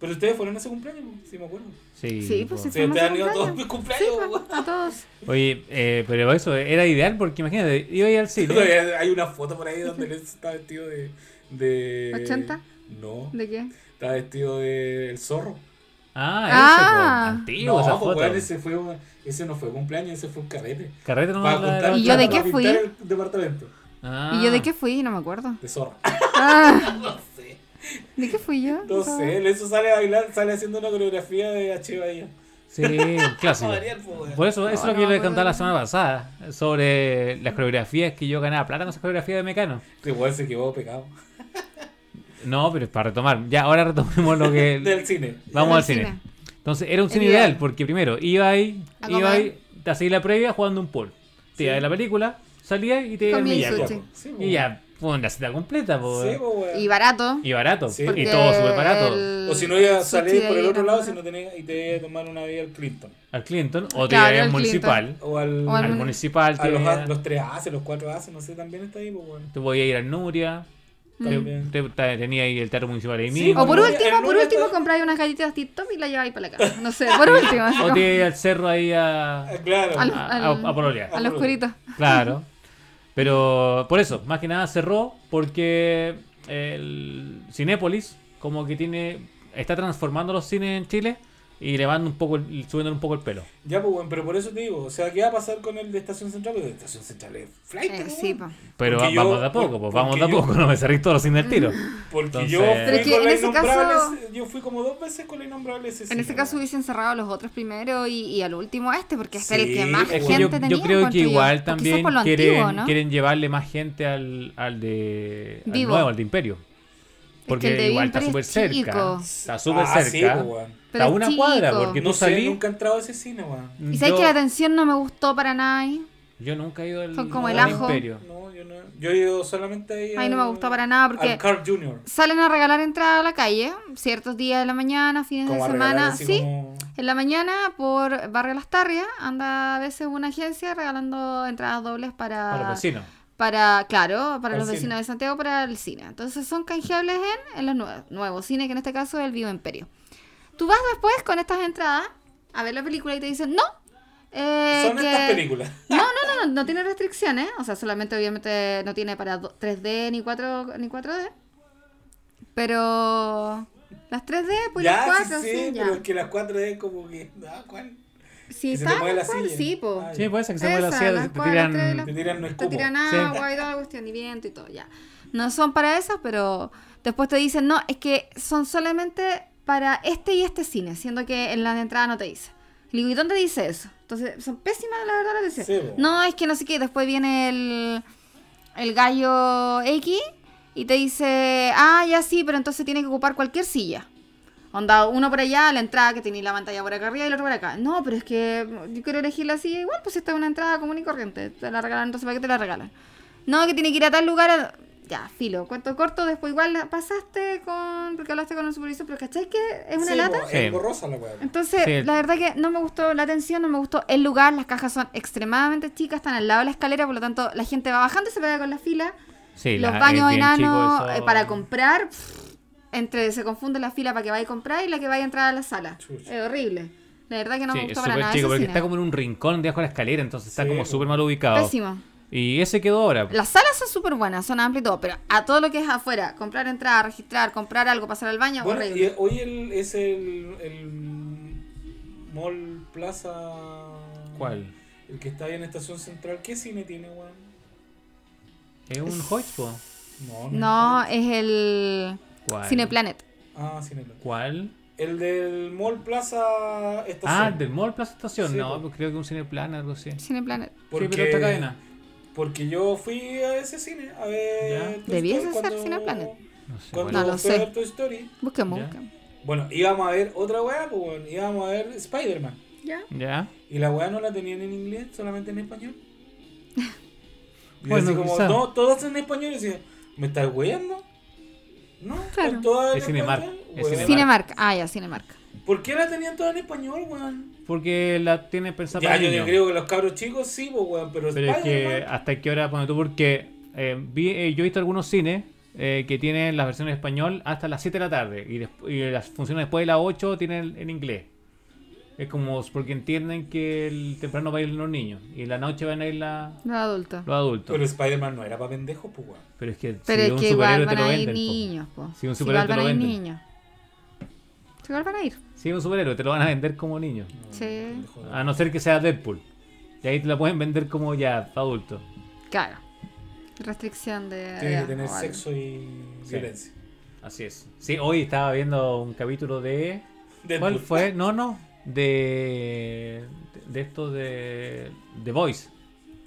[SPEAKER 3] Pero ustedes fueron a ese cumpleaños, si me acuerdo.
[SPEAKER 1] Sí.
[SPEAKER 2] Sí, pues
[SPEAKER 1] po.
[SPEAKER 2] sí.
[SPEAKER 3] Sí, ustedes han
[SPEAKER 2] a
[SPEAKER 3] ido a todos
[SPEAKER 2] cumpleaños.
[SPEAKER 3] mis
[SPEAKER 2] Sí,
[SPEAKER 3] cumpleaños,
[SPEAKER 2] pues,
[SPEAKER 3] güey.
[SPEAKER 2] a todos. Oye,
[SPEAKER 1] Oye, eh, pero eso era ideal porque imagínate, iba a ir al cine.
[SPEAKER 3] Todavía Hay una foto por ahí donde él está vestido de. de...
[SPEAKER 2] ¿Ochenta?
[SPEAKER 3] No,
[SPEAKER 2] ¿De qué?
[SPEAKER 3] está vestido de el zorro.
[SPEAKER 2] Ah.
[SPEAKER 1] Ah, eso, po. antiguo
[SPEAKER 3] no,
[SPEAKER 1] esa
[SPEAKER 3] pues,
[SPEAKER 1] foto.
[SPEAKER 3] weón, ese, fue, un- ese no fue cumpleaños, ese fue un carrete.
[SPEAKER 1] Carrete no
[SPEAKER 3] Para
[SPEAKER 1] la-
[SPEAKER 3] juntar-
[SPEAKER 2] ¿Y yo de
[SPEAKER 3] para
[SPEAKER 2] qué
[SPEAKER 3] pintar
[SPEAKER 2] fui?
[SPEAKER 3] el departamento
[SPEAKER 1] Ah.
[SPEAKER 2] ¿Y yo de qué fui? No me acuerdo.
[SPEAKER 3] de zorro.
[SPEAKER 2] Ah,
[SPEAKER 3] no sé,
[SPEAKER 2] ¿De qué fui yo?
[SPEAKER 3] no sé. él Eso sale a bailar, sale haciendo una coreografía de H. Bahía.
[SPEAKER 1] Sí, un clásico.
[SPEAKER 3] Ariel, pues, weón.
[SPEAKER 1] Por eso, eso es lo
[SPEAKER 2] no
[SPEAKER 1] que yo
[SPEAKER 2] me
[SPEAKER 1] le contaba la
[SPEAKER 2] acuerdo.
[SPEAKER 1] semana pasada sobre las coreografías que yo ganaba plata con esas coreografías de Mecano.
[SPEAKER 3] Este weón se quedó pegado.
[SPEAKER 1] No, pero es para retomar. Ya, ahora retomemos lo que.
[SPEAKER 3] Del cine.
[SPEAKER 1] Vamos al
[SPEAKER 2] Del
[SPEAKER 1] cine.
[SPEAKER 2] cine.
[SPEAKER 1] Entonces, era un
[SPEAKER 2] El
[SPEAKER 1] cine
[SPEAKER 2] ideal.
[SPEAKER 1] ideal, porque primero iba ahí,
[SPEAKER 2] A
[SPEAKER 1] iba
[SPEAKER 2] comer.
[SPEAKER 1] ahí, te hacías la previa jugando un pool. Te iba de la película, salías y te iba al
[SPEAKER 2] Comía el
[SPEAKER 1] millaco.
[SPEAKER 2] sushi.
[SPEAKER 3] Sí,
[SPEAKER 1] Y ya, bueno, la cita completa, po,
[SPEAKER 3] Sí,
[SPEAKER 1] Oh, weón.
[SPEAKER 3] po, weón.
[SPEAKER 2] Y barato.
[SPEAKER 1] Y barato.
[SPEAKER 3] Sí.
[SPEAKER 2] porque
[SPEAKER 1] Y todo súper barato.
[SPEAKER 2] el
[SPEAKER 3] O si no iba a
[SPEAKER 2] sushi
[SPEAKER 3] salir por
[SPEAKER 2] ahí
[SPEAKER 3] el otro
[SPEAKER 2] era
[SPEAKER 3] lado,
[SPEAKER 2] más
[SPEAKER 3] si no tenía, y te iba a tomar una vida al Clinton.
[SPEAKER 1] Al Clinton o te
[SPEAKER 2] Claro,
[SPEAKER 1] llevaría al
[SPEAKER 2] al
[SPEAKER 1] municipal.
[SPEAKER 3] O al.
[SPEAKER 2] O
[SPEAKER 1] Al
[SPEAKER 2] Mm.
[SPEAKER 1] municipal
[SPEAKER 3] A
[SPEAKER 1] te,
[SPEAKER 3] los, a- los 3 haces, los 4 haces, no sé, también está ahí, pues bueno.
[SPEAKER 1] te voy a ir al Nuria. Te,
[SPEAKER 3] También.
[SPEAKER 1] te- te- tenía ahí el teatro municipal ahí
[SPEAKER 3] Sí,
[SPEAKER 1] mismo.
[SPEAKER 2] O por
[SPEAKER 3] El
[SPEAKER 2] último, por
[SPEAKER 3] lunes
[SPEAKER 2] último,
[SPEAKER 3] está-
[SPEAKER 2] compráis unas galletitas TikTok y las lleváis para la casa. No sé, por último. así
[SPEAKER 1] O
[SPEAKER 2] como-
[SPEAKER 1] te iba a ir al cerro ahí a,
[SPEAKER 3] Ah, Claro.
[SPEAKER 2] Al-
[SPEAKER 1] a, a- a pololear.
[SPEAKER 2] a los curitos.
[SPEAKER 1] Claro. Pero por eso, más que nada cerró porque el Cinépolis como que tiene está transformando los cines en Chile y levando un poco el- subiendo un poco el pelo.
[SPEAKER 3] Ya, pues bueno, pero por eso te digo, o sea, ¿qué va a pasar con el de Estación Central? Porque de Estación Central es flight,
[SPEAKER 2] Eh,
[SPEAKER 3] pues,
[SPEAKER 2] sí,
[SPEAKER 3] bueno.
[SPEAKER 2] po.
[SPEAKER 1] Pero
[SPEAKER 3] Porque
[SPEAKER 1] va- vamos
[SPEAKER 3] yo-
[SPEAKER 1] de a poco, pues
[SPEAKER 3] por-
[SPEAKER 1] vamos de a
[SPEAKER 3] porque yo-
[SPEAKER 1] poco, no me cerré todos los cines al tiro.
[SPEAKER 3] Porque
[SPEAKER 1] Entonces-
[SPEAKER 3] yo fui
[SPEAKER 1] Pero
[SPEAKER 2] es que
[SPEAKER 3] con
[SPEAKER 2] en
[SPEAKER 3] la
[SPEAKER 2] ese caso-
[SPEAKER 3] Innombrables, yo fui como dos veces con la innombrable ese
[SPEAKER 2] En ese caso hubiesen cerrado los otros primero y, y al último este, porque este es el
[SPEAKER 3] Sí,
[SPEAKER 2] que más
[SPEAKER 3] es que
[SPEAKER 2] gente
[SPEAKER 1] yo, yo
[SPEAKER 2] tenía.
[SPEAKER 1] creo que
[SPEAKER 2] encuentro yo.
[SPEAKER 1] igual
[SPEAKER 2] O
[SPEAKER 1] también
[SPEAKER 2] quizás por lo
[SPEAKER 1] quieren,
[SPEAKER 2] antiguo, ¿no?
[SPEAKER 1] quieren llevarle más gente al, al de al
[SPEAKER 2] Vivo.
[SPEAKER 1] nuevo, al de Imperio. Porque
[SPEAKER 2] el de
[SPEAKER 1] igual está
[SPEAKER 2] Imperio
[SPEAKER 1] súper
[SPEAKER 2] es
[SPEAKER 1] cerca.
[SPEAKER 2] chico.
[SPEAKER 1] Está súper
[SPEAKER 3] Ah, sí,
[SPEAKER 1] cerca.
[SPEAKER 3] pues, weón.
[SPEAKER 1] está
[SPEAKER 2] Pero
[SPEAKER 1] a
[SPEAKER 2] es
[SPEAKER 1] una
[SPEAKER 2] chico.
[SPEAKER 1] cuadra porque
[SPEAKER 3] No
[SPEAKER 1] tú
[SPEAKER 3] sé,
[SPEAKER 1] salís.
[SPEAKER 3] nunca he entrado a ese cine, weón.
[SPEAKER 2] Y sabes
[SPEAKER 1] Mm. yo-
[SPEAKER 2] que la atención no me gustó para nada. ahí?
[SPEAKER 1] Yo nunca he ido al,
[SPEAKER 2] Son como
[SPEAKER 1] al
[SPEAKER 2] el ajo.
[SPEAKER 1] Imperio.
[SPEAKER 3] No, yo no. Yo he ido solamente ahí.
[SPEAKER 2] Ay, no me
[SPEAKER 3] al-
[SPEAKER 2] gustó para nada porque-
[SPEAKER 3] Al Carl Jr.
[SPEAKER 2] Salen a regalar entrada a la calle, ciertos días de la mañana, fines
[SPEAKER 3] Como
[SPEAKER 2] de
[SPEAKER 3] a regalar
[SPEAKER 2] semana.
[SPEAKER 3] así
[SPEAKER 2] Sí,
[SPEAKER 3] como-
[SPEAKER 2] en la mañana por Barrio Las Tarrias anda a veces una agencia regalando entradas dobles para,
[SPEAKER 1] Para los vecinos.
[SPEAKER 2] para, claro, para
[SPEAKER 3] Al
[SPEAKER 2] los
[SPEAKER 3] cine.
[SPEAKER 2] vecinos de Santiago, para el cine. Entonces son canjeables en, en los nue- nuevos cines, que en este caso es el Vivo Imperio. Tú vas después con estas entradas a ver la película y te dicen, no. eh,
[SPEAKER 3] Son
[SPEAKER 2] que-
[SPEAKER 3] estas películas.
[SPEAKER 2] No, no, no, no, no tiene restricciones. O sea, solamente obviamente no tiene para do- 3D ni 4, ni 4D. Pero las 3D, pues
[SPEAKER 3] ya,
[SPEAKER 2] las
[SPEAKER 3] sí,
[SPEAKER 2] 4, sí,
[SPEAKER 3] sí,
[SPEAKER 2] ya.
[SPEAKER 3] pero es que las cuatro es como que. Ah, ¿cuál?
[SPEAKER 2] Si
[SPEAKER 3] que se te
[SPEAKER 2] está
[SPEAKER 3] mueve la
[SPEAKER 2] cual,
[SPEAKER 3] silla.
[SPEAKER 2] sí, po.
[SPEAKER 3] Ah,
[SPEAKER 1] Sí, pues, puede ser que se mueva la
[SPEAKER 2] Esa,
[SPEAKER 1] silla,
[SPEAKER 2] las
[SPEAKER 1] te
[SPEAKER 2] cuadras, tres de la-
[SPEAKER 1] tiran.
[SPEAKER 3] Te tiran no
[SPEAKER 2] Te
[SPEAKER 3] escupo.
[SPEAKER 2] tiran
[SPEAKER 1] Sí.
[SPEAKER 2] agua y toda la cuestión, y viento y todo, ya. No son para esas, pero después te dicen, no, es que son solamente para este y este cine, siendo que en la entrada no te dice. Y digo, ¿y dónde dice eso? Entonces, son pésimas, la verdad, las veces.
[SPEAKER 3] Sí, bo.
[SPEAKER 2] no, es que no sé qué, después viene el, el gallo X y te dice, ah, ya sí, pero entonces tienes que ocupar cualquier silla. Onda, uno por allá, la entrada que tiene la pantalla por acá arriba y el otro por acá. No, pero es que yo quiero elegirla así. Igual, pues esta es una entrada común y corriente. Te la regalan, entonces ¿para qué te la regalan? No, que tiene que ir a tal lugar. a- Ya, filo. Cuento corto, después igual la pasaste con... Porque hablaste con el supervisor, pero ¿cachai que es una
[SPEAKER 3] Sí, pues, eh,
[SPEAKER 2] lata?
[SPEAKER 3] po,
[SPEAKER 1] Sí.
[SPEAKER 3] Es borrosa la weá.
[SPEAKER 2] Entonces,
[SPEAKER 1] Sí.
[SPEAKER 2] la verdad que no me gustó la atención, no me gustó el lugar. Las cajas son extremadamente chicas, están al lado de la escalera, por lo tanto, la gente va bajando y se pega con la fila.
[SPEAKER 1] Sí,
[SPEAKER 2] Los
[SPEAKER 1] la-
[SPEAKER 2] baños
[SPEAKER 1] es bien chico
[SPEAKER 2] enanos
[SPEAKER 1] eso.
[SPEAKER 2] eh, para comprar, pff, entre se confunde la fila para que vaya a comprar y la que vaya a entrar a la sala.
[SPEAKER 3] Chucha.
[SPEAKER 2] Es horrible. La verdad que no
[SPEAKER 1] Sí,
[SPEAKER 2] me
[SPEAKER 1] es
[SPEAKER 2] gustó para
[SPEAKER 1] súper
[SPEAKER 2] nada.
[SPEAKER 1] chico
[SPEAKER 2] ese
[SPEAKER 1] porque
[SPEAKER 2] cine.
[SPEAKER 1] está como en un rincón debajo de la escalera, entonces está
[SPEAKER 3] Sí,
[SPEAKER 1] como
[SPEAKER 3] pues.
[SPEAKER 1] súper mal ubicado.
[SPEAKER 2] Pésimo.
[SPEAKER 1] Y ese quedó ahora.
[SPEAKER 2] Las salas son súper buenas, son amplias y todo, pero a todo lo que es afuera, comprar entrada, registrar, comprar algo, pasar al baño,
[SPEAKER 3] Bueno,
[SPEAKER 2] horrible.
[SPEAKER 3] y hoy el, es el, el Mall Plaza.
[SPEAKER 1] ¿Cuál?
[SPEAKER 3] El que está ahí en Estación Central. ¿Qué cine tiene, weón?
[SPEAKER 1] Es un hoipo.
[SPEAKER 3] No,
[SPEAKER 2] No, es el
[SPEAKER 1] ¿Cuál?
[SPEAKER 2] Cineplanet.
[SPEAKER 3] Ah, Cineplanet.
[SPEAKER 1] ¿Cuál?
[SPEAKER 3] El del Mall Plaza Estación.
[SPEAKER 1] Ah, del Mall Plaza Estación.
[SPEAKER 3] Sí,
[SPEAKER 1] no,
[SPEAKER 3] pues.
[SPEAKER 1] pues creo que un Cineplan, algo así. Sí,
[SPEAKER 2] Cineplanet.
[SPEAKER 1] pero esta cadena.
[SPEAKER 3] Porque yo fui a ese cine a
[SPEAKER 1] Ya.
[SPEAKER 3] ver. Toy
[SPEAKER 2] Debiese
[SPEAKER 3] Story
[SPEAKER 2] ser
[SPEAKER 3] cuando-
[SPEAKER 2] Cineplanet.
[SPEAKER 1] No sé.
[SPEAKER 3] Cuando
[SPEAKER 1] bueno.
[SPEAKER 2] No lo
[SPEAKER 3] fui a
[SPEAKER 2] sé.
[SPEAKER 3] ver Toy Story.
[SPEAKER 2] Busquemos,
[SPEAKER 1] Ya.
[SPEAKER 2] busquemos.
[SPEAKER 3] Bueno, íbamos a ver otra weá, pues, weón, íbamos a ver Spider-Man.
[SPEAKER 2] Ya.
[SPEAKER 1] Ya.
[SPEAKER 3] Y la weá no la tenían en inglés, solamente en español. Y
[SPEAKER 1] Bueno,
[SPEAKER 3] así como,
[SPEAKER 1] quizá.
[SPEAKER 3] no, todas en español. Y decía, ¿me estás weyando? No,
[SPEAKER 2] Claro.
[SPEAKER 3] con todas en
[SPEAKER 1] Es Cinemark,
[SPEAKER 3] español,
[SPEAKER 1] es
[SPEAKER 3] weón.
[SPEAKER 1] Cinemark.
[SPEAKER 2] Cinemark. Ah, ya, Cinemark.
[SPEAKER 3] ¿Por qué la tenían todas en español, weón?
[SPEAKER 1] Porque la tiene pensada
[SPEAKER 3] Ya,
[SPEAKER 1] para
[SPEAKER 3] yo,
[SPEAKER 1] niños.
[SPEAKER 3] creo que los cabros chicos sí, pues, weón, pero,
[SPEAKER 1] Pero es que
[SPEAKER 3] Spider-Man.
[SPEAKER 1] hasta qué hora pones tú, porque eh, vi- eh, yo he visto algunos cines eh, que tienen las versiones en español hasta las 7 de la tarde y, desp- y las funciones después de las 8 tienen en inglés. Es como porque entienden que el temprano va a ir los niños y en la noche van a ir la-
[SPEAKER 2] Los adultos.
[SPEAKER 1] los adultos.
[SPEAKER 3] Pero
[SPEAKER 1] Pero,
[SPEAKER 3] Spider-Man no era para pendejos, pues, weón.
[SPEAKER 1] es que
[SPEAKER 2] Pero
[SPEAKER 1] si
[SPEAKER 2] es
[SPEAKER 1] un
[SPEAKER 2] que igual
[SPEAKER 1] superhéroe
[SPEAKER 2] van
[SPEAKER 1] te lo
[SPEAKER 2] a ir
[SPEAKER 1] venden. po.
[SPEAKER 2] niños, po.
[SPEAKER 1] Si un
[SPEAKER 2] Si
[SPEAKER 1] superhéroe
[SPEAKER 2] igual
[SPEAKER 1] te
[SPEAKER 2] van
[SPEAKER 1] lo
[SPEAKER 2] a ir
[SPEAKER 1] venden.
[SPEAKER 2] niños. Si igual van a ir.
[SPEAKER 1] Si es un superhéroe te lo van a vender como niño.
[SPEAKER 2] Sí.
[SPEAKER 3] Pendejo,
[SPEAKER 1] A no ser que sea Deadpool. Y ahí te la pueden vender como ya pa' adulto.
[SPEAKER 2] Claro. Restricción de.
[SPEAKER 3] Tiene
[SPEAKER 2] ya,
[SPEAKER 3] que tener
[SPEAKER 2] o algo.
[SPEAKER 3] sexo y
[SPEAKER 1] Sí.
[SPEAKER 3] violencia.
[SPEAKER 1] Así es. Sí, hoy estaba viendo un capítulo de ¿Cuál
[SPEAKER 3] Deadpool.
[SPEAKER 1] fue? No, no. De. De esto de. The Voice.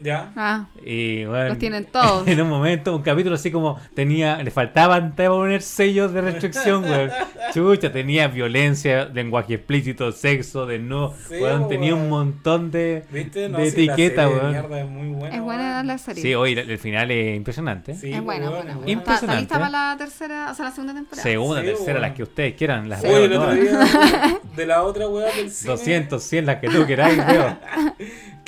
[SPEAKER 3] ¿Ya?
[SPEAKER 2] Ah,
[SPEAKER 1] Y bueno,
[SPEAKER 2] Los tienen todos.
[SPEAKER 1] En un momento, un capítulo así como tenía, le faltaban te poner sellos de restricción, weón. Chucha, tenía violencia, lenguaje explícito, sexo, de no,
[SPEAKER 3] Sí,
[SPEAKER 1] weón, tenía
[SPEAKER 3] weón.
[SPEAKER 1] un montón de,
[SPEAKER 3] ¿Viste? No,
[SPEAKER 1] de
[SPEAKER 3] si la
[SPEAKER 1] etiqueta,
[SPEAKER 3] serie de
[SPEAKER 1] weón.
[SPEAKER 3] mierda es muy buena.
[SPEAKER 2] es buena
[SPEAKER 3] weón.
[SPEAKER 2] la serie.
[SPEAKER 1] Sí, oye, el final es impresionante.
[SPEAKER 3] Sí,
[SPEAKER 2] es buena,
[SPEAKER 3] weón,
[SPEAKER 2] buena, buena.
[SPEAKER 3] es buena.
[SPEAKER 2] Está- está
[SPEAKER 1] Impresionante.
[SPEAKER 2] lista para la tercera, o sea, la segunda temporada.
[SPEAKER 1] Segunda,
[SPEAKER 3] Sí,
[SPEAKER 1] tercera,
[SPEAKER 3] weón.
[SPEAKER 1] las que ustedes quieran, las
[SPEAKER 2] Sí.
[SPEAKER 3] Oye,
[SPEAKER 1] weón,
[SPEAKER 3] el otro
[SPEAKER 1] ¿no?
[SPEAKER 3] día de la otra weá del cine
[SPEAKER 1] 200, 100, las que tú queráis, weón.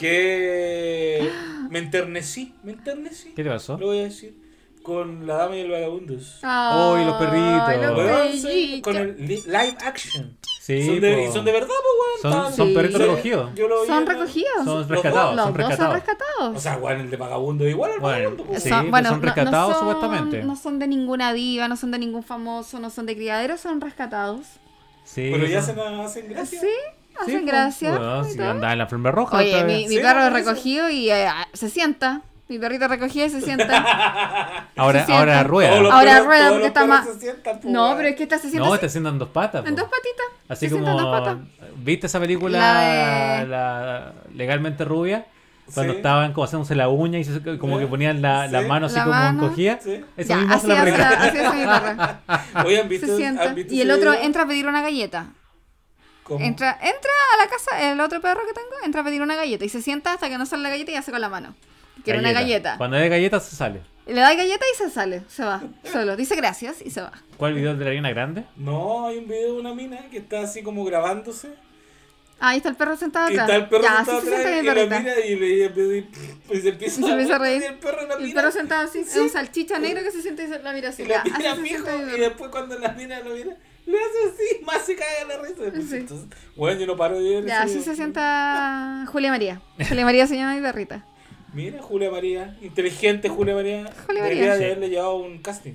[SPEAKER 3] que me enternecí, me enternecí,
[SPEAKER 1] ¿Qué te pasó?
[SPEAKER 3] lo voy a decir, con la dama y el vagabundos.
[SPEAKER 2] Ah, Ay,
[SPEAKER 1] Ay, los perritos.
[SPEAKER 2] los
[SPEAKER 3] Weón, sí,
[SPEAKER 2] perritos.
[SPEAKER 3] con el li- live action.
[SPEAKER 1] Sí,
[SPEAKER 3] son de,
[SPEAKER 1] po.
[SPEAKER 3] y son de verdad, pues, weón.
[SPEAKER 1] Son-
[SPEAKER 3] estaban-
[SPEAKER 2] son perritos
[SPEAKER 3] yo-
[SPEAKER 1] recogidos.
[SPEAKER 3] yo lo vi,
[SPEAKER 2] Son
[SPEAKER 3] weón.
[SPEAKER 2] recogidos.
[SPEAKER 1] Son
[SPEAKER 3] los
[SPEAKER 1] rescatados,
[SPEAKER 2] los
[SPEAKER 1] son
[SPEAKER 2] dos son
[SPEAKER 1] rescatados.
[SPEAKER 2] rescatados.
[SPEAKER 3] O sea, weón, el de vagabundo igual al
[SPEAKER 1] Bueno,
[SPEAKER 3] vagabundo. pues.
[SPEAKER 1] sí,
[SPEAKER 2] Son-
[SPEAKER 1] pues
[SPEAKER 2] bueno,
[SPEAKER 1] son
[SPEAKER 2] no- no
[SPEAKER 1] rescatados
[SPEAKER 2] son-
[SPEAKER 1] supuestamente.
[SPEAKER 2] No son de ninguna diva, no son de ningún famoso, no son de criaderos, son rescatados.
[SPEAKER 1] Sí,
[SPEAKER 3] Pero ya
[SPEAKER 1] son-
[SPEAKER 3] se me hacen gracia.
[SPEAKER 2] Sí, pues, hacen
[SPEAKER 1] po.
[SPEAKER 2] gracia.
[SPEAKER 1] Weón,
[SPEAKER 2] y
[SPEAKER 1] si
[SPEAKER 2] todo.
[SPEAKER 1] andaba en la flor roja.
[SPEAKER 2] Oye,
[SPEAKER 1] otra vez.
[SPEAKER 2] mi, mi
[SPEAKER 3] pues. Sí,
[SPEAKER 2] perro
[SPEAKER 3] por
[SPEAKER 2] es
[SPEAKER 3] eso.
[SPEAKER 2] recogido y eh, ah, se sienta. Mi perrito recogido y se sienta.
[SPEAKER 1] Ahora,
[SPEAKER 2] se
[SPEAKER 1] ahora
[SPEAKER 2] sientan.
[SPEAKER 1] rueda.
[SPEAKER 3] Todos los
[SPEAKER 2] Ahora
[SPEAKER 3] perros-
[SPEAKER 2] rueda
[SPEAKER 3] todos
[SPEAKER 2] porque
[SPEAKER 3] los
[SPEAKER 2] está
[SPEAKER 3] perros
[SPEAKER 2] más-
[SPEAKER 3] se sientan, pues,
[SPEAKER 2] No,
[SPEAKER 3] weón.
[SPEAKER 2] pero es que esta se sienta
[SPEAKER 1] No,
[SPEAKER 2] así,
[SPEAKER 1] te sientan en dos patas.
[SPEAKER 2] en
[SPEAKER 1] po.
[SPEAKER 2] dos patitas.
[SPEAKER 1] Así
[SPEAKER 2] se
[SPEAKER 1] como.
[SPEAKER 2] sienta en dos patas.
[SPEAKER 1] ¿Viste esa película
[SPEAKER 2] La
[SPEAKER 1] la
[SPEAKER 2] de-
[SPEAKER 1] legalmente rubia? Cuando
[SPEAKER 3] Sí.
[SPEAKER 1] estaban como haciéndose la uña y se- como
[SPEAKER 3] Sí.
[SPEAKER 1] que ponían la, la
[SPEAKER 3] Sí.
[SPEAKER 1] mano así
[SPEAKER 2] La
[SPEAKER 1] como
[SPEAKER 2] mano.
[SPEAKER 1] encogida.
[SPEAKER 3] Sí.
[SPEAKER 1] Eso
[SPEAKER 2] Ya,
[SPEAKER 1] mismo hace
[SPEAKER 2] así,
[SPEAKER 1] la
[SPEAKER 2] hace-
[SPEAKER 1] regla.
[SPEAKER 2] así es mi perro.
[SPEAKER 3] Oye, ¿han visto,
[SPEAKER 2] Se sienta.
[SPEAKER 3] ¿han visto
[SPEAKER 2] Y el
[SPEAKER 3] ese
[SPEAKER 2] otro
[SPEAKER 3] video?
[SPEAKER 2] entra a pedir una galleta.
[SPEAKER 3] ¿Cómo?
[SPEAKER 2] Entra, entra a la casa, el otro perro que tengo entra a pedir una galleta y se sienta hasta que no sale la galleta y hace con la mano. Quiere una galleta.
[SPEAKER 1] Cuando hay galleta se sale.
[SPEAKER 2] Le da galleta y se sale, se va, solo. Dice gracias y se va.
[SPEAKER 1] ¿Cuál video de la arena grande?
[SPEAKER 3] No, hay un video de una mina que está así como grabándose.
[SPEAKER 2] Ah, Ahí está el perro sentado
[SPEAKER 3] Y
[SPEAKER 2] atrás.
[SPEAKER 3] está el perro
[SPEAKER 2] ya,
[SPEAKER 3] sentado
[SPEAKER 2] así se
[SPEAKER 3] atrás
[SPEAKER 2] sienta mi
[SPEAKER 3] y la
[SPEAKER 2] perrita.
[SPEAKER 3] mira y le empieza, y- pues, se empieza,
[SPEAKER 2] Y se empieza a
[SPEAKER 3] voltear
[SPEAKER 2] reír.
[SPEAKER 3] El perro en la
[SPEAKER 2] Y el
[SPEAKER 3] mira,
[SPEAKER 2] perro sentado así, es un salchicha negro que se siente y se- la mira así.
[SPEAKER 3] y
[SPEAKER 2] ya,
[SPEAKER 3] la
[SPEAKER 2] así
[SPEAKER 3] mira
[SPEAKER 2] se
[SPEAKER 3] fijo,
[SPEAKER 2] sienta mi
[SPEAKER 3] y
[SPEAKER 2] perro.
[SPEAKER 3] después cuando la mira, lo mira, le hace así, más se caga la risa. Pues,
[SPEAKER 2] Sí.
[SPEAKER 3] entonces, bueno, yo no paro de ver.
[SPEAKER 2] Ya,
[SPEAKER 3] ese
[SPEAKER 2] así
[SPEAKER 3] video.
[SPEAKER 2] se sienta Julia María. Julia María se llama mi perrita.
[SPEAKER 3] Mira, Julia María, inteligente Julia María.
[SPEAKER 2] Julia
[SPEAKER 3] Debería
[SPEAKER 2] María.
[SPEAKER 3] de haberle llevado un casting.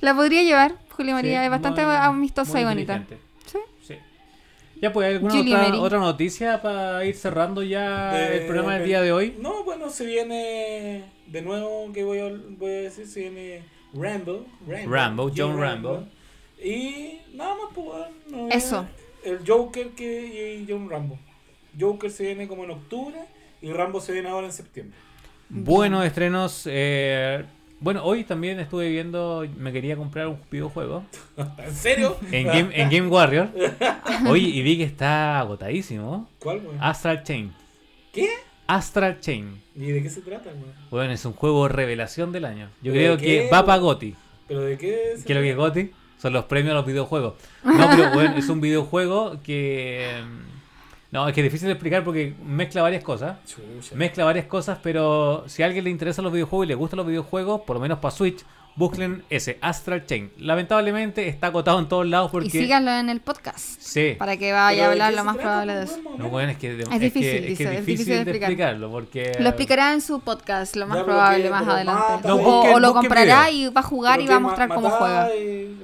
[SPEAKER 2] La podría llevar, Julia María
[SPEAKER 1] Sí,
[SPEAKER 2] es bastante
[SPEAKER 1] muy-
[SPEAKER 2] amistosa
[SPEAKER 1] muy
[SPEAKER 2] y bonita.
[SPEAKER 1] inteligente.
[SPEAKER 2] Sí.
[SPEAKER 1] Sí. Ya, pues, ¿hay alguna
[SPEAKER 2] Julie
[SPEAKER 1] otra,
[SPEAKER 2] Mary.
[SPEAKER 1] otra noticia para ir cerrando ya
[SPEAKER 3] Eh,
[SPEAKER 1] Ah, el programa del
[SPEAKER 3] eh,
[SPEAKER 1] día de hoy?
[SPEAKER 3] No, bueno, se viene de nuevo, que voy a, voy a decir, se viene Rambo. Rambo,
[SPEAKER 1] Rambo, John Rambo.
[SPEAKER 3] Y nada más, pues, bueno, no
[SPEAKER 2] Eso.
[SPEAKER 3] viene El Joker que, y John Rambo. Joker se viene como en octubre y Rambo se viene ahora en septiembre.
[SPEAKER 1] Buenos estrenos. eh, bueno, hoy también estuve viendo, me quería comprar un videojuego
[SPEAKER 3] ¿En serio? Ah,
[SPEAKER 1] en Game, en Game Warrior. Oye, y vi que está agotadísimo.
[SPEAKER 3] ¿Cuál, güey?
[SPEAKER 1] Astral Chain.
[SPEAKER 3] ¿Qué?
[SPEAKER 1] Astral Chain.
[SPEAKER 3] ¿Y de qué se trata, güey?
[SPEAKER 1] Bueno, es un juego revelación del año. Yo
[SPEAKER 3] ¿De
[SPEAKER 1] creo
[SPEAKER 3] qué?
[SPEAKER 1] que va para Gotti.
[SPEAKER 3] ¿Pero de qué se
[SPEAKER 1] ¿Qué es lo que es GOTY? Son los premios a los videojuegos. No, pero bueno, es un videojuego que. mm, No, es que es difícil de explicar porque mezcla varias cosas.
[SPEAKER 3] Chucha.
[SPEAKER 1] Mezcla varias cosas, pero si a alguien le interesan los videojuegos y le gustan los videojuegos, por lo menos para Switch, busquen ese Astral Chain. Lamentablemente está agotado en todos lados porque.
[SPEAKER 2] Y síganlo en el podcast
[SPEAKER 1] Sí.
[SPEAKER 2] para que
[SPEAKER 3] ¿Pero
[SPEAKER 2] vaya a
[SPEAKER 3] de
[SPEAKER 2] Ah, hablar
[SPEAKER 3] qué
[SPEAKER 2] lo
[SPEAKER 3] se
[SPEAKER 2] más
[SPEAKER 3] trata,
[SPEAKER 2] probable de
[SPEAKER 3] pues,
[SPEAKER 2] eso.
[SPEAKER 3] güey,
[SPEAKER 1] No,
[SPEAKER 3] más o
[SPEAKER 1] bueno, es que es,
[SPEAKER 2] difícil,
[SPEAKER 1] que, es, que
[SPEAKER 2] dice, es
[SPEAKER 1] difícil
[SPEAKER 2] difícil de
[SPEAKER 1] de
[SPEAKER 2] explicar.
[SPEAKER 1] explicarlo porque.
[SPEAKER 2] Lo explicará en su podcast, lo más
[SPEAKER 3] Ya, pero
[SPEAKER 2] probable,
[SPEAKER 3] que-
[SPEAKER 2] más
[SPEAKER 3] pero
[SPEAKER 2] adelante.
[SPEAKER 3] mata,
[SPEAKER 1] No,
[SPEAKER 2] o,
[SPEAKER 1] busquen-
[SPEAKER 2] o lo
[SPEAKER 1] busquen
[SPEAKER 2] comprará
[SPEAKER 1] video.
[SPEAKER 2] y va a jugar
[SPEAKER 3] Pero
[SPEAKER 2] y va a
[SPEAKER 3] que ma-
[SPEAKER 2] mostrar cómo
[SPEAKER 3] matáis,
[SPEAKER 2] juega.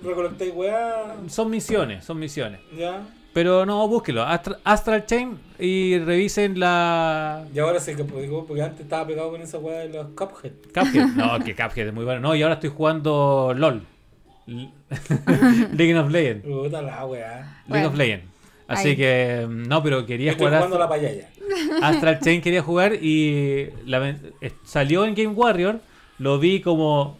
[SPEAKER 3] Recolectáis weá.
[SPEAKER 1] Son misiones, son misiones.
[SPEAKER 3] Ya.
[SPEAKER 1] Pero no, búsquelo. Astra- Astral Chain y revisen la,
[SPEAKER 3] Y ahora se que pues, porque antes estaba pegado con esa weá de los Cuphead.
[SPEAKER 1] Cuphead. No, que Cuphead es muy bueno. No, y ahora estoy jugando LOL. L- League of Legends. League
[SPEAKER 3] Pero puta la weá.
[SPEAKER 2] Bueno,
[SPEAKER 1] of Legends. Así
[SPEAKER 2] ahí.
[SPEAKER 1] que, mm, no, pero quería
[SPEAKER 3] Estoy
[SPEAKER 1] jugar
[SPEAKER 3] jugando
[SPEAKER 1] Astra-
[SPEAKER 3] la payaya.
[SPEAKER 1] Astral Chain, quería jugar y la ven- eh, salió en Game Warrior, lo vi como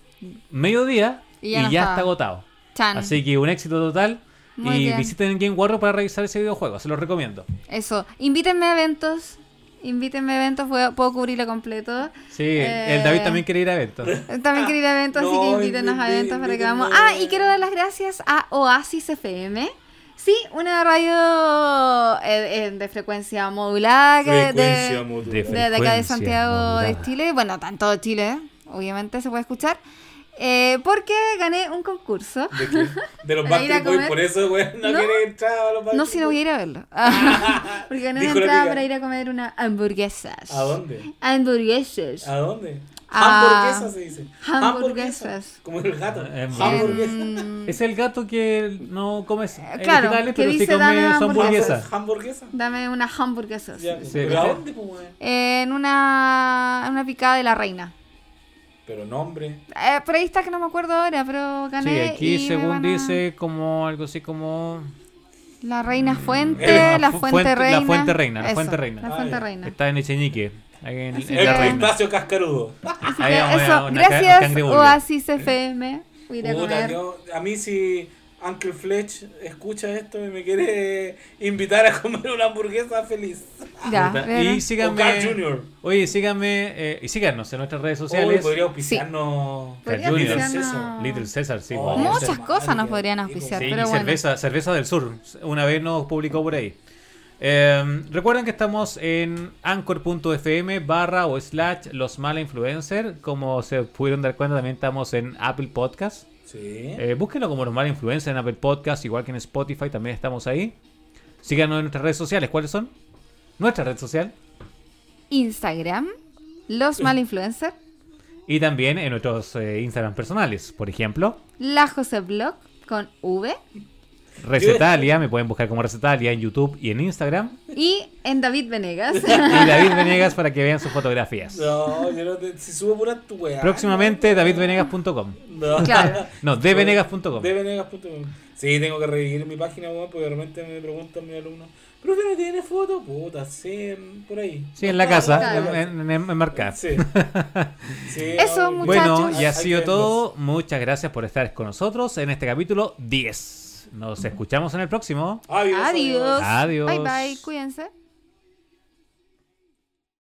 [SPEAKER 1] mediodía
[SPEAKER 2] Y
[SPEAKER 1] y
[SPEAKER 2] ya
[SPEAKER 1] ya,
[SPEAKER 2] no estaba.
[SPEAKER 1] está agotado.
[SPEAKER 2] Chan,
[SPEAKER 1] Así que un éxito total.
[SPEAKER 2] Muy
[SPEAKER 1] y
[SPEAKER 2] bien.
[SPEAKER 1] visiten Game Warrior para revisar ese videojuego, se los recomiendo.
[SPEAKER 2] eso. Invítenme a eventos. Invítenme a eventos, puedo, puedo cubrirlo completo.
[SPEAKER 1] Sí,
[SPEAKER 2] Eh, mm.
[SPEAKER 1] el David también quiere ir a eventos.
[SPEAKER 2] También quiero ir a eventos, así
[SPEAKER 3] No,
[SPEAKER 2] que invítenos a
[SPEAKER 3] invítenme,
[SPEAKER 2] eventos para que vamos.
[SPEAKER 3] invítenme.
[SPEAKER 2] Ah, y quiero dar las gracias a Oasis FM. Sí, una radio eh, eh, de frecuencia modulada. que- de- de, de acá de
[SPEAKER 1] Frecuencia
[SPEAKER 2] Santiago de
[SPEAKER 1] modulada.
[SPEAKER 2] Chile, bueno, tanto de Chile, ¿eh? obviamente se puede escuchar, eh, porque gané un concurso.
[SPEAKER 3] ¿De qué? De los
[SPEAKER 2] Para ir a
[SPEAKER 3] Backstreet Boys,
[SPEAKER 2] comer.
[SPEAKER 3] por eso weón no,
[SPEAKER 2] No.
[SPEAKER 3] quiere entrar a los
[SPEAKER 2] No,
[SPEAKER 3] Backstreet
[SPEAKER 2] si no voy a ir a verlo. porque gané una
[SPEAKER 3] Dijo la
[SPEAKER 2] entrada
[SPEAKER 3] amiga.
[SPEAKER 2] para ir a comer unas hamburguesas.
[SPEAKER 3] Boys. ¿A dónde?
[SPEAKER 2] Hamburguesas.
[SPEAKER 3] ¿A dónde?
[SPEAKER 2] Ah.
[SPEAKER 3] hamburguesas se dice.
[SPEAKER 2] Hamburguesas.
[SPEAKER 3] Como el gato.
[SPEAKER 1] Eh,
[SPEAKER 3] hamburguesas.
[SPEAKER 2] Mm,
[SPEAKER 1] Es el gato que no come vegetales,
[SPEAKER 2] claro, que
[SPEAKER 1] pero sí
[SPEAKER 2] dice
[SPEAKER 1] come
[SPEAKER 2] dame
[SPEAKER 1] su hamburguesa.
[SPEAKER 3] Hamburguesas. Hamburguesas.
[SPEAKER 2] dame unas hamburguesas.
[SPEAKER 3] Ya,
[SPEAKER 1] Sí,
[SPEAKER 3] ¿Pero a
[SPEAKER 1] ¿cachai?
[SPEAKER 3] dónde, pues, weón?
[SPEAKER 2] En una, en una picada de la reina.
[SPEAKER 3] Pero nombre.
[SPEAKER 2] Eh, por ahí está que no me acuerdo ahora, pero
[SPEAKER 1] Sí,
[SPEAKER 2] gané.
[SPEAKER 1] aquí
[SPEAKER 2] y me
[SPEAKER 1] según
[SPEAKER 2] van a-
[SPEAKER 1] dice como algo así como
[SPEAKER 2] La reina fuente,
[SPEAKER 1] Eh,
[SPEAKER 2] la
[SPEAKER 1] fu-
[SPEAKER 2] fuente
[SPEAKER 1] fuente- la
[SPEAKER 2] reina.
[SPEAKER 1] fuente reina, la
[SPEAKER 2] Eso,
[SPEAKER 1] fuente reina. eh,
[SPEAKER 2] La
[SPEAKER 3] Ah,
[SPEAKER 2] fuente
[SPEAKER 3] ya.
[SPEAKER 2] reina.
[SPEAKER 1] está en Echeñique. Ahí en,
[SPEAKER 2] Así
[SPEAKER 1] en
[SPEAKER 2] que-
[SPEAKER 1] la
[SPEAKER 3] El
[SPEAKER 1] reina.
[SPEAKER 3] pistacio cascarudo.
[SPEAKER 2] Así
[SPEAKER 1] Ahí
[SPEAKER 2] que
[SPEAKER 1] vamos a
[SPEAKER 2] eso,
[SPEAKER 1] una ca-
[SPEAKER 2] gracias
[SPEAKER 1] cangreburger.
[SPEAKER 2] Oasis FM. Voy a ir a
[SPEAKER 3] Puta,
[SPEAKER 2] comer.
[SPEAKER 3] yo- a mí si Uncle Fletch escucha esto y me quiere invitar a comer una hamburguesa feliz.
[SPEAKER 2] Ya,
[SPEAKER 1] Puta,
[SPEAKER 2] bueno.
[SPEAKER 1] Y
[SPEAKER 3] O Carl
[SPEAKER 1] síganme.
[SPEAKER 3] Jr.
[SPEAKER 1] Oye, síganme eh, y síganos en nuestras redes
[SPEAKER 3] Uy,
[SPEAKER 1] sociales.
[SPEAKER 3] podría auspiciarnos
[SPEAKER 2] Podría
[SPEAKER 1] Carl Jr.
[SPEAKER 2] auspiciarnos-
[SPEAKER 3] César.
[SPEAKER 1] Little César, sí.
[SPEAKER 3] Oh,
[SPEAKER 1] podría
[SPEAKER 2] Muchas
[SPEAKER 1] ser.
[SPEAKER 3] César.
[SPEAKER 2] cosas nos
[SPEAKER 3] Ay,
[SPEAKER 2] podrían
[SPEAKER 3] qué
[SPEAKER 2] auspiciar,
[SPEAKER 1] Sí,
[SPEAKER 2] pero
[SPEAKER 1] y
[SPEAKER 2] bueno.
[SPEAKER 1] cerveza, cerveza del sur. Una vez nos publicó por ahí. Eh, recuerden que estamos en anchor.fm barra o slash los mala influencer. Como se pudieron dar cuenta, también estamos en Apple Podcast.
[SPEAKER 3] Sí.
[SPEAKER 1] Eh, búsquenlo como los mala influencer en Apple Podcast, igual que en Spotify, también estamos ahí. Síganos en nuestras redes sociales. ¿Cuáles son? Nuestra red social.
[SPEAKER 2] Instagram, los mal influencer,
[SPEAKER 1] Y también en nuestros eh, Instagram personales. Por ejemplo,
[SPEAKER 2] la José Blog con V
[SPEAKER 1] Recetalia. Me pueden buscar como Recetalia en YouTube y en Instagram.
[SPEAKER 2] y en David Venegas.
[SPEAKER 1] Y David Venegas para que vean sus fotografías.
[SPEAKER 3] No, yo no te, si subo pura tu weá.
[SPEAKER 1] Próximamente davidvenegas.com.
[SPEAKER 3] No.
[SPEAKER 2] Claro.
[SPEAKER 1] No, dvenegas.com.
[SPEAKER 3] dvenegas.com. Sí, tengo que revivir mi página, weón, porque realmente me preguntan mis alumnos, ¿pero usted no tiene foto? Puta, sí, por ahí.
[SPEAKER 1] Sí, en la casa,
[SPEAKER 2] Claro.
[SPEAKER 1] en, en, en Marca.
[SPEAKER 3] Sí. Sí,
[SPEAKER 2] Eso,
[SPEAKER 3] no,
[SPEAKER 1] Bueno,
[SPEAKER 2] Muchachos,
[SPEAKER 1] y ha
[SPEAKER 3] hay
[SPEAKER 1] sido
[SPEAKER 3] que
[SPEAKER 1] todo. Muchas gracias por estar con nosotros en este capítulo 10. Nos escuchamos en el próximo.
[SPEAKER 3] verlos. Adiós.
[SPEAKER 2] Adiós.
[SPEAKER 1] Adiós.
[SPEAKER 2] Bye bye, cuídense.